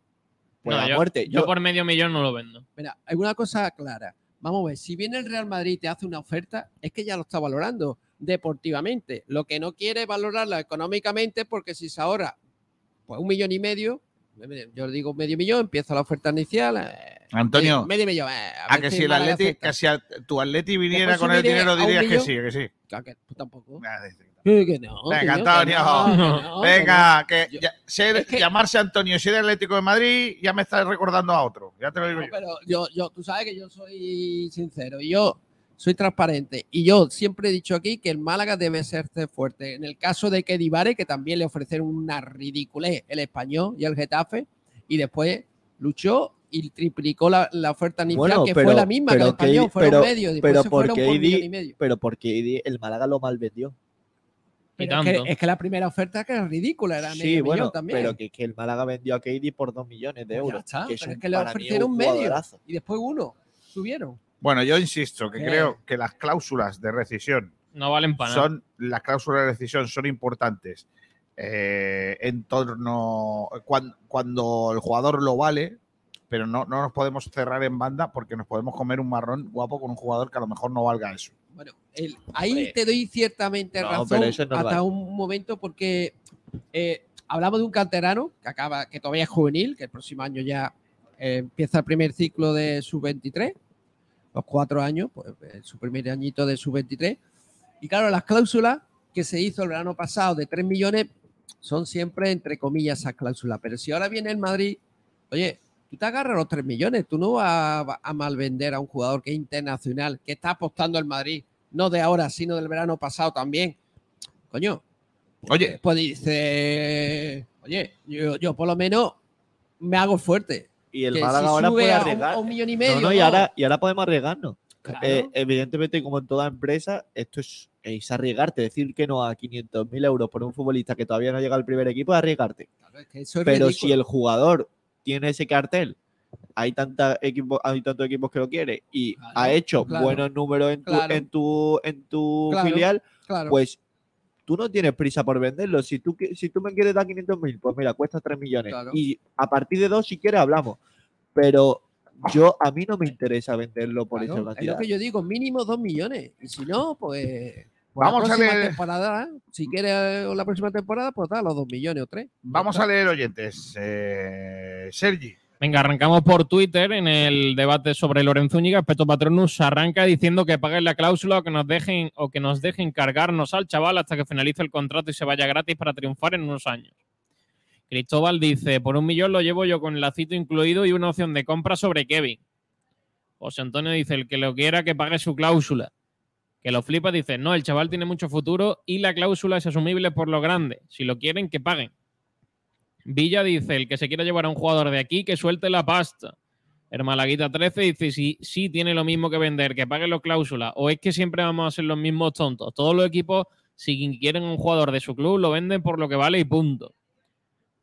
E: pues
D: No,
E: a
D: yo-
E: muerte.
D: yo por medio millón no lo vendo.
G: Mira, hay una cosa clara. Vamos a ver, si viene el Real Madrid y te hace una oferta, es que ya lo está valorando deportivamente. Lo que no quiere es valorarla económicamente porque si se ahorra pues, un millón y medio, yo le digo medio millón, empieza la oferta inicial. eh,
L: Antonio,
G: medio, medio millón. eh,
L: a
G: ver
L: Ah, que
G: si
L: si el
G: Málaga
L: Atleti,
G: acepta.
L: que si a- tu Atleti viniera
G: Después
L: con el
G: subiré a
L: dinero,
G: un
L: dirías que
G: millón.
L: sí, que sí.
G: Claro que tú tampoco.
L: Sí,
G: que no,
L: Venga,
G: que no, que
L: Antonio.
G: no, que no,
L: Venga, que, ya- ser- llamarse Antonio, ser Atlético de Madrid, ya me estás recordando a otro. Ya te lo digo
G: No,
L: yo.
G: pero yo, yo, tú sabes que yo soy sincero. y Yo soy transparente. Y yo siempre he dicho aquí que el Málaga debe ser este fuerte. En el caso de que Dibare, que también le ofrecieron una ridiculez el español y el Getafe, y después luchó y triplicó la, la oferta inicial,
E: Bueno,
G: que
E: pero,
G: fue la misma que el
E: pero que-
G: español, fueron
E: pero,
G: medios, después
E: pero
G: se
E: porque
G: fueron por
E: Idi-
G: millón y medio.
E: pero porque Idi- el Málaga lo mal vendió.
G: Pero es, que, es que la primera oferta que era ridícula, era
E: sí,
G: medio
E: bueno,
G: millón también. Pues
E: pero que, que el Málaga vendió a Katie por 2 millones de
G: Ya
E: euros.
G: está,
E: que es
G: pero
E: un-
G: es que le
E: para mí es
G: ofrecieron
E: un
G: medio
E: jugadorazo.
G: y después uno. Subieron.
L: Bueno, yo insisto que
G: Eh.
L: creo que las cláusulas de rescisión
D: No valen para nada.
L: son las cláusulas de rescisión son importantes eh, en torno cuan- cuando, el jugador lo vale, pero no, no nos podemos cerrar en banda porque nos podemos comer un marrón guapo con un jugador que a lo mejor no valga eso.
G: El- ahí te doy ciertamente
L: No,
G: razón
L: pero eso es normal.
G: hasta un momento porque eh, hablamos de un canterano que acaba, que todavía es juvenil, que el próximo año ya eh, empieza el primer ciclo de sub 23, los cuatro años, pues, eh, su primer añito de sub 23. Y claro, las cláusulas que se hizo el verano pasado de 3 millones son siempre entre comillas esas cláusulas. Pero si ahora viene el Madrid, oye, tú te agarras los 3 millones, tú no vas a, a malvender a un jugador que es internacional, que está apostando al Madrid, no de ahora, sino del verano pasado también. Coño.
L: Oye.
G: Pues dice, oye, yo, yo por lo menos me hago fuerte.
E: Y el
G: Que
E: Málaga
G: si
E: ahora
G: sube
E: puede
G: a un-
E: arriesgar.
G: a un millón y
E: No,
G: medio,
E: no, y,
G: ¿no?
E: ahora, y ahora podemos arriesgarnos.
G: Claro.
E: Eh, evidentemente, como en toda empresa, esto es, es arriesgarte. Decir que no a 500.000 euros por un futbolista que todavía no ha llegado al primer equipo es arriesgarte.
G: Es que eso es
E: Pero
G: ridículo.
E: si el jugador tiene ese cartel, hay, tanta equipo, hay tantos equipos que lo quiere y ha hecho
G: claro.
E: buenos números en tu,
G: Claro.
E: en tu, en tu
G: Claro,
E: filial,
G: claro.
E: pues tú no tienes prisa por venderlo. Si tú, qui- si tú me quieres dar 500.000, pues mira, cuesta 3 millones.
G: Claro.
E: Y a partir de dos, si quieres, hablamos. Pero yo a mí no me interesa venderlo por
G: Claro,
E: esa
G: es lo
E: cantidad.
G: que yo digo, mínimo 2 millones. Y si no, pues.
L: Vamos
G: la
L: a
G: próxima
L: leer-
G: temporada, si quieres la próxima temporada, pues da los 2 millones o 3.
L: Vamos a leer oyentes. Eh, Sergi.
D: Venga, arrancamos por Twitter en el debate sobre Lorenzo Úñiga. Espeto Patronus arranca diciendo que paguen la cláusula o que nos dejen o que nos dejen cargarnos al chaval hasta que finalice el contrato y se vaya gratis para triunfar en unos años. Cristóbal dice, por un millón lo llevo yo con el lacito incluido y una opción de compra sobre Kevin. José Antonio dice, el que lo quiera que pague su cláusula. Que lo flipa dice, no, el chaval tiene mucho futuro y la cláusula es asumible por lo grande. Si lo quieren, que paguen. Villa dice, el que se quiera llevar a un jugador de aquí, que suelte la pasta. Hermalaguita 13 dice, sí, sí tiene lo mismo que vender, que paguen los cláusulas. O es que siempre vamos a ser los mismos tontos. Todos los equipos, si quieren un jugador de su club, lo venden por lo que vale y punto.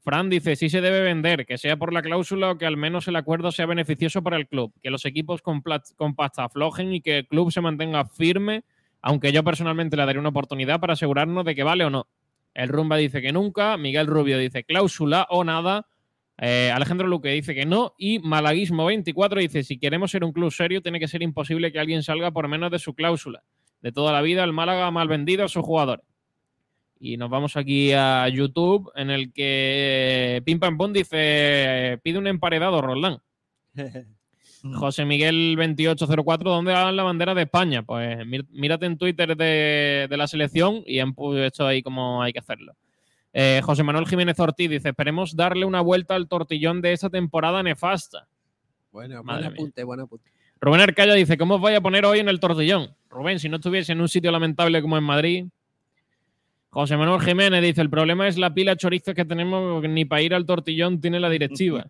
D: Fran dice, sí se debe vender, que sea por la cláusula o que al menos el acuerdo sea beneficioso para el club. Que los equipos con, plat- con pasta aflojen y que el club se mantenga firme, aunque yo personalmente le daré una oportunidad para asegurarnos de que vale o no. El Rumba dice que nunca. Miguel Rubio dice cláusula o nada. eh, Alejandro Luque dice que no. Y Malaguismo24 dice: si queremos ser un club serio, tiene que ser imposible que alguien salga por menos de su cláusula. De toda la vida, el Málaga ha mal vendido a sus jugadores. Y nos vamos aquí a YouTube, en el que Pim Pam Pum dice: pide un emparedado, Roland. José Miguel 2804, ¿dónde van la bandera de España? Pues mí- mírate en Twitter de, de la selección y han puesto ahí como hay que hacerlo. Eh, José Manuel Jiménez Ortiz dice, esperemos darle una vuelta al tortillón de esta temporada nefasta.
G: Bueno, buen
D: Madre mía.
G: apunte, buen apunte.
D: Rubén Arcaya dice, ¿cómo os vais a poner hoy en el tortillón? Rubén, si no estuviese en un sitio lamentable como en Madrid. José Manuel Jiménez dice, el problema es la pila de chorizos que tenemos, porque ni para ir al tortillón tiene la directiva.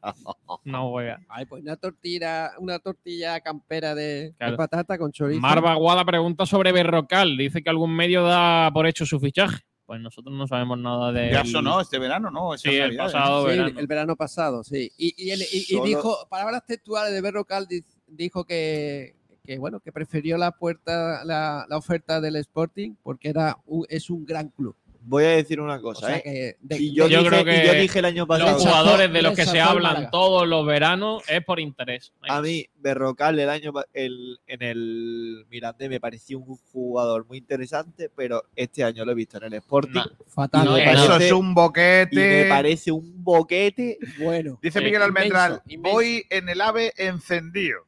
D: no, wea.
G: Ay, pues una tortilla, una tortilla campera de, de
D: Claro.
G: patata con chorizo.
D: Marva Guada pregunta sobre Berrocal. Dice que algún medio da por hecho su fichaje. Pues nosotros no sabemos nada de...
C: Ya sonó este verano, ¿no? Esas
D: Sí, el
C: navidades.
D: pasado
G: Sí,
D: verano.
G: el verano pasado, sí. Y, y él- y- y
C: Solo-
G: dijo, palabras textuales de Berrocal, di- dijo que, que, bueno, que prefirió la puerta, la, la oferta del Sporting porque era un- es un gran club.
E: Voy a decir una
G: O
E: cosa,
G: sea
E: ¿eh?
G: que de-
E: Y yo,
G: de-
E: dije,
D: creo que
E: y yo dije el año pasado.
D: Los jugadores de los que
G: Resaltó
D: se
G: el
D: hablan
G: Málaga.
D: todos los veranos es por interés.
E: A mí, Berrocal el año pa- el- en el Mirandés me pareció un jugador muy interesante, pero este año lo he visto en el Sporting.
D: No.
G: fatal.
E: No,
G: ¿eh?
E: parece-
M: Eso es un
E: Y me
M: boquete.
E: parece un boquete.
G: Bueno,
M: Dice
D: Sí,
M: Miguel Almendral,
G: Eh, inmenso, inmenso.
M: voy en el ave encendido.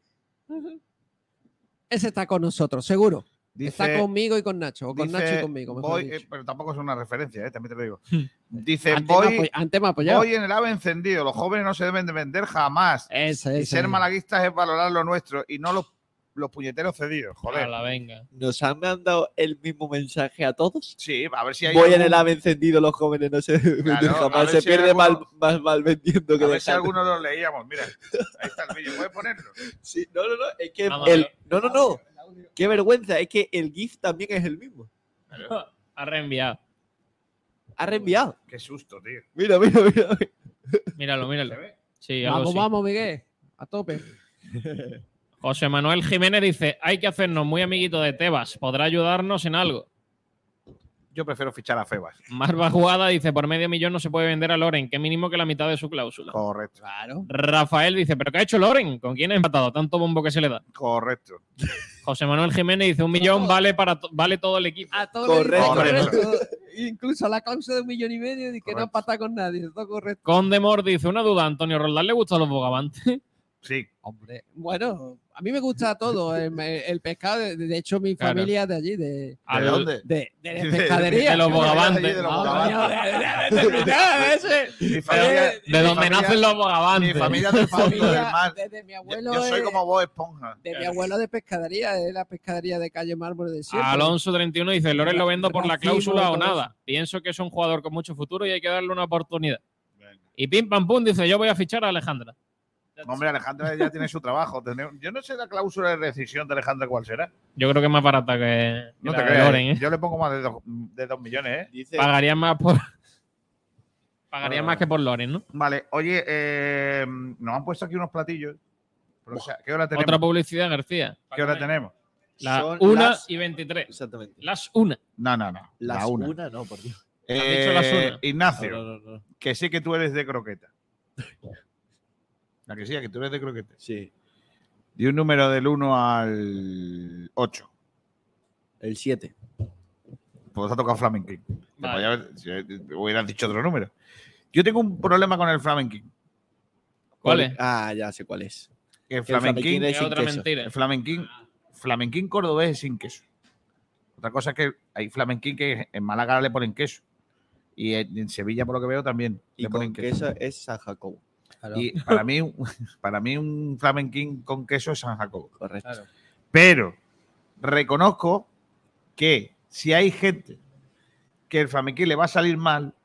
G: ese está con nosotros, seguro. está
M: Dice-
G: conmigo y con Nacho, o con
M: dice,
G: Nacho y conmigo. Mejor
M: voy-
G: dicho.
M: eh, pero tampoco es una referencia, eh, también te lo digo. Dice,
G: antes, me apoy-
M: voy,
G: antes me ha apoyado.
M: voy en el ave encendido. Los jóvenes no se deben de vender jamás.
G: Ese,
M: Y
G: ese.
M: ser malaguistas es valorar lo nuestro y no los, los puñeteros cedidos. Joder.
D: la venga.
E: Nos han mandado el mismo mensaje a todos.
M: Sí, a ver si hay.
E: Voy en
M: algún-
E: el ave encendido, los jóvenes no se venden
M: a
E: jamás.
M: ver
E: Se
M: si hay
E: pierde
M: alguno-
E: mal- más mal vendiendo que
M: A ver si
E: dejando.
M: alguno lo leíamos. Mira, ahí está el vídeo. ¿Puedes ponerlo?
E: Sí, no, no, no, es que
D: Vamos,
E: el, no, no, no, qué vergüenza, es que el GIF también es el mismo.
D: Ha reenviado.
E: Ha reenviado.
M: Qué susto, tío.
E: Mira, mira, mira. mira.
D: Míralo, míralo. Sí, algo
G: Vamos,
D: así.
G: vamos, Miguel. A tope.
D: José Manuel Jiménez dice, hay que hacernos muy amiguito de Tebas, podrá ayudarnos en algo.
C: Yo prefiero fichar a Febas.
D: Marva Jugada dice, por medio millón no se puede vender a Loren, que mínimo que la mitad de su cláusula.
C: Correcto,
G: Claro.
D: Rafael dice, ¿pero qué ha hecho Loren? ¿Con quién ha empatado? Tanto bombo que se le da.
C: correcto.
D: José Manuel Jiménez dice, un millón vale para to- vale todo el equipo.
G: A todos
E: Correcto.
G: les dice correcto. Incluso a la cláusula de un millón y medio y que no pata con nadie. Todo correcto.
D: Condemor dice, una duda, Antonio Roldán le gustan los bogavantes.
C: Sí.
G: Hombre. Bueno, a mí me gusta todo. El, el pescado, de, de hecho, mi
D: Claro.
G: familia es de allí, de,
D: Al-
G: de, de la
C: De-
G: pescadería. Ah,
D: de los bogavantes.
C: De los bogavantes. Mi familia-
D: De,
C: mi
D: donde
C: familia-
D: nacen los bogavantes.
C: Mi familia del fondo del
G: Familia,
C: mar.
G: desde mi
C: Yo,
G: abuelo.
C: yo soy
G: es-
C: como vos, esponja.
G: De mi abuelo de pescadería, de la pescadería de calle Mármol de siempre.
D: Alonso 31 dice, Loren lo vendo por la
G: Racimo,
D: cláusula o
G: todo
D: nada. Pienso que es un jugador con mucho futuro y hay que darle una oportunidad. Y pim pam pum dice, yo voy a fichar a Alejandra.
C: Hombre, Alejandra ya tiene su trabajo. Tener- Yo no sé la cláusula de rescisión de Alejandra cuál será.
D: Yo creo que es más barata que
C: No
D: que la
C: te
D: de
C: creas.
D: Loren, ¿eh?
C: Yo le pongo más de dos, de dos millones, ¿eh?
E: Dice,
D: Pagaría más por. Pagaría
C: Ah.
D: más que por Loren, ¿no?
C: Vale, oye, eh, nos han puesto aquí unos platillos. Pero, o sea, ¿Qué hora
D: Otra
C: tenemos?
D: publicidad, García.
C: ¿Qué hora tenemos?
D: Las
E: son
D: 1
E: las-
D: y 23.
E: Exactamente.
D: Las 1.
C: No, no, no.
E: Las
C: la una. Eh,
E: una. no, por Dios.
D: dicho las una.
E: No,
C: Ignacio,
E: no, no, no.
C: que sí que tú eres de croqueta. La que sí, que tú eres de croqueta.
E: Sí,
C: De un número del 1 al 8.
E: el 7.
C: Pues ha tocado Flamenquín. Te
D: Vale.
C: podía haber- si hubieran dicho otro número. Yo tengo un problema con el Flamenquín.
D: ¿Cuál es?
E: Ah, ya sé cuál es.
C: Que El
E: Que el
C: Flamenquín,
E: flamenquín
C: el
E: es
D: Es
E: sin
D: otra
E: queso.
D: mentira.
C: flamenquín, flamenquín cordobés es sin queso. Otra cosa es que hay flamenquín que en Málaga le ponen queso. Y en en Sevilla, por lo que veo, también
E: Y
C: le ponen
E: con
C: queso.
E: queso es San Jacobo.
C: Y para mí, un- para mí un flamenquín con queso es San Jacobo.
E: Correcto.
C: Pero reconozco que si hay gente que el flamenquín le va a salir mal,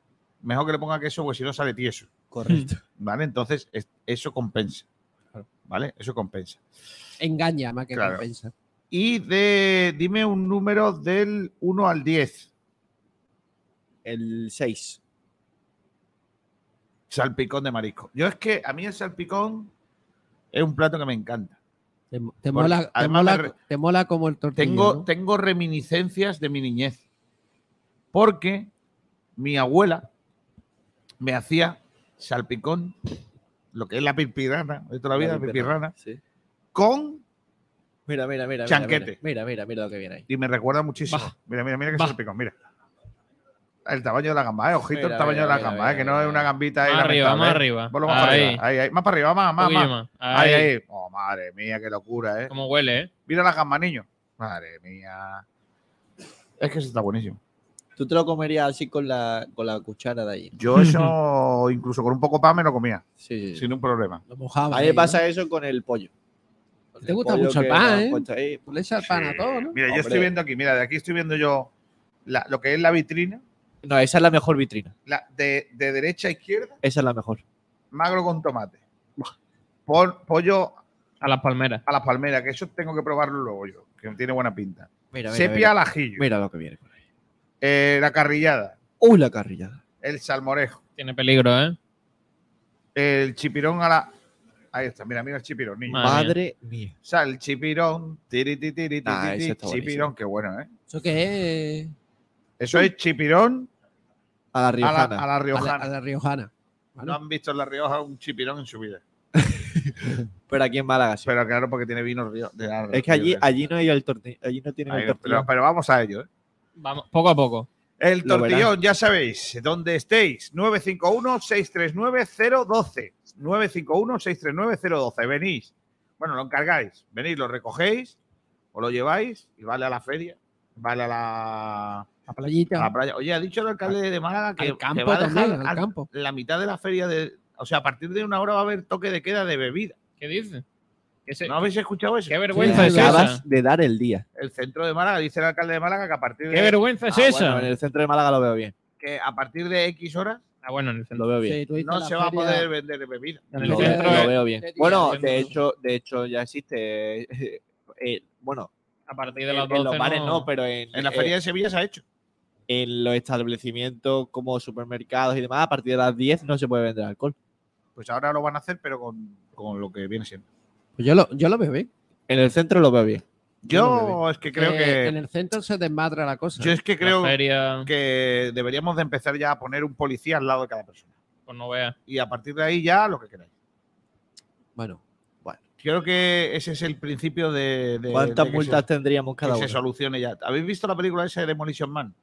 C: mejor que le ponga queso, porque si no sale tieso.
E: Correcto.
C: ¿Vale? Entonces, es- eso compensa. ¿Vale? Eso compensa.
G: Engaña más que
C: Claro.
G: compensa.
C: Y de, dime un número del 1 al 10.
E: El 6.
C: Salpicón de marisco. Yo es que a mí el salpicón es un plato que me encanta.
G: Te, te
C: Porque
G: mola, te,
C: además me
G: mola,
C: re-
G: te mola como el tortillo.
C: Tengo,
G: ¿no?
C: tengo reminiscencias de mi niñez. Porque mi abuela me hacía salpicón, lo que es la pipirana, de toda la vida, la pipirana,
E: Sí.
C: con.
E: Mira, mira, mira. mira,
C: Chanquete.
E: Mira, mira, mira, lo que viene ahí.
C: Y me recuerda muchísimo.
D: Bah.
C: Mira, mira, mira que
D: Bah.
C: salpicón, mira. El tamaño de la gamba, ¿eh? Ojito
D: Mira,
C: el tamaño
D: mira,
C: de la
D: mira,
C: gamba, ¿eh?
D: mira,
C: Que no es una gambita ahí.
D: Más arriba,
C: lamentable,
D: más
C: ¿eh?
D: arriba.
C: Ponlo más para
D: Ahí.
C: arriba, ahí, ahí. Más para arriba, más, más,
D: poquillo
C: más.
D: más.
C: Ahí,
D: Ahí.
C: ahí. Oh, madre mía, qué locura, ¿eh?
D: Cómo huele, ¿eh?
C: Mira la gamba, niño. Madre mía. Es que eso está buenísimo.
E: Tú te lo comerías así con la, con la cuchara de allí.
C: Yo eso, incluso con un poco de pan, me lo comía.
E: Sí,
C: Sin un problema.
E: Lo
G: mojaba.
E: A mí me pasa eso con el pollo.
G: Te gusta
E: pollo
G: mucho el
E: que
G: pan,
E: lo
G: ¿eh?
E: encuentras ahí.
G: Tú le echas el pan a todo, ¿no?
C: Mira, yo estoy viendo aquí, mira, de aquí estoy viendo yo la- lo que es la vitrina.
E: No, esa es la mejor vitrina.
C: La, de, de derecha a izquierda,
E: Esa es la mejor.
C: magro con tomate. Pon- pollo
D: A las palmeras.
C: a las palmeras, que eso tengo que probarlo luego yo, que tiene buena pinta.
E: Mira, mira,
C: Sepia
E: mira.
C: al ajillo.
E: Mira lo que viene.
C: Eh, la carrillada,
E: Uy, la carrillada.
C: el salmorejo,
D: Tiene peligro, ¿eh?
C: el chipirón a la. Ahí está, mira, mira el chipirón, niño.
D: Madre mía.
E: Madre mía.
C: O sea, el chipirón, tiri, tiri, tiri,
E: Ah,
C: tiri,
E: ese está
C: chipirón, qué bueno, ¿eh?
G: ¿Eso qué es?
C: Eso es chipirón
E: A la
C: a la,
E: riojana.
C: a la
G: A la,
C: riojana.
G: a la riojana.
C: No han visto en La Rioja un chipirón en su vida.
E: Pero aquí en Málaga sí.
C: Pero claro, porque tiene vino río. de la-
E: Es que allí,
C: río-
E: allí no hay el tortillo. Allí no tienen
C: Ahí
E: el
C: no,
E: tortillo.
C: pero, pero vamos a ello. ¿eh?
D: Vamos, poco a poco.
C: El
E: Lo
C: tortillón, ya sabéis, donde estéis, 951-639-012. 951-639-012. Venís. Bueno, lo encargáis. Venís, lo recogéis o lo lleváis y vale a la feria. Vale a la, a
G: La playita.
C: la playa. Oye, ha dicho el alcalde de Málaga que,
G: al
C: que
G: campo
C: va a
G: también,
C: dejar
G: al
C: al-
G: campo.
C: la mitad de la feria de. O sea, a partir de una hora va a haber toque de queda de bebida.
D: ¿Qué dices? Que se-
C: ¿No habéis escuchado eso?
D: Qué vergüenza
G: Sí,
D: es
E: Acabas
D: esa.
E: de dar el día.
C: el centro de Málaga, dice el alcalde de Málaga que a partir
D: Qué
C: de,
D: vergüenza es
E: Ah,
D: esa.
E: bueno, en el centro de Málaga lo veo bien.
C: que a partir de X horas
D: Ah, bueno, en el centro.
E: Lo veo bien.
G: Sí, tú dices
C: no
G: la
C: se va a
G: feria-
C: poder vender bebida.
D: En el
E: Lo,
G: Mira,
E: veo,
D: centro
E: lo
D: es-
E: veo bien.
G: Qué
E: Bueno,
D: tía,
E: de
D: no.
E: hecho, de hecho ya existe. eh, eh, bueno,
D: a partir de
E: en,
D: las
E: en
D: 12
E: los bares no,
D: no
E: pero en,
C: En la
E: eh,
C: feria de Sevilla se ha hecho.
E: en los establecimientos como supermercados y demás, a partir de las 10 no se puede vender alcohol.
C: Pues ahora lo van a hacer, pero con, con lo que viene siendo.
G: Pues yo lo, yo lo veo bien.
E: En el centro lo veo bien.
C: Yo es que creo
G: Eh, En
C: que.
G: el centro se desmadra la cosa. ¿eh?
C: Yo es que
D: La
C: creo
D: feria,
C: que deberíamos de empezar ya a poner un policía al lado de cada persona.
D: pues no veas.
C: Y a partir de ahí ya lo que queráis.
G: Bueno,
C: Creo que ese es el principio de. de-
E: ¿Cuántas
C: de que
E: multas
C: se-
E: tendríamos
C: que
E: cada
C: se
E: uno?
C: solucione ya. ¿Habéis visto la película esa de Demolition Man?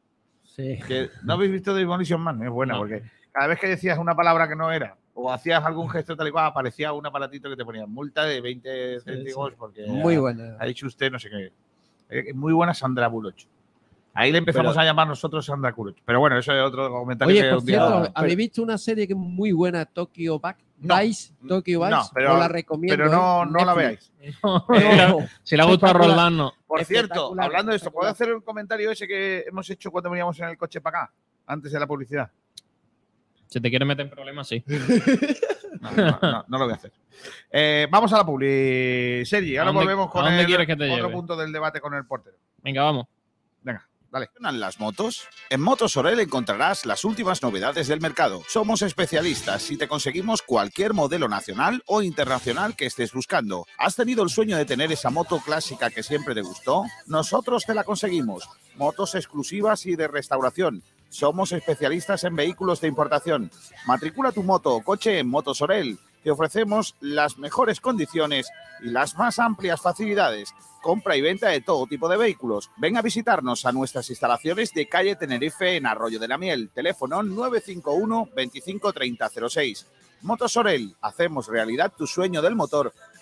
G: sí.
C: Que- ¿No habéis visto Demolition Man? Es buena,
D: No.
C: porque cada vez que decías una palabra que no era o hacías algún gesto tal y cual, aparecía un aparatito que te ponía multa de 20 céntimos porque
G: Muy
C: ha-
G: buena.
C: ha dicho usted no sé qué. Eh, Muy buena Sandra Buloch. Ahí le empezamos
E: Pero-
C: a llamar nosotros Sandra Kuroch. Pero bueno, eso es otro comentario
G: Oye,
C: que
G: por
C: un día-
G: cierto,
E: pero-
G: ¿habéis visto una serie que es muy buena, Tokyo Back?
C: No.
G: Vice, Tokyo Vice.
C: No, pero-
G: Os la recomiendo.
C: Pero no,
G: ¿eh?
C: no la
G: Netflix.
D: Si
C: veáis. Eh,
D: le- si le ha gustado a Roldán, no.
C: Por cierto,
G: Espectacular,
C: hablando de esto, ¿puedo
G: espectacular.
C: hacer un comentario ese que hemos hecho cuando veníamos en el coche para acá? Antes de la publicidad.
D: Si te quiere meter en problemas, sí.
C: No, no, no, no lo voy a hacer. Eh, vamos a la publi. Sergi, ahora
D: ¿A dónde-
C: volvemos con
D: a dónde
C: el
D: quieres que te
C: otro
D: lleve?
C: punto del debate con el portero.
D: Venga, vamos.
C: Venga, dale.
K: ¿Funcionan las motos? En Motos Orel encontrarás las últimas novedades del mercado. Somos especialistas y te conseguimos cualquier modelo nacional o internacional que estés buscando. ¿Has tenido el sueño de tener esa moto clásica que siempre te gustó? Nosotros te la conseguimos. Motos exclusivas y de restauración. Somos especialistas en vehículos de importación. Matricula tu moto o coche en Motos Orel. Te ofrecemos las mejores condiciones y las más amplias facilidades compra y venta de todo tipo de vehículos. Ven a visitarnos a nuestras instalaciones de calle Tenerife en Arroyo de la Miel. Teléfono 951 25 30 06. Motosorel, hacemos realidad tu sueño del motor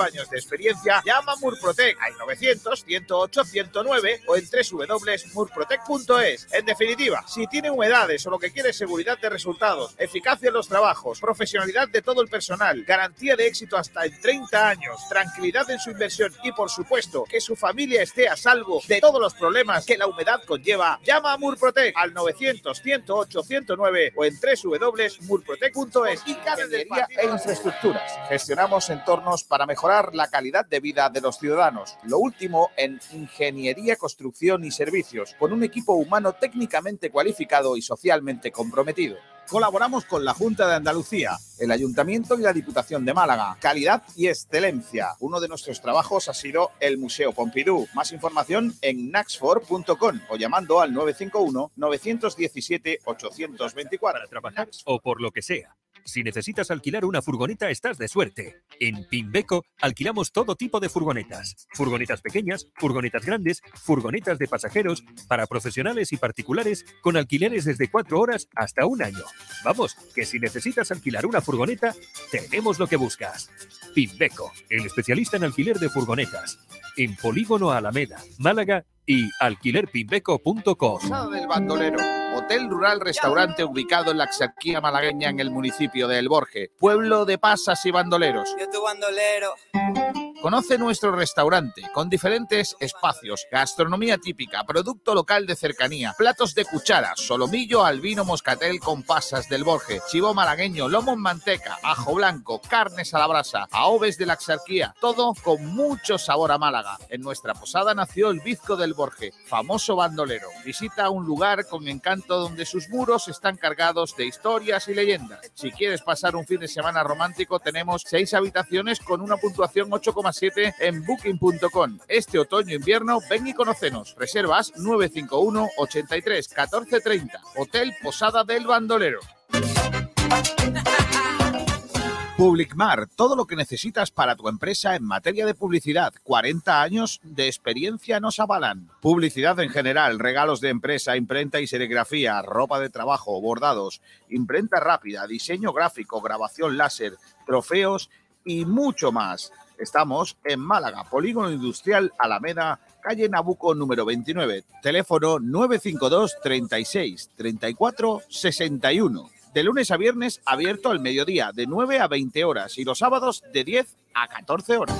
K: años de experiencia, llama a Murprotec al 900 108 109 o en www.murprotec.es. En definitiva, si tiene humedades o lo que quiere es seguridad de resultados, eficacia en los trabajos, profesionalidad de todo el personal, garantía de éxito hasta en 30 años, tranquilidad en su inversión y por supuesto que su familia esté a salvo de todos los problemas que la humedad conlleva, llama a Murprotec al 900 108 109 o en www.murprotec.es. Ingeniería e infraestructuras. Gestionamos entornos para mejorar la calidad de vida de los
C: los ciudadanos. Lo último en ingeniería, construcción y servicios, con un equipo humano técnicamente cualificado y socialmente comprometido. Colaboramos con la Junta de Andalucía, el Ayuntamiento y la Diputación de Málaga. Calidad y excelencia. Uno de nuestros trabajos ha sido el Museo Pompidou. Más información en naxfor.com o llamando al 951-917-824.
N: o por lo que sea. Si necesitas alquilar una furgoneta, estás de suerte. En Pimbeco alquilamos todo tipo de furgonetas. Furgonetas pequeñas, furgonetas grandes, furgonetas de pasajeros, para profesionales y particulares, con alquileres desde 4 horas hasta un año. Vamos, que si necesitas alquilar una furgoneta, tenemos lo que buscas. Pimbeco, el especialista en alquiler de furgonetas. En Polígono Alameda, Málaga y alquilerpimbeco.com.
C: Posada del Bandolero, hotel rural restaurante ubicado en la Axarquía malagueña en el municipio de El Borje, pueblo de pasas y bandoleros.
G: tu bandolero.
C: Conoce nuestro restaurante con diferentes espacios, gastronomía típica, producto local de cercanía, platos de cuchara, solomillo al vino moscatel con pasas del Borje, chivo malagueño, lomo en manteca, ajo blanco, carnes a la brasa, aoves de la Axarquía, todo con mucho sabor a Málaga. En nuestra posada nació el bizco del Borje, famoso bandolero. Visita un lugar con encanto donde sus muros están cargados de historias y leyendas. Si quieres pasar un fin de semana romántico, tenemos seis habitaciones con una puntuación 8,7 en booking.com. Este otoño e invierno, ven y conocenos. Reservas 951 83 14 30. Hotel Posada del Bandolero. Publicmar, todo lo que necesitas para tu empresa en materia de publicidad. 40 años de experiencia nos avalan. Publicidad en general, regalos de empresa, imprenta y serigrafía, ropa de trabajo, bordados, imprenta rápida, diseño gráfico, grabación láser, trofeos y mucho más. Estamos en Málaga, Polígono Industrial Alameda, calle Nabuco número 29, teléfono 952 36 34 61. De lunes a viernes abierto al mediodía, de 9 a 20 horas y los sábados de 10 a 14 horas.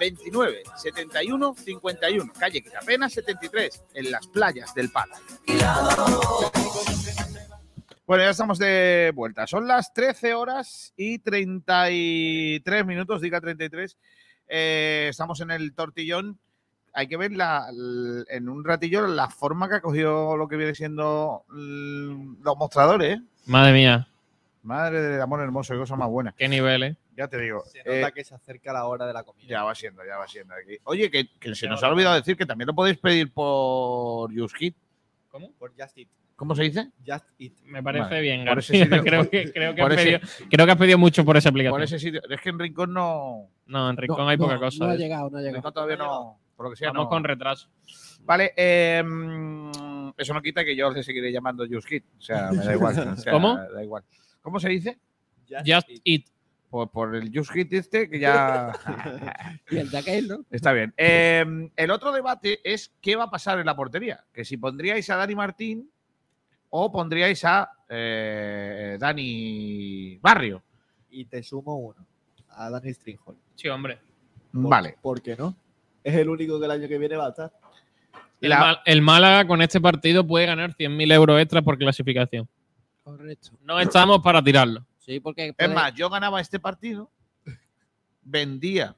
C: 29 71 51, calle Quitapena 73, en las playas del Palo.
O: Bueno, ya estamos de vuelta. Son las 13 horas y 33 minutos, diga 33. Eh, estamos en el tortillón. Hay que ver la, l- en un ratillo la forma que ha cogido lo que viene siendo l- los mostradores. ¿eh?
D: Madre mía,
O: Madre del amor hermoso, qué cosa más buena.
D: qué nivel, ¿eh?
O: Ya te digo.
E: Se
O: eh,
E: nota que se acerca la hora de la comida.
O: ya va siendo, ya va siendo aquí. Oye, que, que se nos ha olvidado decir que también lo podéis pedir por YouSkit.
E: ¿Cómo? Por Just Eat.
O: ¿Cómo se dice?
E: Just Eat.
D: Me parece
O: Vale,
D: bien,
O: por ese
D: García.
O: sitio-
D: creo, que, creo, que
O: por
D: has
O: ese-
D: pedido, creo que has pedido mucho por esa aplicación.
O: Por ese sitio. Es que en Rincón no.
D: No, en Rincón
O: No,
D: hay
O: no,
D: poca cosa.
O: no ha
D: ¿eh?
O: llegado,
P: no ha llegado.
O: Rincón todavía no. Por lo que sea,
D: Vamos
O: no.
D: con retraso.
O: Vale, eh, mm, eso no quita que yo le seguiré llamando Yuskit. O sea, me da igual. o sea,
D: ¿Cómo?
O: Da igual. ¿Cómo se dice?
D: Just Eat.
O: Por, por el Yuskit este que ya.
P: Y el de aquel, ¿no?
O: Está bien. Eh, el otro debate es qué va a pasar en la portería. Que si pondríais a Dani Martín o pondríais a eh, Dani Barrio.
E: Y te sumo uno. A Daniel Stringhol.
D: Sí, hombre.
O: Vale.
E: ¿Por qué no? Es el único que el año que viene va a estar.
D: El, Mal- el Málaga con este partido puede ganar 100.000 euros extra por clasificación.
P: Correcto.
D: No estamos para tirarlo.
P: Sí, porque
O: Es
P: puede-
O: más, yo ganaba este partido, vendía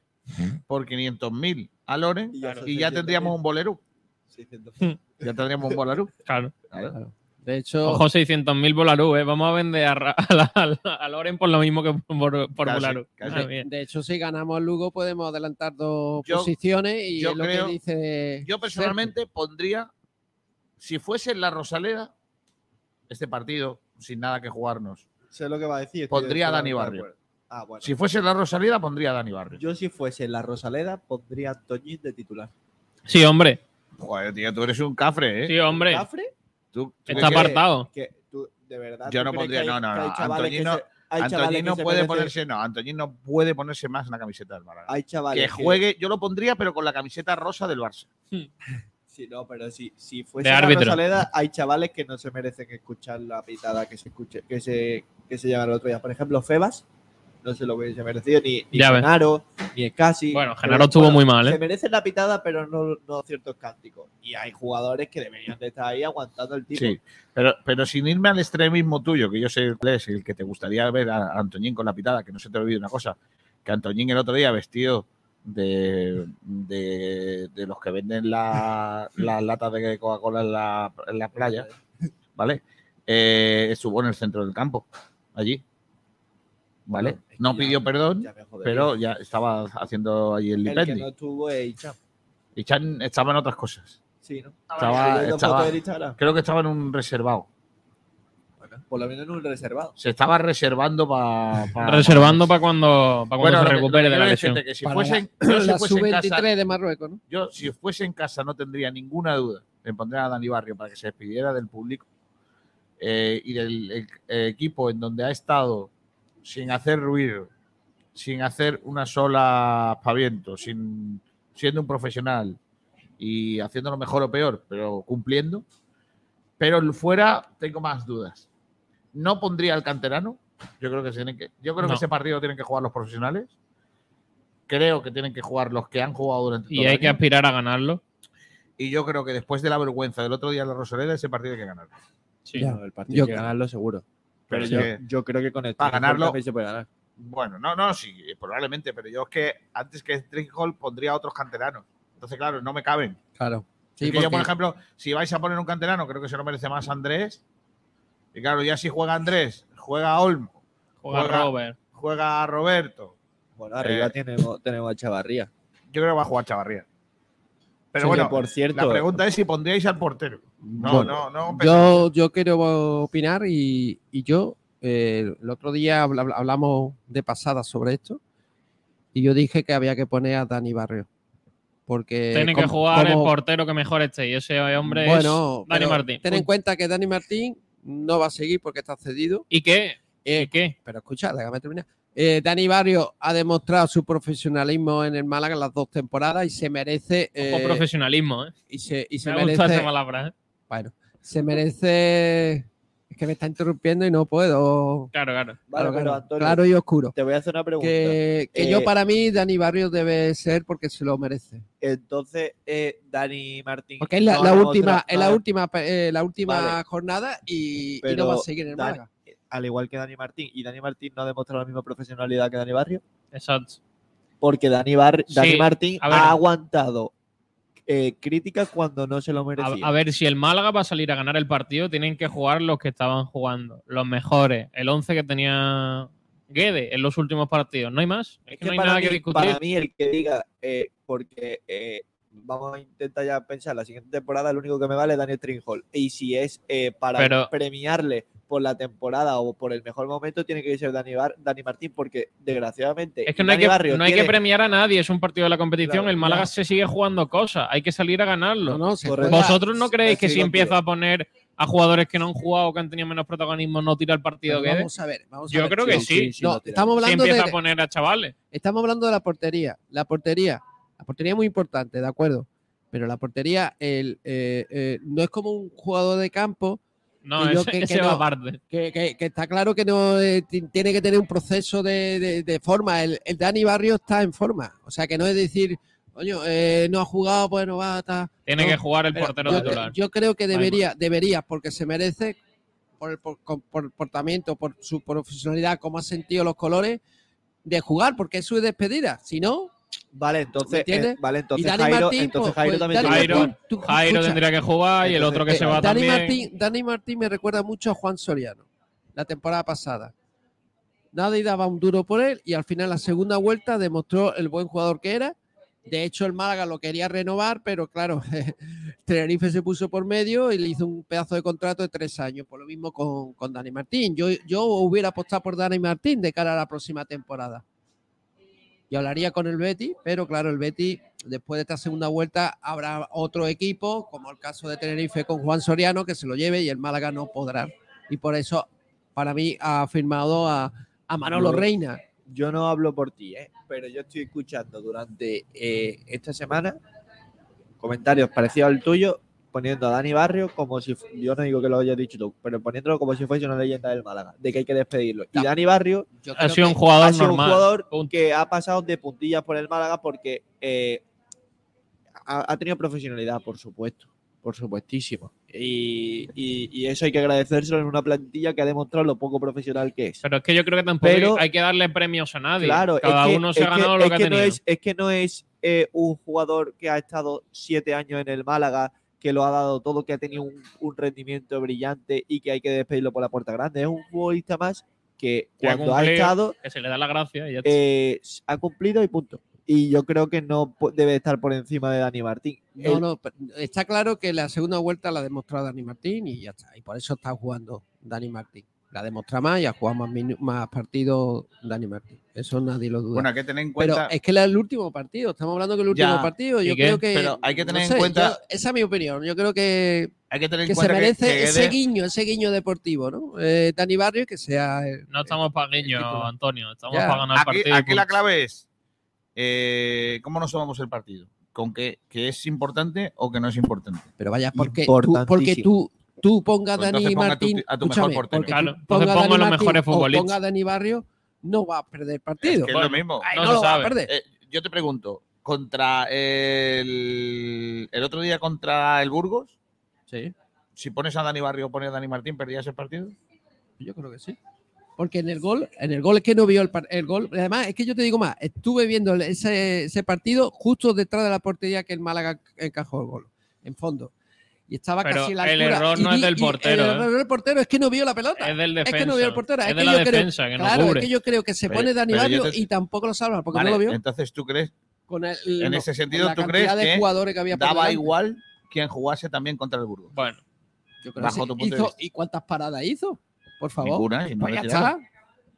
O: por 500.000 a Loren
E: Y
O: y
E: ya
O: ya,
E: son
O: tendríamos un bolero.
E: 600.
O: Ya tendríamos un bolero.
D: Claro.
O: Claro.
G: De hecho.
D: Ojo, 600.000 Volarú, ¿eh? Vamos a vender a, Ra- a la- a la- a Loren por lo mismo que por, por
G: Casi,
D: Volarú.
G: casi.
D: Madre mía.
G: De hecho, si ganamos al Lugo, podemos adelantar dos
D: Yo-
G: posiciones y
D: yo
G: es lo
D: creo-
G: que dice.
C: Yo personalmente pondría, si fuese en la Rosaleda, este partido, sin nada que jugarnos,
E: Sé lo que va a decir. estoy
C: pondría a Dani
E: de
C: Barrio.
E: acuerdo. Ah, bueno.
C: Si fuese en la Rosaleda, pondría a Dani Barrio.
E: Yo, si fuese la Rosaleda, pondría a Toñín de titular.
D: Sí, hombre.
C: Joder, tío, tú eres un cafre, ¿eh?
D: Sí, hombre.
E: ¿Cafre?
C: Tú- tú
D: Está
C: qué-
D: apartado.
E: Que tú, de verdad.
C: Yo
E: ¿tú
C: no
E: crees
C: pondría,
E: que hay-
C: no, no,
E: que hay
C: no.
E: chavales que
C: Antoñín no,
E: se- hay
C: Antoñín
E: chavales
C: no
E: que se
C: puede
E: merecen-
C: ponerse, no, Antoñín no puede ponerse más una camiseta del Málaga.
E: Hay chavales
C: que juegue, yo lo pondría, pero con la camiseta rosa del Barça.
E: Sí, no, pero si, si fuese
C: De
E: la
C: árbitro.
E: pues Rosaleda, hay chavales que no se merecen escuchar la pitada que se escuche, que se, que se lleva el otro día. Por ejemplo, Febas, no se lo hubiese merecido ni, ni
D: Ya ves.
E: Genaro, ni Escasi.
D: Bueno, Genaro estuvo muy mal, ¿eh?
E: Se merece la pitada, pero no, no ciertos cánticos. Y hay jugadores que deberían de estar ahí aguantando el tipo.
C: Sí, pero, pero sin irme al extremismo tuyo, que yo sé cuál es el que te gustaría ver a a Antoñín con la pitada, que no se te olvide una cosa, que Antoñín el otro día vestido de, de, de los que venden la- las latas de Coca-Cola en la, en la playa, ¿vale? Eh, estuvo en el centro del campo, allí, ¿vale? No pidió perdón, pero ya estaba haciendo allí el
E: El que
C: lipendi.
E: no estuvo es Icha.
C: Y Chan estaba en otras cosas.
E: Sí, ¿no?
C: Estaba,
E: Viendo
C: estaba-
E: fotos del Instagram.
C: creo que estaba en un reservado.
E: Por lo menos en un reservado.
C: se estaba reservando para.
D: Reservando para cuando, pa' cuando
C: Bueno, lo
D: se
C: que-
D: recupere
C: lo
D: de
C: que
D: la
C: quiero
D: lesión.
C: decirte que si
G: Para
C: fuesen-
G: la-
C: yo si
G: la
C: fuese en casa-
G: sub-23 de Marruecos, ¿no?
C: Yo, si fuese en casa, no tendría ninguna duda. Le pondría a Dani Barrio para que se despidiera del público eh, y del e- eh, equipo en donde ha estado sin hacer ruido, sin hacer una sola aspaviento, sin siendo un profesional y haciendo lo mejor o peor, pero cumpliendo. Pero el fuera tengo más dudas. No pondría al canterano. Yo creo que se tienen que, yo
D: No.
C: creo que ese partido tienen que jugar los profesionales. Creo que tienen que jugar los que han jugado durante todo
D: Y
C: el
D: hay que
C: año.
D: aspirar a ganarlo.
C: Y yo creo que después de la vergüenza del otro día en la Rosaleda, ese partido hay que ganarlo.
D: Sí,
E: Ya, el partido hay que ganarlo seguro. Pero,
C: Pero
E: yo,
C: es que-
E: yo creo que con el
C: Para ganarlo-
E: Tottenham se puede ganar.
C: Bueno, no, no, sí, eh, probablemente, pero yo es que antes que Drink Hall pondría a otros canteranos. Entonces, claro, no me caben.
G: Claro. Sí,
C: Es que yo,
G: porque-
C: por ejemplo, si vais a poner un canterano, creo que se lo merece más Andrés. Y claro, ya si juega Andrés, juega Olmo,
E: Juega Robert.
C: juega Roberto.
E: Bueno, Arriba tenemos, tenemos a Chavarría.
C: eh, Yo creo que va a jugar Chavarría. Pero
E: Sí, que
C: bueno,
E: por cierto-
C: la pregunta es si pondríais al portero. No,
G: Bueno,
C: no, no.
G: Yo, yo quiero opinar y, y yo, eh, el otro día habla- habla- hablamos de pasada sobre esto y yo dije que había que poner a Dani Barrio. Porque
D: Tiene que
G: como-
D: jugar el
G: como-
D: portero que mejor esté. Y ese hombre
G: bueno,
D: es Dani
G: pero
D: Martín.
G: Ten en cuenta que Dani Martín no va a seguir porque está cedido. Eh,
D: ¿Y qué? qué?
G: Pero escucha, déjame terminar. Eh, Dani Barrio ha demostrado su profesionalismo en el Málaga las dos temporadas y se merece.
D: Ojo,
G: eh,
D: profesionalismo, ¿eh?
G: Y se, y se
D: Me ha gustado
G: merece-
D: esa palabra, ¿eh?
G: Bueno, se merece. Es que me está interrumpiendo y no puedo.
D: Claro, claro.
G: Claro,
E: pero,
G: claro,
E: Antonio,
G: claro y oscuro.
E: Te voy a hacer una pregunta.
G: Que, que
E: Eh,
G: yo, para mí, Dani Barrio debe ser porque se lo merece.
E: Entonces, eh, Dani Martín.
G: Porque es la,
E: no
G: la
E: ha
G: última, es la
E: demostrado-
G: última, eh, la última
E: Vale.
G: jornada y, y
E: Pero
G: no va a seguir en el
E: Dani-
G: Málaga.
E: Al igual que Dani Martín. Y Dani Martín no ha demostrado la misma profesionalidad que Dani Barrio.
D: Exacto.
E: Porque Dani, Bar-
D: Sí,
E: Dani Martín
D: a ver.
E: ha aguantado eh, críticas cuando no se lo merecía.
D: A, a ver, si el Málaga va a salir a ganar el partido, tienen que jugar los que estaban jugando, los mejores, el 11 que tenía Guede en los últimos partidos. No hay más. Es, que, no hay
E: para
D: nada
E: mí,
D: que discutir.
E: para mí el que diga, eh, porque eh, vamos a intentar ya pensar, la siguiente temporada lo único que me vale es Daniel Trinhall. Y si es eh, para
D: Pero-
E: premiarle por la temporada o por el mejor momento, tiene que ser Dani, Bar- Dani Martín, porque desgraciadamente.
D: Es que no hay
E: Dani
D: que,
E: Barrio
D: no hay que
E: tiene-
D: premiar a nadie, es un partido de la competición.
E: Claro,
D: el Málaga
E: ya.
D: se sigue jugando cosas, hay que salir a ganarlo.
G: No, no, se juega-
D: ¿Vosotros no creéis que
G: estoy
D: si
G: contigo.
D: empieza a poner a jugadores que no han jugado, que han tenido menos protagonismo, no tira el partido
G: Pero
D: Guede?
G: vamos a ver, vamos a
D: Yo
G: ver.
D: creo que sí.
G: No, estamos hablando
D: si empieza
G: de-
D: a poner a chavales.
G: Estamos hablando de la portería. La portería, la portería es muy importante, de acuerdo. Pero la portería el, eh, eh, no es como un jugador de campo.
D: No,
G: y yo
D: ese, ese va
G: no,
D: aparte.
G: que- que- que está claro que no eh, ti- tiene que tener un proceso de, de- de forma. El, el Dani Barrio está en forma. O sea, que no es decir, coño, eh, no ha jugado, pues no va a estar.
D: Tiene
G: No,
D: que jugar el
G: pero
D: portero
G: yo,
D: titular.
G: Yo creo que
D: Vale.
G: debería, debería, porque se merece por el, por, con- por el portamiento, por su profesionalidad, cómo ha sentido los colores, de jugar, porque es su despedida. Si no,
E: Vale, entonces,
G: ¿Entiendes?
E: eh, vale,
G: Y
E: entonces
G: Dani
E: Jairo,
G: Martín,
E: entonces
G: pues,
E: Jairo
G: pues,
E: también
G: Dani
E: tiene que
G: Martín,
E: jugar.
G: tú-
D: Jairo
G: escucha. eh,
D: tendría que jugar y el otro que se va
G: Dani
D: también.
G: Martín, Dani Martín me recuerda mucho a Juan Soriano, la temporada pasada. Nadie daba un duro por él y al final la segunda vuelta demostró el buen jugador que era. De hecho, el Málaga lo quería renovar, pero claro, eh, Tenerife se puso por medio y le hizo un pedazo de contrato de tres años. Por lo mismo con, con Dani Martín. Yo, yo hubiera apostado por Dani Martín de cara a la próxima temporada. Y hablaría con el Betty, pero claro, el Betty después de esta segunda vuelta habrá otro equipo, como el caso de Tenerife con Juan Soriano, que se lo lleve y el Málaga no podrá. Y por eso, para mí, ha firmado a, a Manolo
E: Yo-
G: Reina.
E: Yo no hablo por ti, ¿eh? pero yo estoy escuchando durante eh, esta semana comentarios parecidos al tuyo, poniendo a Dani Barrio como si, fu- yo no digo que lo hayas dicho tú, pero poniéndolo como si fuese una leyenda del Málaga, de que hay que despedirlo. Y Dani Barrio
G: Yo
D: Ha creo sido que- un jugador
E: ha sido un
D: normal.
E: jugador que ha pasado de puntillas por el Málaga porque eh, ha, ha tenido profesionalidad, por supuesto, por supuestísimo. Y, y- y eso hay que agradecérselo en una plantilla que ha demostrado lo poco profesional que es.
D: Pero es que yo creo que tampoco
E: Pero-
D: hay que darle premios a nadie.
E: Claro,
D: Cada
E: es que,
D: uno se
E: es
D: ha
E: que-
D: ganado lo
E: es
D: que ha
E: no
D: tenido.
E: es, es que no es eh, un jugador que ha estado siete años en el Málaga, que lo ha dado todo, que ha tenido un, un rendimiento brillante y que hay que despedirlo por la puerta grande. Es un futbolista más que
D: Que ha
E: cuando ha
D: cumplido,
E: estado
D: Que se le da la gracia y ya está.
E: eh, ha cumplido y punto. Y yo creo que no po- debe estar por encima de Dani Martín.
G: No,
E: El-
G: no, pero está claro que la segunda vuelta la ha demostrado Dani Martín y ya está. Y por eso está jugando Dani Martín. La demuestra más y ha jugado más, minu- más partidos Dani Martín. Eso nadie lo duda.
C: Bueno, hay que tener en
G: Pero
C: cuenta.
G: es que era el último partido, estamos hablando que el último
C: Ya.
G: partido.
C: ¿Y
G: Yo
C: qué?
G: creo que.
C: Pero hay que tener en
G: yo-
C: cuenta-
G: esa es mi opinión. Yo creo que.
C: Hay que tener en
G: que se
C: cuenta que-
G: merece
C: que
G: ese
C: Guedes-
G: guiño, ese guiño deportivo, ¿no? Eh, Dani Barrio, que sea. el-
D: No estamos para guiño, Antonio. Estamos
G: Ya.
D: para ganar el
C: Aquí,
D: partido. pues.
C: aquí la
D: punto.
C: clave es eh, cómo nos tomamos el partido. ¿Con qué, qué es importante o que no es importante?
G: Pero vaya, porque tú, porque tú, tú ponga a
C: Pues
G: Dani
C: entonces ponga a tu-
G: Martín.
C: a tu mejor
G: escúchame,
C: portero.
G: porque
D: Claro,
G: tú
D: entonces
G: ponga a
D: pongo
G: Dani
D: a los
G: Martín
D: mejores
G: o
D: futbolistas.
G: Ponga a Dani Barrio, no va a perder
C: Es
G: partido.
C: que es lo mismo.
G: Ay,
D: No
G: no
D: se
G: lo va a
D: sabe.
G: perder.
C: Eh, yo te pregunto, contra el, el otro día contra el Burgos,
G: Sí,
C: si pones a Dani Barrio o pones a Dani Martín, ¿perdías el partido?
G: yo creo que sí. Porque en el gol, en el gol es que no vio el, par- el gol. Además, es que yo te digo más, estuve viendo el- ese, ese partido justo detrás de la portería que el Málaga encajó el gol, en fondo. Y estaba
D: Pero
G: casi a la
D: el
G: altura,
D: error
G: y
D: no es
G: vi-
D: del
G: y
D: portero,
G: El
D: ¿eh?
G: error del portero es que no vio la pelota.
D: Es del
G: Es
D: defensa.
G: que no vio el portero.
D: Es
G: Es,
D: de
G: que
D: la
G: yo creo,
D: defensa que no
G: claro,
D: cubre.
G: es que yo creo que se
C: Pero-
G: pone Dani
C: pero yo
G: Barrio
C: te-
G: y tampoco lo salva porque
C: Vale,
G: no lo vio.
C: Entonces, ¿tú crees?
G: Con el-
C: En
G: no,
C: ese
G: con
C: sentido,
G: la
C: ¿tú crees
G: cantidad de
C: que
G: jugadores que había por
C: daba
G: delante.
C: igual quien jugase también contra el Burgos?
D: Bueno,
G: Yo creo que
C: bajo
G: sí.
C: tu punto de
G: Hizo-
C: vista?
G: ¿Y cuántas paradas hizo? Por favor.
C: Ninguna, y no
G: Pues
C: le
G: ya
C: tiraron.
G: está.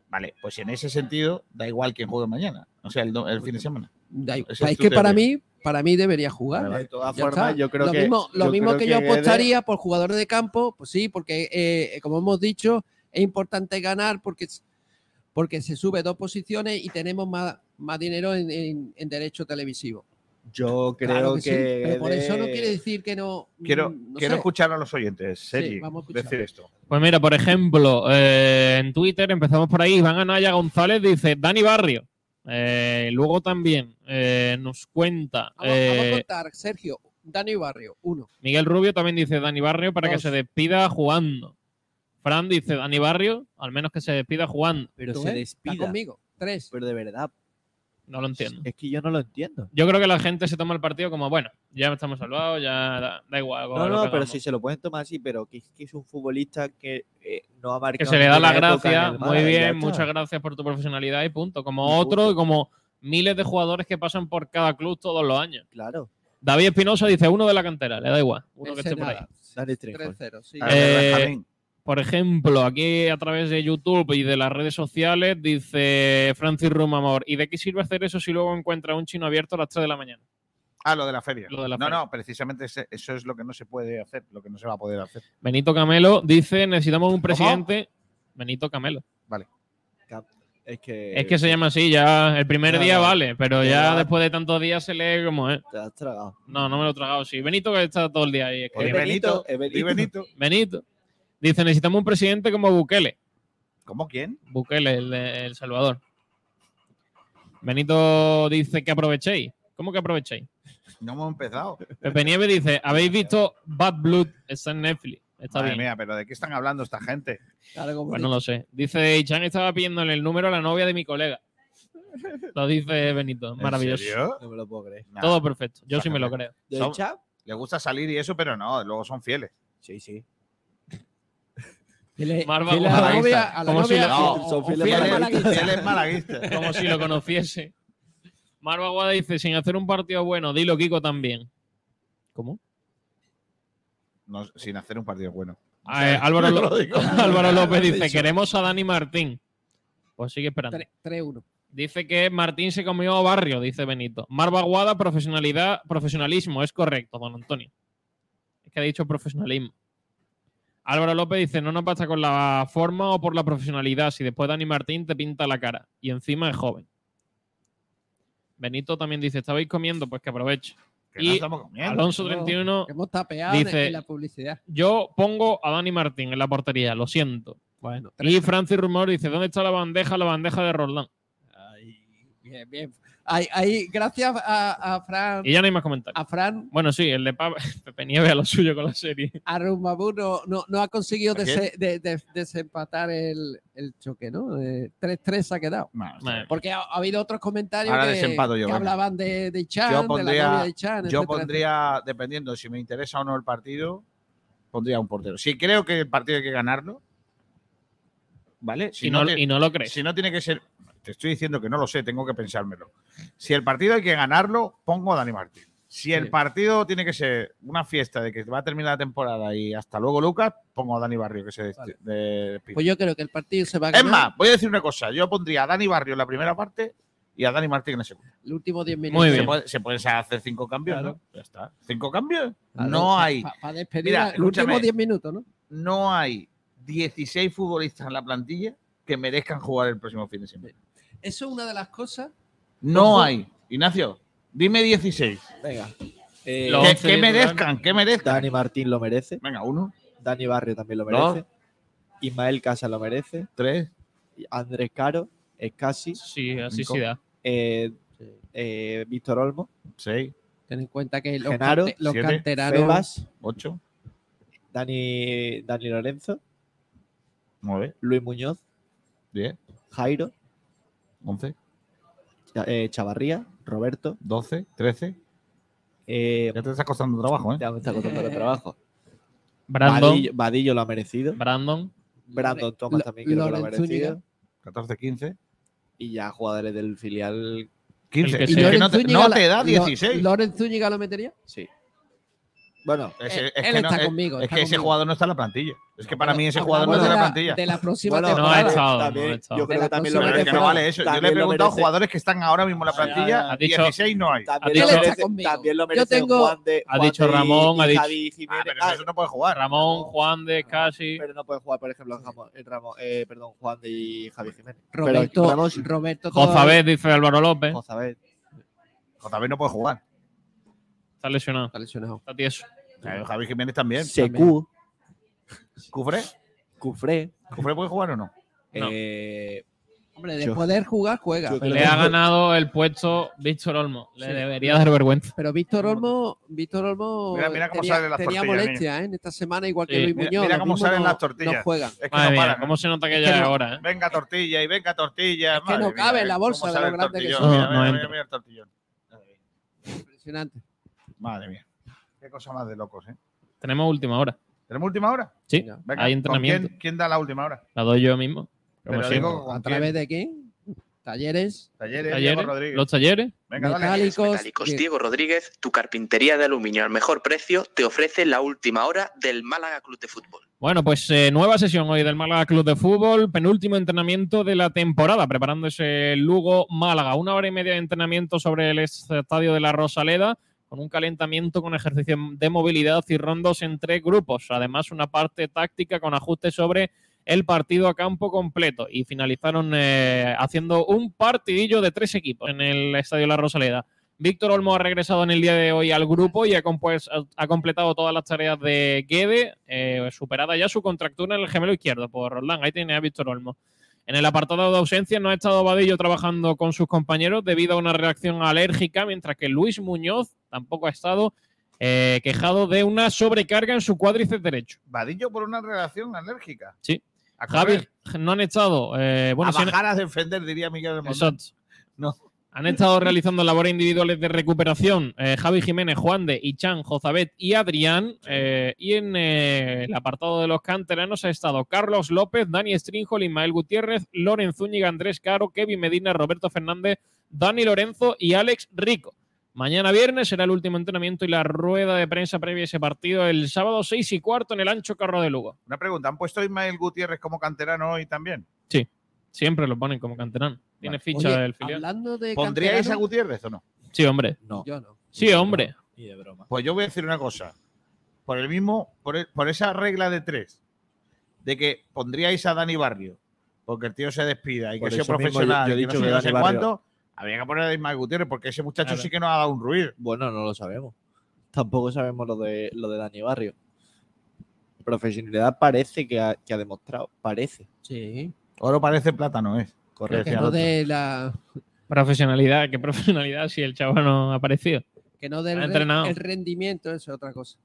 C: Vale, pues en ese sentido, da igual quién juegue mañana, o sea, el, do- el fin de semana.
G: Da igual.
C: Esa es
G: es
C: tu
G: que para
C: teoría.
G: mí, para mí debería jugar.
C: Vale, vale.
E: de todas
G: Ya
E: formas,
G: está.
E: yo creo
G: lo
E: que.
G: mismo, lo
E: yo
G: mismo
E: creo
G: que yo
E: Guedes-
G: apostaría por jugadores de campo, pues sí, porque eh, como hemos dicho, es importante ganar porque, es- porque se sube dos posiciones y tenemos más, más dinero en, en- en derecho televisivo.
E: Yo creo
G: Claro
E: que.
G: que sí, pero por eso no
E: Guedes-
G: quiere decir que no.
C: Quiero,
G: mm, no
C: quiero
G: sé.
C: escuchar a los oyentes, Sergi,
G: vamos a escuchar.
C: decir esto.
D: Pues mira, por ejemplo, eh, en Twitter empezamos por ahí. Iván Anaya González dice Dani Barrio. Eh, luego también eh, nos cuenta
G: Vamos, vamos a
D: eh,
G: contar, Sergio, Dani Barrio, uno.
D: Miguel Rubio también dice Dani Barrio para que
G: Dos.
D: se despida jugando. Fran dice Dani Barrio, al menos que se despida jugando.
E: Pero
G: ¿Tú
E: se
G: ves? Está
E: despida.
G: conmigo, tres.
E: Pero de verdad,
D: No lo entiendo.
E: es que yo no lo entiendo.
D: Yo creo que la gente se toma el partido como, bueno, ya estamos salvados, ya da, da igual.
E: No,
D: Ah, lo
E: no,
D: que
E: pero
D: hagamos.
E: si se lo pueden tomar así, pero que, que es un futbolista que eh, no ha
D: Que
E: marcado.
D: se le da la
E: ninguna época en
D: gracia,
E: el
D: muy
E: Málaga, ya
D: bien,
E: está.
D: muchas gracias por tu profesionalidad y punto. Como
E: Y
D: otro
E: punto.
D: y como miles de jugadores que pasan por cada club todos los años.
E: Claro,
D: David Espinosa dice uno de la cantera, le da igual, uno que
G: Ese
D: esté por ahí.
G: nada.
E: Dani Trejo.
G: 3-0, sí.
C: A ver,
D: Eh,
C: Benjamín.
D: Por ejemplo, aquí a través de YouTube y de las redes sociales dice Francis Rumamor, ¿y de qué sirve hacer eso si luego encuentra un chino abierto a las 3 de la mañana?
C: Ah, lo de la feria.
D: Lo de la
C: no,
D: feria.
C: no, precisamente ese- eso es lo que no se puede hacer, lo que no se va a poder hacer.
D: Benito Camelo dice, necesitamos un presidente. Benito Camelo.
E: Es que,
D: es que se llama así, ya el primer
E: Claro.
D: día vale, pero ya
E: Ya.
D: después de tantos días se lee como, ¿eh?
E: Te has tragado.
D: No, no me lo he tragado, sí. Benito que está todo el día ahí. es que-
C: Di Benito,
G: Eh,
E: es
C: di Benito.
D: Benito. Dice, necesitamos un presidente como Bukele.
C: ¿Cómo quién?
D: Bukele, el, de El Salvador. Benito dice que aprovechéis. ¿Cómo que aprovechéis?
C: No hemos empezado.
D: Pepe Nieve dice, ¿habéis visto Bad Blood? Está en Netflix. Está
C: Madre
D: bien.
C: mía, pero ¿de qué están hablando esta gente?
G: Claro, como
D: Pues no lo sé. Dice, Chan estaba pidiéndole el número a la novia de mi colega. Lo dice Benito,
C: ¿En
D: maravilloso.
C: serio?
E: No me lo puedo creer.
D: Todo perfecto, yo sí me lo creo.
C: Son- Le gusta salir y eso, pero no, luego son fieles.
E: Sí, sí.
D: Marva
C: Fieles
D: Guarda.
C: malaguistas.
D: Como si lo-
C: son fieles
D: malaguistas.
C: fieles malaguistas.
D: Como si lo conociese. Marva Guada dice, sin hacer un partido bueno, dilo Kiko también. ¿Cómo?
C: No, sin hacer un partido bueno.
D: Ah, eh, Álvaro,
C: Lo
D: Lo-
C: digo.
D: Álvaro López
C: Lo he
D: dice,
C: dicho.
D: queremos a Dani Martín. Pues sigue esperando.
G: 3-1.
D: Dice que Martín se comió a barrio, dice Benito. Marva Guada, profesionalidad, profesionalismo, es correcto, don Antonio. Es que ha dicho profesionalismo. Álvaro López dice, no nos basta con la forma o por la profesionalidad, si después Dani Martín te pinta la cara y encima es joven. Benito también dice, ¿estabais comiendo? Pues que aproveche.
G: Que
D: y
G: no estamos comiendo.
D: Alonso
G: No,
D: 31
G: Hemos tapeado
D: dice,
G: en la publicidad.
D: yo pongo a Dani Martín en la portería, lo siento.
G: Bueno,
D: y Francis Rumor dice, ¿dónde está la bandeja? La bandeja de Roland.
G: Bien, bien. Ahí, ahí, gracias a, a Fran.
D: Y ya no hay más comentarios.
G: A Fran.
D: Bueno, sí, el de Pa- Pepe Nieves a lo suyo con la serie.
G: Arumabú no, no, no ha conseguido
D: ¿A
G: dese- de- de- desempatar el, el choque, ¿no? Eh, 3-3 ha quedado. Porque ha, ha habido otros comentarios
C: Ahora
G: que,
C: desempato yo,
G: que
C: venga.
G: hablaban de, de Chan,
C: yo
G: de la novia
C: pondría,
G: de Chan,
C: yo
G: etcétera.
C: pondría, dependiendo si me interesa o no el partido, pondría un portero. Si creo que el partido hay que ganarlo, ¿vale? Si
D: Y no-
C: tiene-
D: y no lo crees.
C: Si no tiene que ser, te estoy diciendo que no lo sé, tengo que pensármelo. Si el partido hay que ganarlo, pongo a Dani Martín. Si el
D: Sí.
C: partido tiene que ser una fiesta de que va a terminar la temporada y hasta luego Lucas, pongo a Dani Barrio que se des- de- despide.
G: Pues yo creo que el partido se va a
C: Es
G: ganar.
C: más, voy a decir una cosa. Yo pondría a Dani Barrio en la primera parte y a Dani Martín en la segunda.
G: el último 10 minutos.
C: Se, puede- se pueden hacer cinco cambios,
G: Claro.
C: ¿no? Ya está. Cinco cambios.
G: Claro,
C: no
G: pa-
C: hay.
G: pa- pa despedir
C: Mira,
G: a- el
C: escúchame.
G: último 10 minutos, ¿no?
C: No hay 16 futbolistas en la plantilla que merezcan jugar el próximo fin de semana.
G: Eso es una de las cosas.
C: No hay. Ignacio, dime 16.
E: Venga.
G: Eh,
E: Eh,
C: Los Que- once que de Durán. merezcan, que merezcan.
E: Dani Martín lo merece.
C: Venga, uno.
E: Dani Barrio también lo
C: Dos.
E: merece. Ismael Casa lo merece.
C: Tres.
E: Andrés Caro, es casi.
D: Sí, así sí da.
E: Eh, eh, Víctor Olmo.
C: Seis.
G: Ten en cuenta que los,
E: Genaro,
G: cante- los
E: siete.
G: canteranos.
E: Febas.
C: Ocho.
E: Dani, Dani Lorenzo.
C: Nueve.
E: Luis Muñoz.
C: Diez.
E: Jairo.
C: Once.
E: Cha- eh, Chavarría. Roberto.
C: 12. 13. ya te está costando trabajo, ¿eh?
E: Ya me está costando el trabajo.
D: Brandon.
E: Vadillo, Vadillo lo ha merecido.
D: Brandon.
E: Brandon Thomas
D: Lo-
E: también creo que lo ha
D: Lorenzo Zúñiga.
E: merecido.
C: 14, 15.
E: Y ya jugadores del filial.
C: 15.
E: El que
C: Es
E: sea.
C: que no te,
G: Zúñiga
C: no
G: la-
C: te da
G: Lo-
C: 16.
G: ¿Loren Zúñiga lo metería?
E: Sí. Bueno,
C: Ese-
G: Él-
C: es
G: Eh, él
C: que no-
G: está
C: es-
G: conmigo,
C: Es
G: está
C: que ese
G: conmigo.
C: jugador no está en la plantilla. Es que para mí ese jugador no
G: hablamos
C: está en la
G: de la-
C: plantilla.
G: de la próxima Bueno, no temporada. ha estado, no ha estado. De la
C: También, Pero
G: próxima
C: es que no vale eso. Yo
G: temporada.
C: le
G: También
C: he
G: lo
C: preguntado a
G: merece.
C: jugadores que están ahora mismo en la plantilla.
D: ha dicho-
C: 16 no hay.
D: También ha lo dicho- merece-
E: también lo
D: merece tengo- Juan de- ha Juan dicho de- Ramón, y ha dicho- Javi
E: Jiménez.
C: Ah, eso no puede jugar.
D: Ramón, Juan de casi.
E: Pero no puede jugar, por ejemplo, Ramón, eh, Ramón- eh, perdón, Juan de y Javi Jiménez.
G: Roberto,
E: Pero Ramos-
G: Roberto
D: Jozabed, dice Álvaro López.
E: Jozabed.
C: Jozabed no puede jugar.
D: Está lesionado.
G: Está lesionado.
D: Está tieso.
C: Claro, Eh, Javi Jiménez también.
E: Secu.
C: ¿Cufré?
E: Cufré.
C: ¿Cufré puede jugar o no?
G: Hombre, de poder jugar, juega. Pero-
D: Le ha ganado el puesto Víctor Olmo. Le
G: Sí.
D: debería dar vergüenza.
G: Pero Víctor Olmo, Víctor Olmo
D: Mira- mira cómo
G: tenía,
D: salen las
G: tenía
D: tortillas,
G: molestia ¿eh? en esta semana, igual que
D: Sí.
G: Luis
D: Mira-
G: Muñoz.
D: mira
G: los
D: cómo
G: mismos
D: salen
G: no-
D: las tortillas.
G: No juegan.
C: Es que
D: Madre
C: no
D: mía,
C: paran, ¿eh?
D: ¿Cómo se nota que
C: Es
D: ya
C: que
D: es
C: no-
D: hora? eh?
C: Venga tortilla y venga tortilla.
G: que no cabe en la bolsa de lo grande que
D: son.
C: Mira,
D: No,
C: mira,
D: no
C: mira,
D: entra.
C: mira el tortillón.
G: Impresionante.
C: Madre mía. Qué cosa más de locos, ¿eh?
D: Tenemos última hora.
C: ¿Tenemos última hora?
D: Sí,
C: Venga,
D: hay
C: ¿con
D: entrenamiento.
C: ¿quién, quién da la última hora?
D: La doy yo mismo. como
C: Pero
D: siempre.
C: digo,
G: ¿A través de quién? Talleres.
C: Talleres,
D: Talleres, los talleres.
G: metálicos.
Q: Metálicos Diego Rodríguez, tu carpintería de aluminio al mejor precio, te ofrece la última hora del Málaga Club de Fútbol.
D: Bueno, pues eh, nueva sesión hoy del Málaga Club de Fútbol, penúltimo entrenamiento de la temporada, preparándose el Lugo Málaga. Una hora y media de entrenamiento sobre el estadio de la Rosaleda, con un calentamiento con ejercicio de movilidad y rondos en tres grupos. Además, una parte táctica con ajustes sobre el partido a campo completo. Y finalizaron eh, haciendo un partidillo de tres equipos en el estadio la Rosaleda. Víctor Olmo ha regresado en el día de hoy al grupo y ha, compues- ha completado todas las tareas de Guede, eh, superada ya su contractura en el gemelo izquierdo por Roldán. Ahí tiene a Víctor Olmo. En el apartado de ausencia no ha estado Vadillo trabajando con sus compañeros debido a una reacción alérgica, mientras que Luis Muñoz tampoco ha estado eh, quejado de una sobrecarga en su cuádriceps derecho.
C: Vadillo por una relación alérgica.
D: Sí.
C: A
D: Javi,
C: correr.
D: no han estado. eh, bueno,
C: a
D: sí han-
C: bajar a defender, diría Miguel del Montón.
D: Exacto.
L: No.
D: Han estado realizando labores individuales de recuperación eh, Javi Jiménez, Juan de, Ichan, Jozabet y Adrián. eh, y en eh, el apartado de los canteranos ha estado Carlos López, Dani Stringol, Ismael Gutiérrez, Loren Zúñiga, Andrés Caro, Kevin Medina, Roberto Fernández, Dani Lorenzo y Alex Rico. Mañana viernes será el último entrenamiento y la rueda de prensa previa a ese partido el sábado 6 y cuarto en el Ancho Carro de Lugo.
C: Una pregunta, ¿han puesto a Ismael Gutiérrez como canterano hoy también?
D: Sí, siempre lo ponen como canterano. Tiene ficha
C: Oye,
D: del filial.
G: Hablando de
C: ¿Pondríais a
G: canterano,
C: Gutiérrez o no?
D: Sí, hombre.
E: ah, No.
G: Yo no.
D: Sí, hombre.
E: Ni de broma.
C: Pues yo voy a decir una cosa. Por el mismo, por, e- por esa regla de tres, de que pondríais a Dani Barrio, porque el tío se despida y
E: Por
C: que sea
E: eso mismo
C: profesional
E: yo- yo he
C: y que
E: dicho
C: no sé,
E: que
C: no sé
E: Dani Barrio-
C: cuánto, habría que poner a Ismael Gutiérrez, porque ese muchacho
E: Claro.
C: sí que nos ha dado un ruido.
E: Bueno, no lo sabemos. Tampoco sabemos lo de, lo de Dani Barrio. Profesionalidad parece que ha, que ha demostrado. Parece.
G: Sí.
C: Oro parece plátano, ¿eh? es.
E: Correcto.
G: Que no de eh, la.
D: Profesionalidad, qué profesionalidad si el chaval no ha aparecido.
G: Que no del
D: Ha
G: re-
D: entrenado.
G: el rendimiento, eso es otra cosa.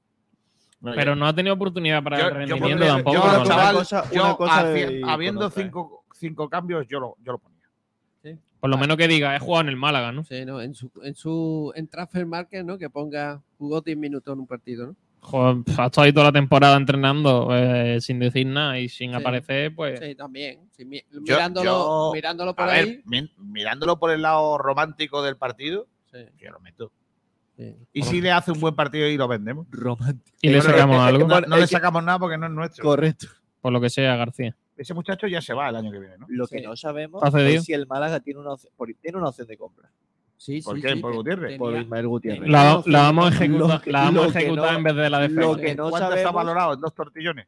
D: Pero no ha tenido oportunidad para el
C: Yo
D: rendimiento
C: pondría-
D: tampoco.
C: yo,
D: ¿no?
C: chaval,
E: Una cosa-
C: yo,
E: una cosa
C: haci-
E: y
C: habiendo
E: conozca, ¿eh?
C: cinco, cinco cambios, yo lo, yo lo ponía.
D: Por lo menos que diga, he jugado en el Málaga, ¿no?
G: Sí, ¿no? En su, en su en transfer market, ¿no? Que ponga jugó 10 minutos en un partido, ¿no?
D: Joder, pf, ha estado ahí toda la temporada entrenando eh, sin decir nada y sin
G: Sí.
D: aparecer, pues.
G: Sí, también. Sí, mi-
C: Yo-
G: mirándolo,
C: yo-
G: mirándolo
C: A
G: por ahí.
C: ver, mi- mirándolo por el lado romántico del partido,
G: sí,
C: yo lo meto.
G: sí.
C: Y si le hace un buen partido y lo vendemos.
E: Romántico.
D: Y le
C: Pero
D: sacamos
C: es que-
D: algo,
C: No, no
E: Es que-
C: le sacamos nada porque no es nuestro.
E: Correcto.
D: por lo que sea, García.
C: Ese muchacho ya se va el año que viene, ¿no?
E: Lo que
G: Sí.
E: no sabemos
D: Está cedido.
E: es si el Málaga tiene una, opción, por- tiene una opción de compra.
G: Sí,
C: ¿Por
G: sí,
C: qué?
G: sí,
C: ¿Por
G: te-
C: Gutiérrez?
G: tenía-
E: Por Ismael Gutiérrez.
D: La, la vamos a ejecutar,
E: Lo que-
D: la vamos a
E: lo que
D: ejecutar
E: no-
D: en vez de la defensa.
E: Lo que no
C: ¿Cuánto está
E: sabemos-
C: valorado en dos tortillones?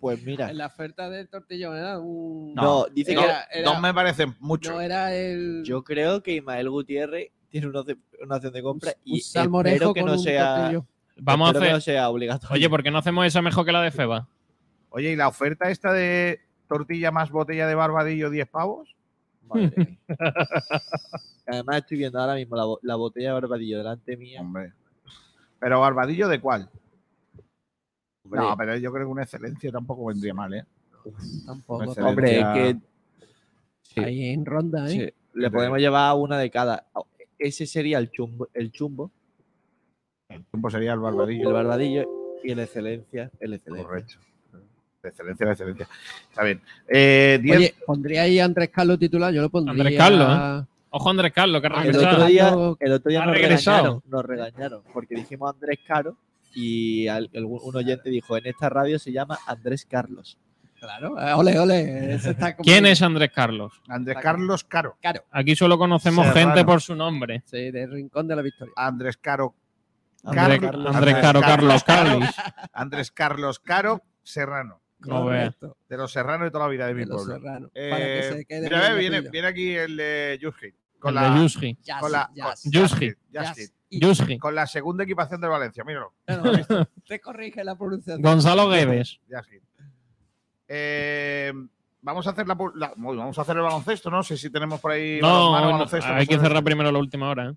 E: Pues mira,
G: En la oferta del tortillón era un.
E: No, dice
G: era-
E: que-
G: era-
C: Dos me parecen mucho.
G: no era el.
E: yo creo que Ismael Gutiérrez tiene una, opción- una opción de compra
G: un
E: y
G: salmorejo
E: espero que
G: con
E: no
G: un
E: sea,
G: tortillo.
D: Vamos a
E: espero que
D: hacer.
E: no sea obligatorio.
D: Oye, ¿por qué no hacemos esa mejor que la de Feba?
C: Oye, ¿y la oferta esta de tortilla más botella de barbadillo 10 pavos?
E: Madre mía. Además estoy viendo ahora mismo la, bo- la botella de barbadillo delante mía.
C: Hombre. ¿Pero barbadillo de cuál?
E: Hombre,
C: No, pero yo creo que una excelencia tampoco vendría mal, ¿eh?
G: Tampoco.
C: Excelente.
E: hombre, es que sí,
G: Ahí en ronda, ¿eh?
E: sí. le podemos llevar una de cada. Ese sería el chumbo, el chumbo,
C: Pues sería el
E: el
C: barbadillo.
E: barbadillo y el excelencia, el excelencia.
C: Correcto. De excelencia, de excelencia. Está bien. Eh, 10
G: Oye, pondría ahí a Andrés Carlos titular, yo lo pondría.
D: Andrés Carlos, ¿eh? Ojo, Andrés Carlos, que ha
G: Ah,
E: El
G: Andrés
D: regresado.
E: otro
G: Regresado.
E: día, el otro día
D: Ha
E: nos,
D: regresado.
E: regañaron, nos regañaron porque dijimos Andrés Caro y al- algún- un oyente dijo, en esta radio se llama Andrés Carlos.
G: Claro, eh, ole, ole. eso está como-
D: ¿Quién es Andrés Carlos?
C: Andrés Carlos Caro.
G: Caro.
D: Aquí solo conocemos
C: Serrano.
D: gente por su nombre.
G: Sí, del rincón de la victoria.
C: Andrés Caro.
D: Andrés,
C: Carlos-
D: Andrés
C: Andrés
D: Caro, Carlos
C: Carlos Caro.
D: Calis.
C: Andrés Carlos Caro Serrano.
D: No veas.
G: Correcto,
C: De los serranos de toda la vida de mi
G: de los
C: pueblo.
G: serranos.
C: Eh,
G: para que se quede
C: mira,
G: bien
C: ve, viene,
G: metido.
C: viene aquí el de Yuski. Con
D: El
C: la,
D: de Yusgi.
G: Jazz,
C: con la-
G: jazz,
C: con-
D: Yuski.
C: Yuski, Yuski.
G: jazz. Y-
D: Yusgi.
C: Con la segunda equipación del Valencia, míralo.
G: no, no, esto- te corrige la pronunciación.
D: Gonzalo Guedes.
C: Yuski. Eh, vamos a hacer la, pu- la- bueno, vamos a hacer el baloncesto, no sé si tenemos por ahí
D: No,
C: balonmano,
D: no,
C: baloncesto,
D: hay
C: no sé.
D: que cerrar primero la última hora. ¿eh?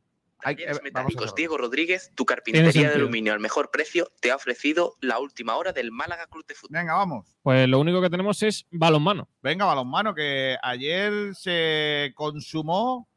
C: Hay que- eh,
Q: Talleres
C: vamos a
Q: Metálicos
C: cerrar.
Q: Diego Rodríguez, tu
D: Tiene
Q: carpintería de
D: sentido.
Q: aluminio al mejor precio, te ha ofrecido la última hora del Málaga Club de Fútbol.
C: Venga, vamos.
D: Pues lo único que tenemos es balonmano.
C: Venga, balonmano, que ayer se consumó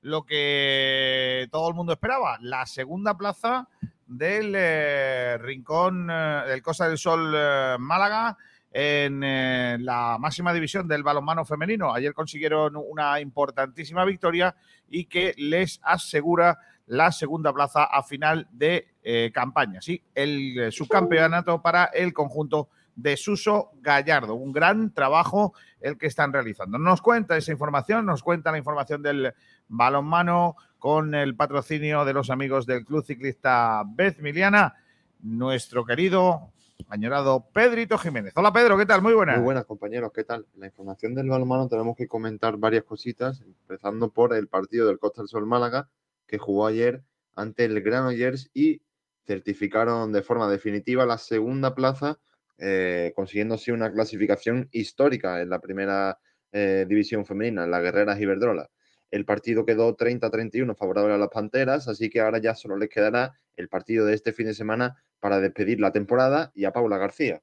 C: lo que todo el mundo esperaba, la segunda plaza del eh, rincón eh, del Costa del Sol eh, Málaga en eh, la máxima división del balonmano femenino. Ayer consiguieron una importantísima victoria y que les asegura la segunda plaza a final de eh, campaña. Sí, el eh, subcampeonato para el conjunto de Suso Gallardo. Un gran trabajo el que están realizando. Nos cuenta esa información, nos cuenta la información del balonmano con el patrocinio de los amigos del Club Ciclista Bez Miliana, nuestro querido añorado Pedrito Jiménez. Hola Pedro, ¿qué tal? Muy buenas.
R: Muy buenas compañeros, ¿qué tal? En la información del balonmano tenemos que comentar varias cositas, empezando por el partido del Costa del Sol Málaga, que jugó ayer ante el Granollers y certificaron de forma definitiva la segunda plaza, eh, consiguiendo así una clasificación histórica en la primera eh, división femenina, en la Guerreras Iberdrola. El partido quedó 30-31 favorable a las Panteras, así que ahora ya solo les quedará el partido de este fin de semana para despedir la temporada y a Paula García.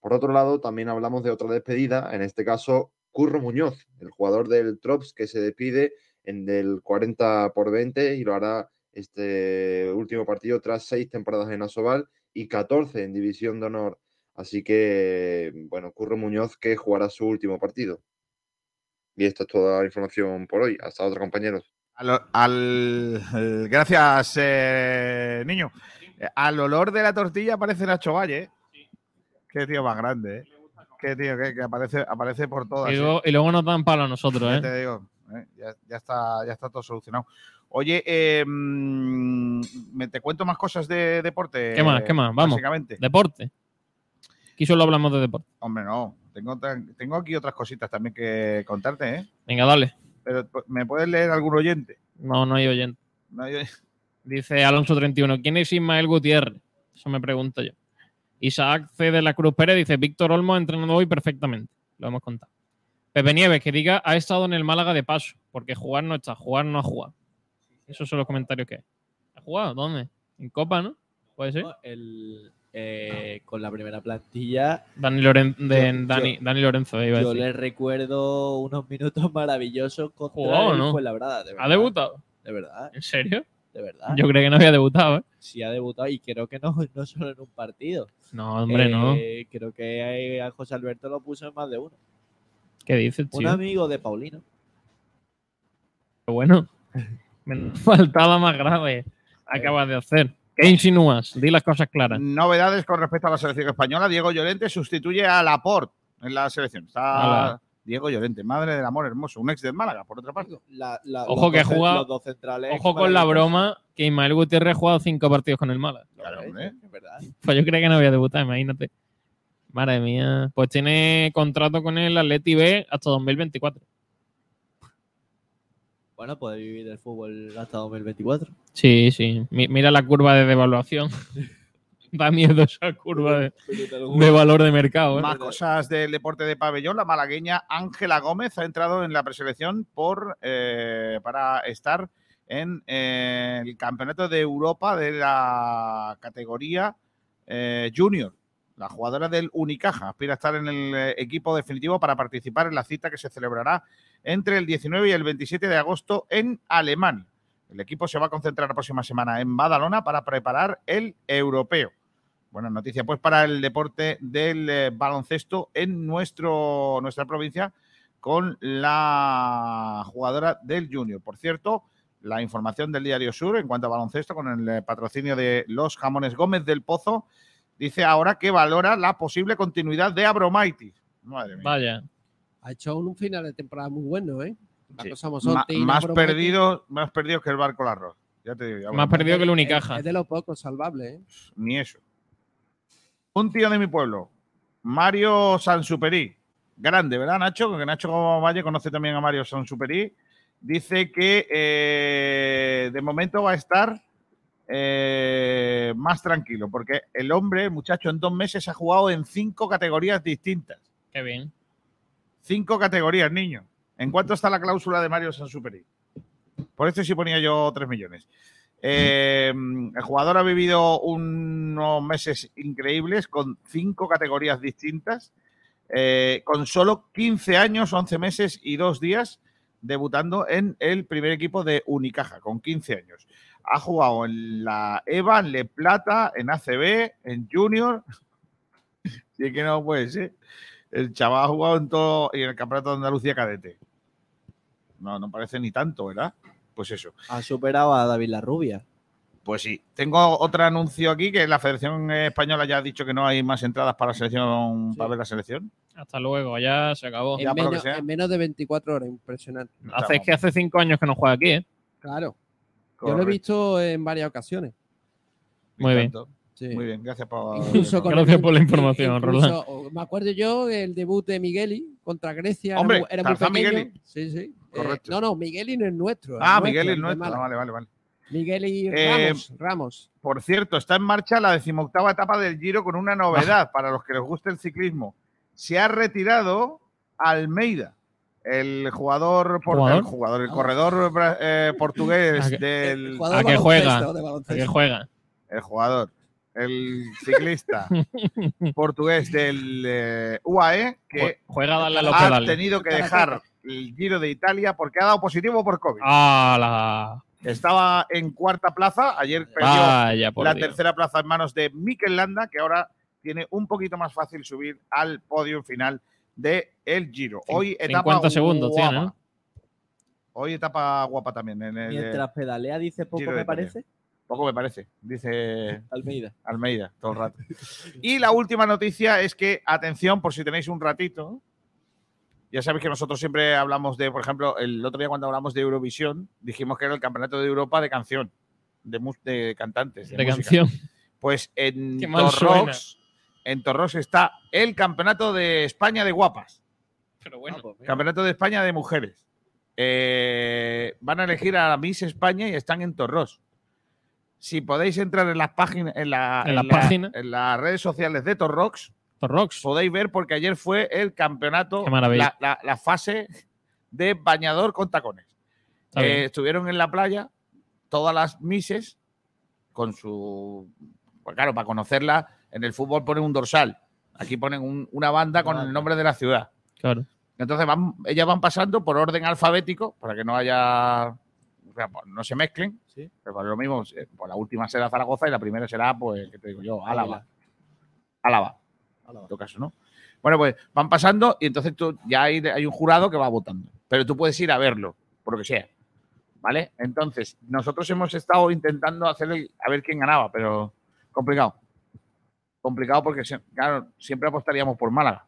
R: Por otro lado, también hablamos de otra despedida, en este caso Curro Muñoz, el jugador del Trops que se despide en del 40 por 20 y lo hará este último partido tras seis temporadas en Asobal y 14 en División de Honor. Así que, bueno, Curro Muñoz que jugará su último partido. Y esta es toda la información por hoy. Hasta otra, compañeros.
C: Al, al- al- gracias, eh, niño. Eh, Al olor de la tortilla aparece Nacho Valle. ¿eh? Qué tío más grande, ¿eh? Qué tío, que, que aparece, aparece por todas.
D: Y
C: ¿eh?
D: luego, y luego nos dan palo a nosotros,
C: Ya
D: ¿eh?
C: te digo, ¿eh? ya, ya está, ya está todo solucionado. Oye, eh, mm, me te cuento más cosas de deporte.
D: ¿Qué más? ¿Qué más? Vamos.
C: Básicamente.
D: Deporte. Aquí solo hablamos de deporte.
C: Hombre, no. Tengo, tan- tengo aquí otras cositas también que contarte, ¿eh?
D: Venga, dale.
C: Pero pues, ¿me puedes leer algún oyente?
D: No, no hay oyente.
C: No hay oyente.
D: Dice Alonso 31. ¿Quién es Ismael Gutiérrez? Eso me pregunto yo. Isaac C. de la Cruz Pérez dice: Víctor Olmo ha entrenado hoy perfectamente. Lo hemos contado. Pepe Nieves, que diga, ha estado en el Málaga de paso, porque jugar no está, jugar no ha jugado. Esos son los comentarios que hay. ¿Ha jugado? ¿Dónde? ¿En Copa, no? ¿Puede ser?
E: El, eh, con la primera plantilla.
D: Dani, Loren- de-
E: Yo-
D: Dani-
E: yo-
D: Dani Lorenzo, iba a
E: Yo
D: decir.
E: le recuerdo unos minutos maravillosos contra
D: ¿Jugó o
E: el
D: no?
E: Fuenlabrada, de
D: ¿Ha
E: verdad,
D: debutado?
E: de verdad.
D: ¿En serio?
E: De verdad.
D: Yo creía que no había debutado, ¿eh?
E: Sí ha debutado y creo que no, no solo en un partido.
D: No, hombre, no.
E: Eh, Creo que eh, a José Alberto lo puso en más de uno.
D: ¿Qué dices, tío?
E: Un amigo de Paulino.
D: Pero bueno, me faltaba más grave. Acabas de hacer. ¿Qué insinúas? Di las cosas claras.
C: Novedades con respecto a la selección española. Diego Llorente sustituye a Laporte en la selección. Está
D: Ala.
C: Diego Llorente, madre del amor hermoso, un ex del Málaga, por otra parte.
D: Ojo que
E: dos cen-
D: juega.
E: los dos centrales
D: Ojo con la
E: maravillosos.
D: broma que Ismael Gutiérrez ha jugado cinco partidos con el Málaga.
E: ¿Eh?
C: Claro, hombre.
D: Pues yo creía que no había debutado, imagínate. Madre mía. Pues tiene contrato con el Atleti B hasta 2024.
E: Bueno, puede vivir el fútbol hasta 2024.
D: Sí, sí. Mi- mira la curva de devaluación. da miedo esa curva de, de valor de mercado. ¿eh?
C: Más cosas del deporte de pabellón. La malagueña Ángela Gómez ha entrado en la preselección por, eh, para estar en eh, el Campeonato de Europa de la categoría eh, Junior. La jugadora del Unicaja aspira a estar en el eh, equipo definitivo para participar en la cita que se celebrará entre el 19 y el 27 de agosto en Alemania. El equipo se va a concentrar la próxima semana en Badalona para preparar el europeo. Buena noticia, pues, para el deporte del eh, baloncesto en nuestro, nuestra provincia con la jugadora del Junior. Por cierto, la información del Diario Sur en cuanto a baloncesto con el eh, patrocinio de los jamones Gómez del Pozo dice ahora que valora la posible continuidad de Abromaitis. Madre mía.
D: Vaya.
G: Ha hecho un final de temporada muy bueno, ¿eh? Las
C: Sí.
G: cosas como son,
C: Ma-
G: Tina
C: más,
G: Bromaitis
C: perdido, más perdido que el barco al arroz. Ya te digo, ya
D: Más
C: bueno,
D: perdido que el
G: Es,
D: Unicaja.
G: de lo poco salvable, ¿eh?
C: Ni eso. Un tío de mi pueblo, Mario Sansuperi. Grande, ¿verdad, Nacho? Que Nacho Valle conoce también a Mario Sansuperi. Dice que eh, de momento va a estar eh, más tranquilo, porque el hombre, el muchacho, en dos meses ha jugado en cinco categorías distintas.
D: Qué bien.
C: Cinco categorías, niño. ¿En cuánto está la cláusula de Mario Sansuperi? Por esto sí ponía yo 3 millones. Eh, el jugador ha vivido unos meses increíbles con cinco categorías distintas, eh, con solo 15 años, 11 meses y dos días, debutando en el primer equipo de Unicaja, con 15 años. Ha jugado en la EVA, en Le Plata, en ACB, en Junior. Si es que no puede ser. El chaval ha jugado en todo y en el Campeonato de Andalucía cadete. No, no parece ni tanto, ¿verdad? Pues eso.
E: Ha superado a David La Rubia.
C: Pues sí. Tengo otro anuncio aquí que la Federación Española ya ha dicho que no hay más entradas para la selección, para ver la selección.
D: Hasta luego, ya se acabó.
G: En, menos, en menos de 24 horas, impresionante.
D: Hace, Ah, es que hace cinco años que no juega aquí, ¿eh?
G: Claro. Yo lo he
D: Correcto.
G: visto en varias ocasiones.
D: Muy bien.
C: Tanto.
G: Sí.
C: Muy bien, gracias por.
G: Incluso con
D: Gracias
G: el-
D: por la información,
G: incluso-
D: Roland.
G: o- Me acuerdo yo el debut de Migueli contra Grecia. era
C: Hombre,
G: muy- era muy
C: Tarzán
G: pequeño.
C: Migueli.
G: Sí, sí. Eh,
C: Correcto.
G: no, no, Migueli no es nuestro. es
C: Ah,
G: nuestro,
C: Miguel es
G: de
C: nuestro. Ah,
G: Málaga.
C: vale, vale, vale.
G: Migueli
C: Eh,
G: Ramos. Ramos.
C: Por cierto, está en marcha la decimoctava etapa del Giro con una novedad para los que les guste el ciclismo. Se ha retirado Almeida, el jugador, por-
D: ¿Jugador?
C: el, jugador,
G: Ah.
C: el corredor bra- eh, portugués
D: ¿A qué-
C: del
D: ¿A qué juega? ¿A qué juega?
C: El jugador. el ciclista portugués del eh, UAE, que
D: Juega a darle a los
C: ha
D: pedales.
C: tenido que dejar el Giro de Italia porque ha dado positivo por COVID.
D: ¡Hala!
C: Estaba en cuarta plaza, ayer perdió
D: Vaya, por
C: la
D: Dios.
C: tercera plaza en manos de Mikel Landa, que ahora tiene un poquito más fácil subir al podio final de el Giro. Hoy etapa
D: 50 segundos
C: guapa.
D: tiene, ¿no?
C: Hoy etapa guapa también. En el, eh,
E: Mientras pedalea, dice poco,
C: Giro de
E: me
C: Italia.
E: parece.
C: Poco me parece, dice
E: Almeida.
C: Almeida, todo el rato. Y la última noticia es que, atención, por si tenéis un ratito, ya sabéis que nosotros siempre hablamos de, por ejemplo, el otro día cuando hablamos de Eurovisión, dijimos que era el campeonato de Europa de canción, de, mus- de cantantes.
D: De
C: música.
D: canción.
C: Pues en
D: Qué mal
C: Torrox, en Torrox está el campeonato de España de guapas,
D: Pero
C: Ah, pues,
D: bueno.
C: campeonato de España de mujeres. Eh, van a elegir a Miss España y están en Torros. Si podéis entrar en las páginas, en, la-
D: En
C: en
D: la
C: la-
D: página.
C: en las redes sociales de Torrox, podéis ver porque ayer fue el campeonato,
D: Qué maravilla.
C: la, la- la fase de bañador con tacones.
D: Está
C: Eh,
D: bien.
C: estuvieron en la playa todas las mises con su, pues claro, para conocerla. En el fútbol ponen un dorsal. Aquí ponen un- una banda con el nombre de la ciudad.
D: Claro.
C: Entonces van, ellas van pasando por orden alfabético para que no haya. o sea, pues, No se mezclen, pero para lo mismo, eh, pues la última será Zaragoza y la primera será, pues, ¿qué te digo yo? Álava. Álava, en tu caso, ¿no? Bueno, pues van pasando y entonces tú, ya hay, hay un jurado que va votando, pero tú puedes ir a verlo, por lo que sea, ¿vale? Entonces, nosotros hemos estado intentando hacer el- a ver quién ganaba, pero complicado. Complicado porque, se- claro, siempre apostaríamos por Málaga.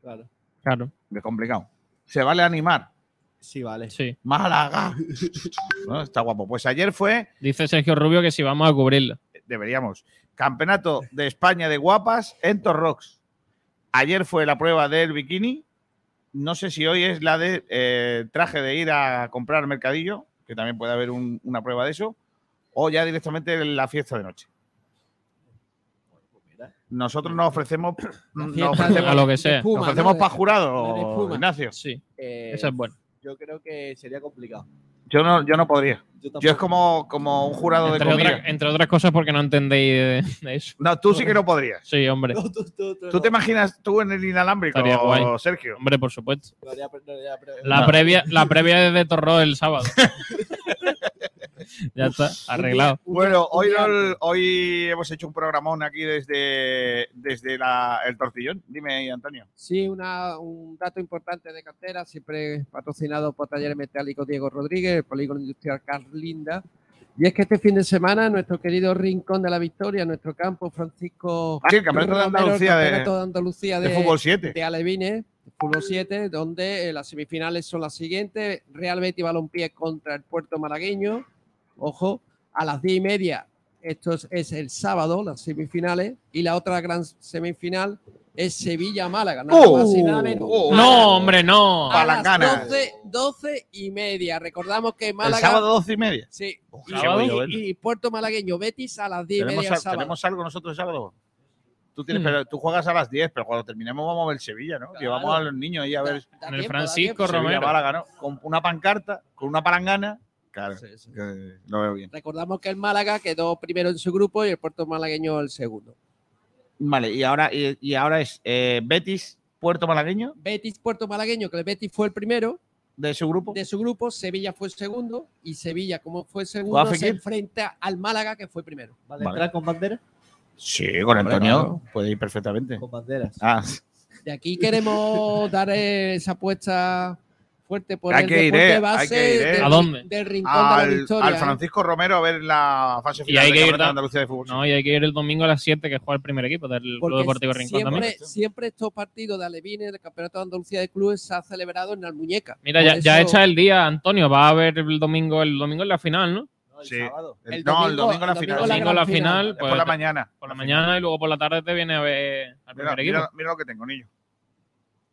E: Claro.
D: Claro.
C: Es complicado. ¿Se vale animar?
E: Sí, vale.
D: Sí.
C: Málaga. Bueno, está guapo. Pues ayer fue,
D: Dice Sergio Rubio que si vamos a cubrirla.
C: deberíamos, Campeonato de España de Guapas en Torrox. Ayer fue la prueba del bikini. No sé si hoy es la de eh, traje de ir a comprar al mercadillo, que también puede haber un- una prueba de eso, o ya directamente la fiesta de noche. Nosotros nos ofrecemos, nos
E: Pues fiesta
C: ofrecemos-
E: de- A lo que sea.
C: nos
E: espuma, ¿no?
C: ofrecemos
E: De-
C: para
E: la de
C: jurado,
E: espuma.
C: Ignacio.
D: Sí,
E: Eh, Yo creo que sería complicado.
C: Yo no, yo no podría.
E: Yo,
C: Yo es como, como un jurado de
D: Entre,
C: comida.
D: otras- entre otras cosas porque no entendéis de, de eso.
C: No, tú sí que no podrías.
D: Sí, hombre.
C: ¿Tú te imaginas tú en el inalámbrico,
D: Estaría guay.
C: Sergio?
D: Hombre, por supuesto.
E: haría- lo haría-
D: La
C: No.
D: previa, la previa es de Torró el sábado. ya está, arreglado.
C: Bueno, hoy, no- hoy hemos hecho un programón aquí desde, desde la- el tortillón. Dime, Antonio.
G: Sí, una- un dato importante de cartera, siempre patrocinado por Talleres Metálicos Diego Rodríguez, el Polígono Industrial Carlinda. Y es que este fin de semana, nuestro querido Rincón de la Victoria, nuestro campo, Francisco.
C: Ah, sí, el Campeonato de
G: Romero, el
C: Andalucía de-
G: Campeonato de Andalucía
C: de fútbol siete.
G: De Alevines, de Fútbol 7, donde eh, las semifinales son las siguientes: Real Betis Balompié contra el Puerto Malagueño. Ojo, a las 10 y media. Esto es, es el sábado, las semifinales. Y la otra gran semifinal es Sevilla-Málaga.
C: Uh,
G: Nada
C: ¡Oh!
G: más y nada menos.
D: no, hombre, no.
G: A las 12, 12 y media. Recordamos que Málaga.
C: sábado 12 y media?
G: Sí. Y,
C: sábado,
G: y-
C: bueno.
G: y Puerto Malagueño, Betis a las 10 y
C: ¿Tenemos,
G: media.
C: al-
G: sábado.
C: tenemos algo nosotros el sábado? Tú, tienes,
D: Hmm.
C: pero, tú juegas a las 10, pero cuando terminemos vamos a ver Sevilla, ¿no? Llevamos a los niños ahí a ver.
D: En el Francisco
C: Sevilla,
D: Romero.
C: Málaga, ¿no? Con una pancarta, con una palangana. Claro, que lo veo bien.
G: Recordamos que el Málaga quedó primero en su grupo y el Puerto Malagueño el segundo.
C: Vale, y ahora, y, y ahora es eh, Betis, Puerto Malagueño.
G: Betis Puerto Malagueño, que el Betis fue el primero.
C: ¿De su grupo?
G: De su grupo, Sevilla fue el segundo y Sevilla, como fue
C: ¿Juega
G: segundo, se
C: Fekir?
G: enfrenta al Málaga, que fue primero.
C: Vale. entrar
E: con bandera?
C: Sí, con
E: Hombre,
C: Antonio
E: claro.
C: puede ir perfectamente.
E: Con banderas.
C: Ah,
G: De aquí queremos dar eh, esa apuesta fuerte por
C: hay
G: el
C: que ir,
G: deporte
C: eh, hay
G: base
C: que ir. eh.
G: del- del rincón de la
C: Al,
G: victoria.
C: al
G: eh.
C: Francisco Romero a ver la fase
D: Y
C: final
D: hay
C: del
D: que ir
C: Campeonato de
D: da-
C: Andalucía de fútbol.
D: No, y hay que ir el domingo a las 7 que juega el primer equipo del Club
G: Porque
D: Deportivo Rincón también.
G: siempre, siempre estos partidos de Alevines, del Campeonato de Andalucía de Clubes, se ha celebrado en Almuñeca.
D: Mira,
G: Por
D: ya, ya
G: eso,
D: echa el día, Antonio. Va a haber el domingo, el domingo es la final, ¿no?
C: Sí. El-
G: El
C: no, el
G: domingo-
C: domingo la
G: el domingo
C: final.
G: la
D: Domingo la
G: gran final.
D: final.
G: Es
C: por
D: pues,
C: la mañana.
D: Por la mañana y luego por la tarde te viene a ver al
C: Mira,
D: primer
C: mira-
D: equipo.
C: mira lo que tengo, niño.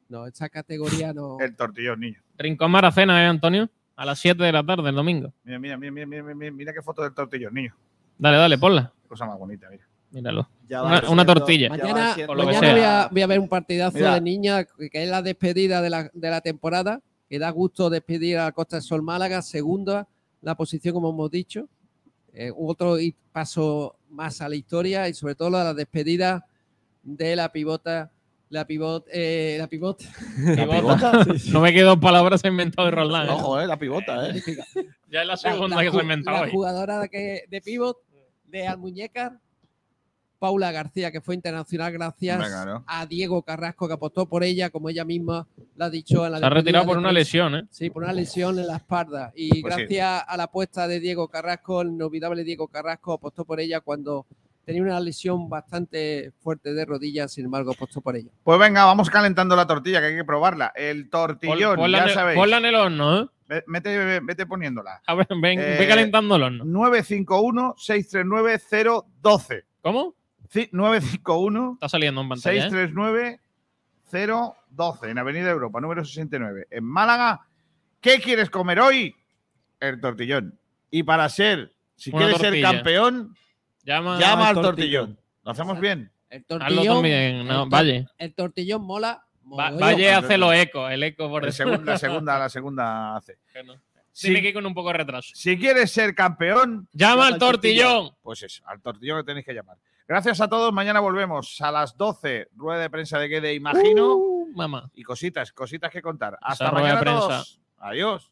G: No, esta categoría no.
C: El tortillón, niño.
D: Rincón Maracena, ¿eh, Antonio? A las 7 de la tarde, el domingo.
C: Mira, mira, mira, mira, mira, mira, mira qué foto del tortillón, niño.
D: Dale, dale, ponla.
C: Cosa más bonita, mira.
D: Míralo.
C: Ya
D: Una,
C: va
D: una
C: siendo-
D: tortilla.
G: Mañana,
D: por lo que
G: mañana voy,
D: sea.
G: a, voy a ver un partidazo
D: Mira.
G: de niña, que es la despedida de la, de la temporada, que da gusto despedir a Costa del Sol Málaga, segunda la posición, como hemos dicho. eh, otro y- paso más a la historia y sobre todo a la despedida de la pivota, la pivot, eh, la pivot.
D: Pivota. No me quedo palabras inventado de Roland. ¿eh?
L: Ojo, eh, la pivota, eh.
D: Ya es la
G: La-
D: segunda
G: la
D: que se ha
G: ju-
D: inventado
G: la
D: hoy.
G: jugadora que, de pivot de Almuñécar, Paula García, que fue internacional gracias
D: Hombre, claro.
G: a Diego Carrasco, que apostó por ella, como ella misma la ha dicho. En la
D: Se ha
G: despedida
D: retirado por
G: de
D: una
G: prensa.
D: lesión, ¿eh?
G: Sí, por una lesión en la espalda. Y
D: Pues sí.
G: gracias a la apuesta de Diego Carrasco, el inolvidable Diego Carrasco apostó por ella cuando tenía una lesión bastante fuerte de rodilla, sin embargo apostó por ella.
C: Pues venga, vamos calentando la tortilla, que hay que probarla. El tortillón,
D: Pon- ponla
C: ya
D: en el-
C: sabéis.
D: ponla en el horno, ¿eh?
C: Ve- Vete, vete poniéndola. Eh,
D: A ver, ven, ve calentando el horno.
C: 951-639-012.
D: ¿Cómo?
C: 951
D: Está saliendo en pantalla. ¿eh?
C: 639-012 en Avenida Europa, número 69, en Málaga. ¿Qué quieres comer hoy? El tortillón. Y para ser, si
D: Una
C: quieres
D: tortilla.
C: ser campeón,
D: Llama,
C: llama al tortillón. Lo hacemos bien.
G: Ah, El
D: Hazlo también, no,
G: el tor-
D: Valle.
G: El tortillón mola.
D: Va-
G: mogollón.
D: Valle hace los ecos, el eco por
C: La segunda, la segunda, la segunda hace.
D: Tiene que ir con un poco de retraso.
C: Si quieres ser campeón,
D: Llama al tortillón.
C: Pues eso, al tortillón que tenéis que llamar. Gracias a todos. Mañana volvemos a las 12. Rueda de prensa de Guede, imagino.
D: mamá.
C: Y cositas, cositas que contar.
D: Esa
C: Hasta
D: rueda de
C: mañana.
D: prensa.
C: todos. Adiós.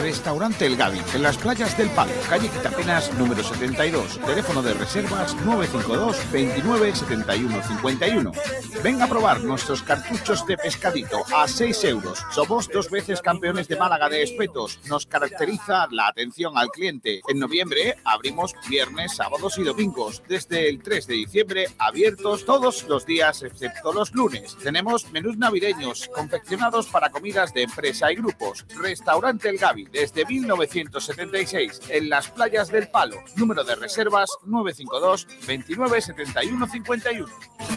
C: Restaurante El Gávin, en las playas del Palo, calle Quitapenas, número 72. Teléfono de reservas 952 29 71 51. Ven a probar nuestros cartuchos de pescadito a 6 euros. Somos dos veces campeones de Málaga de espetos. Nos caracteriza la atención al cliente. En noviembre abrimos viernes, sábados y domingos. Desde el 3 de diciembre abiertos todos los días excepto los lunes. Tenemos menús navideños confeccionados para comidas de empresa y grupos. Restaurante El Gavi desde 1976 en las playas del Palo. Número de reservas 952 29 71 51.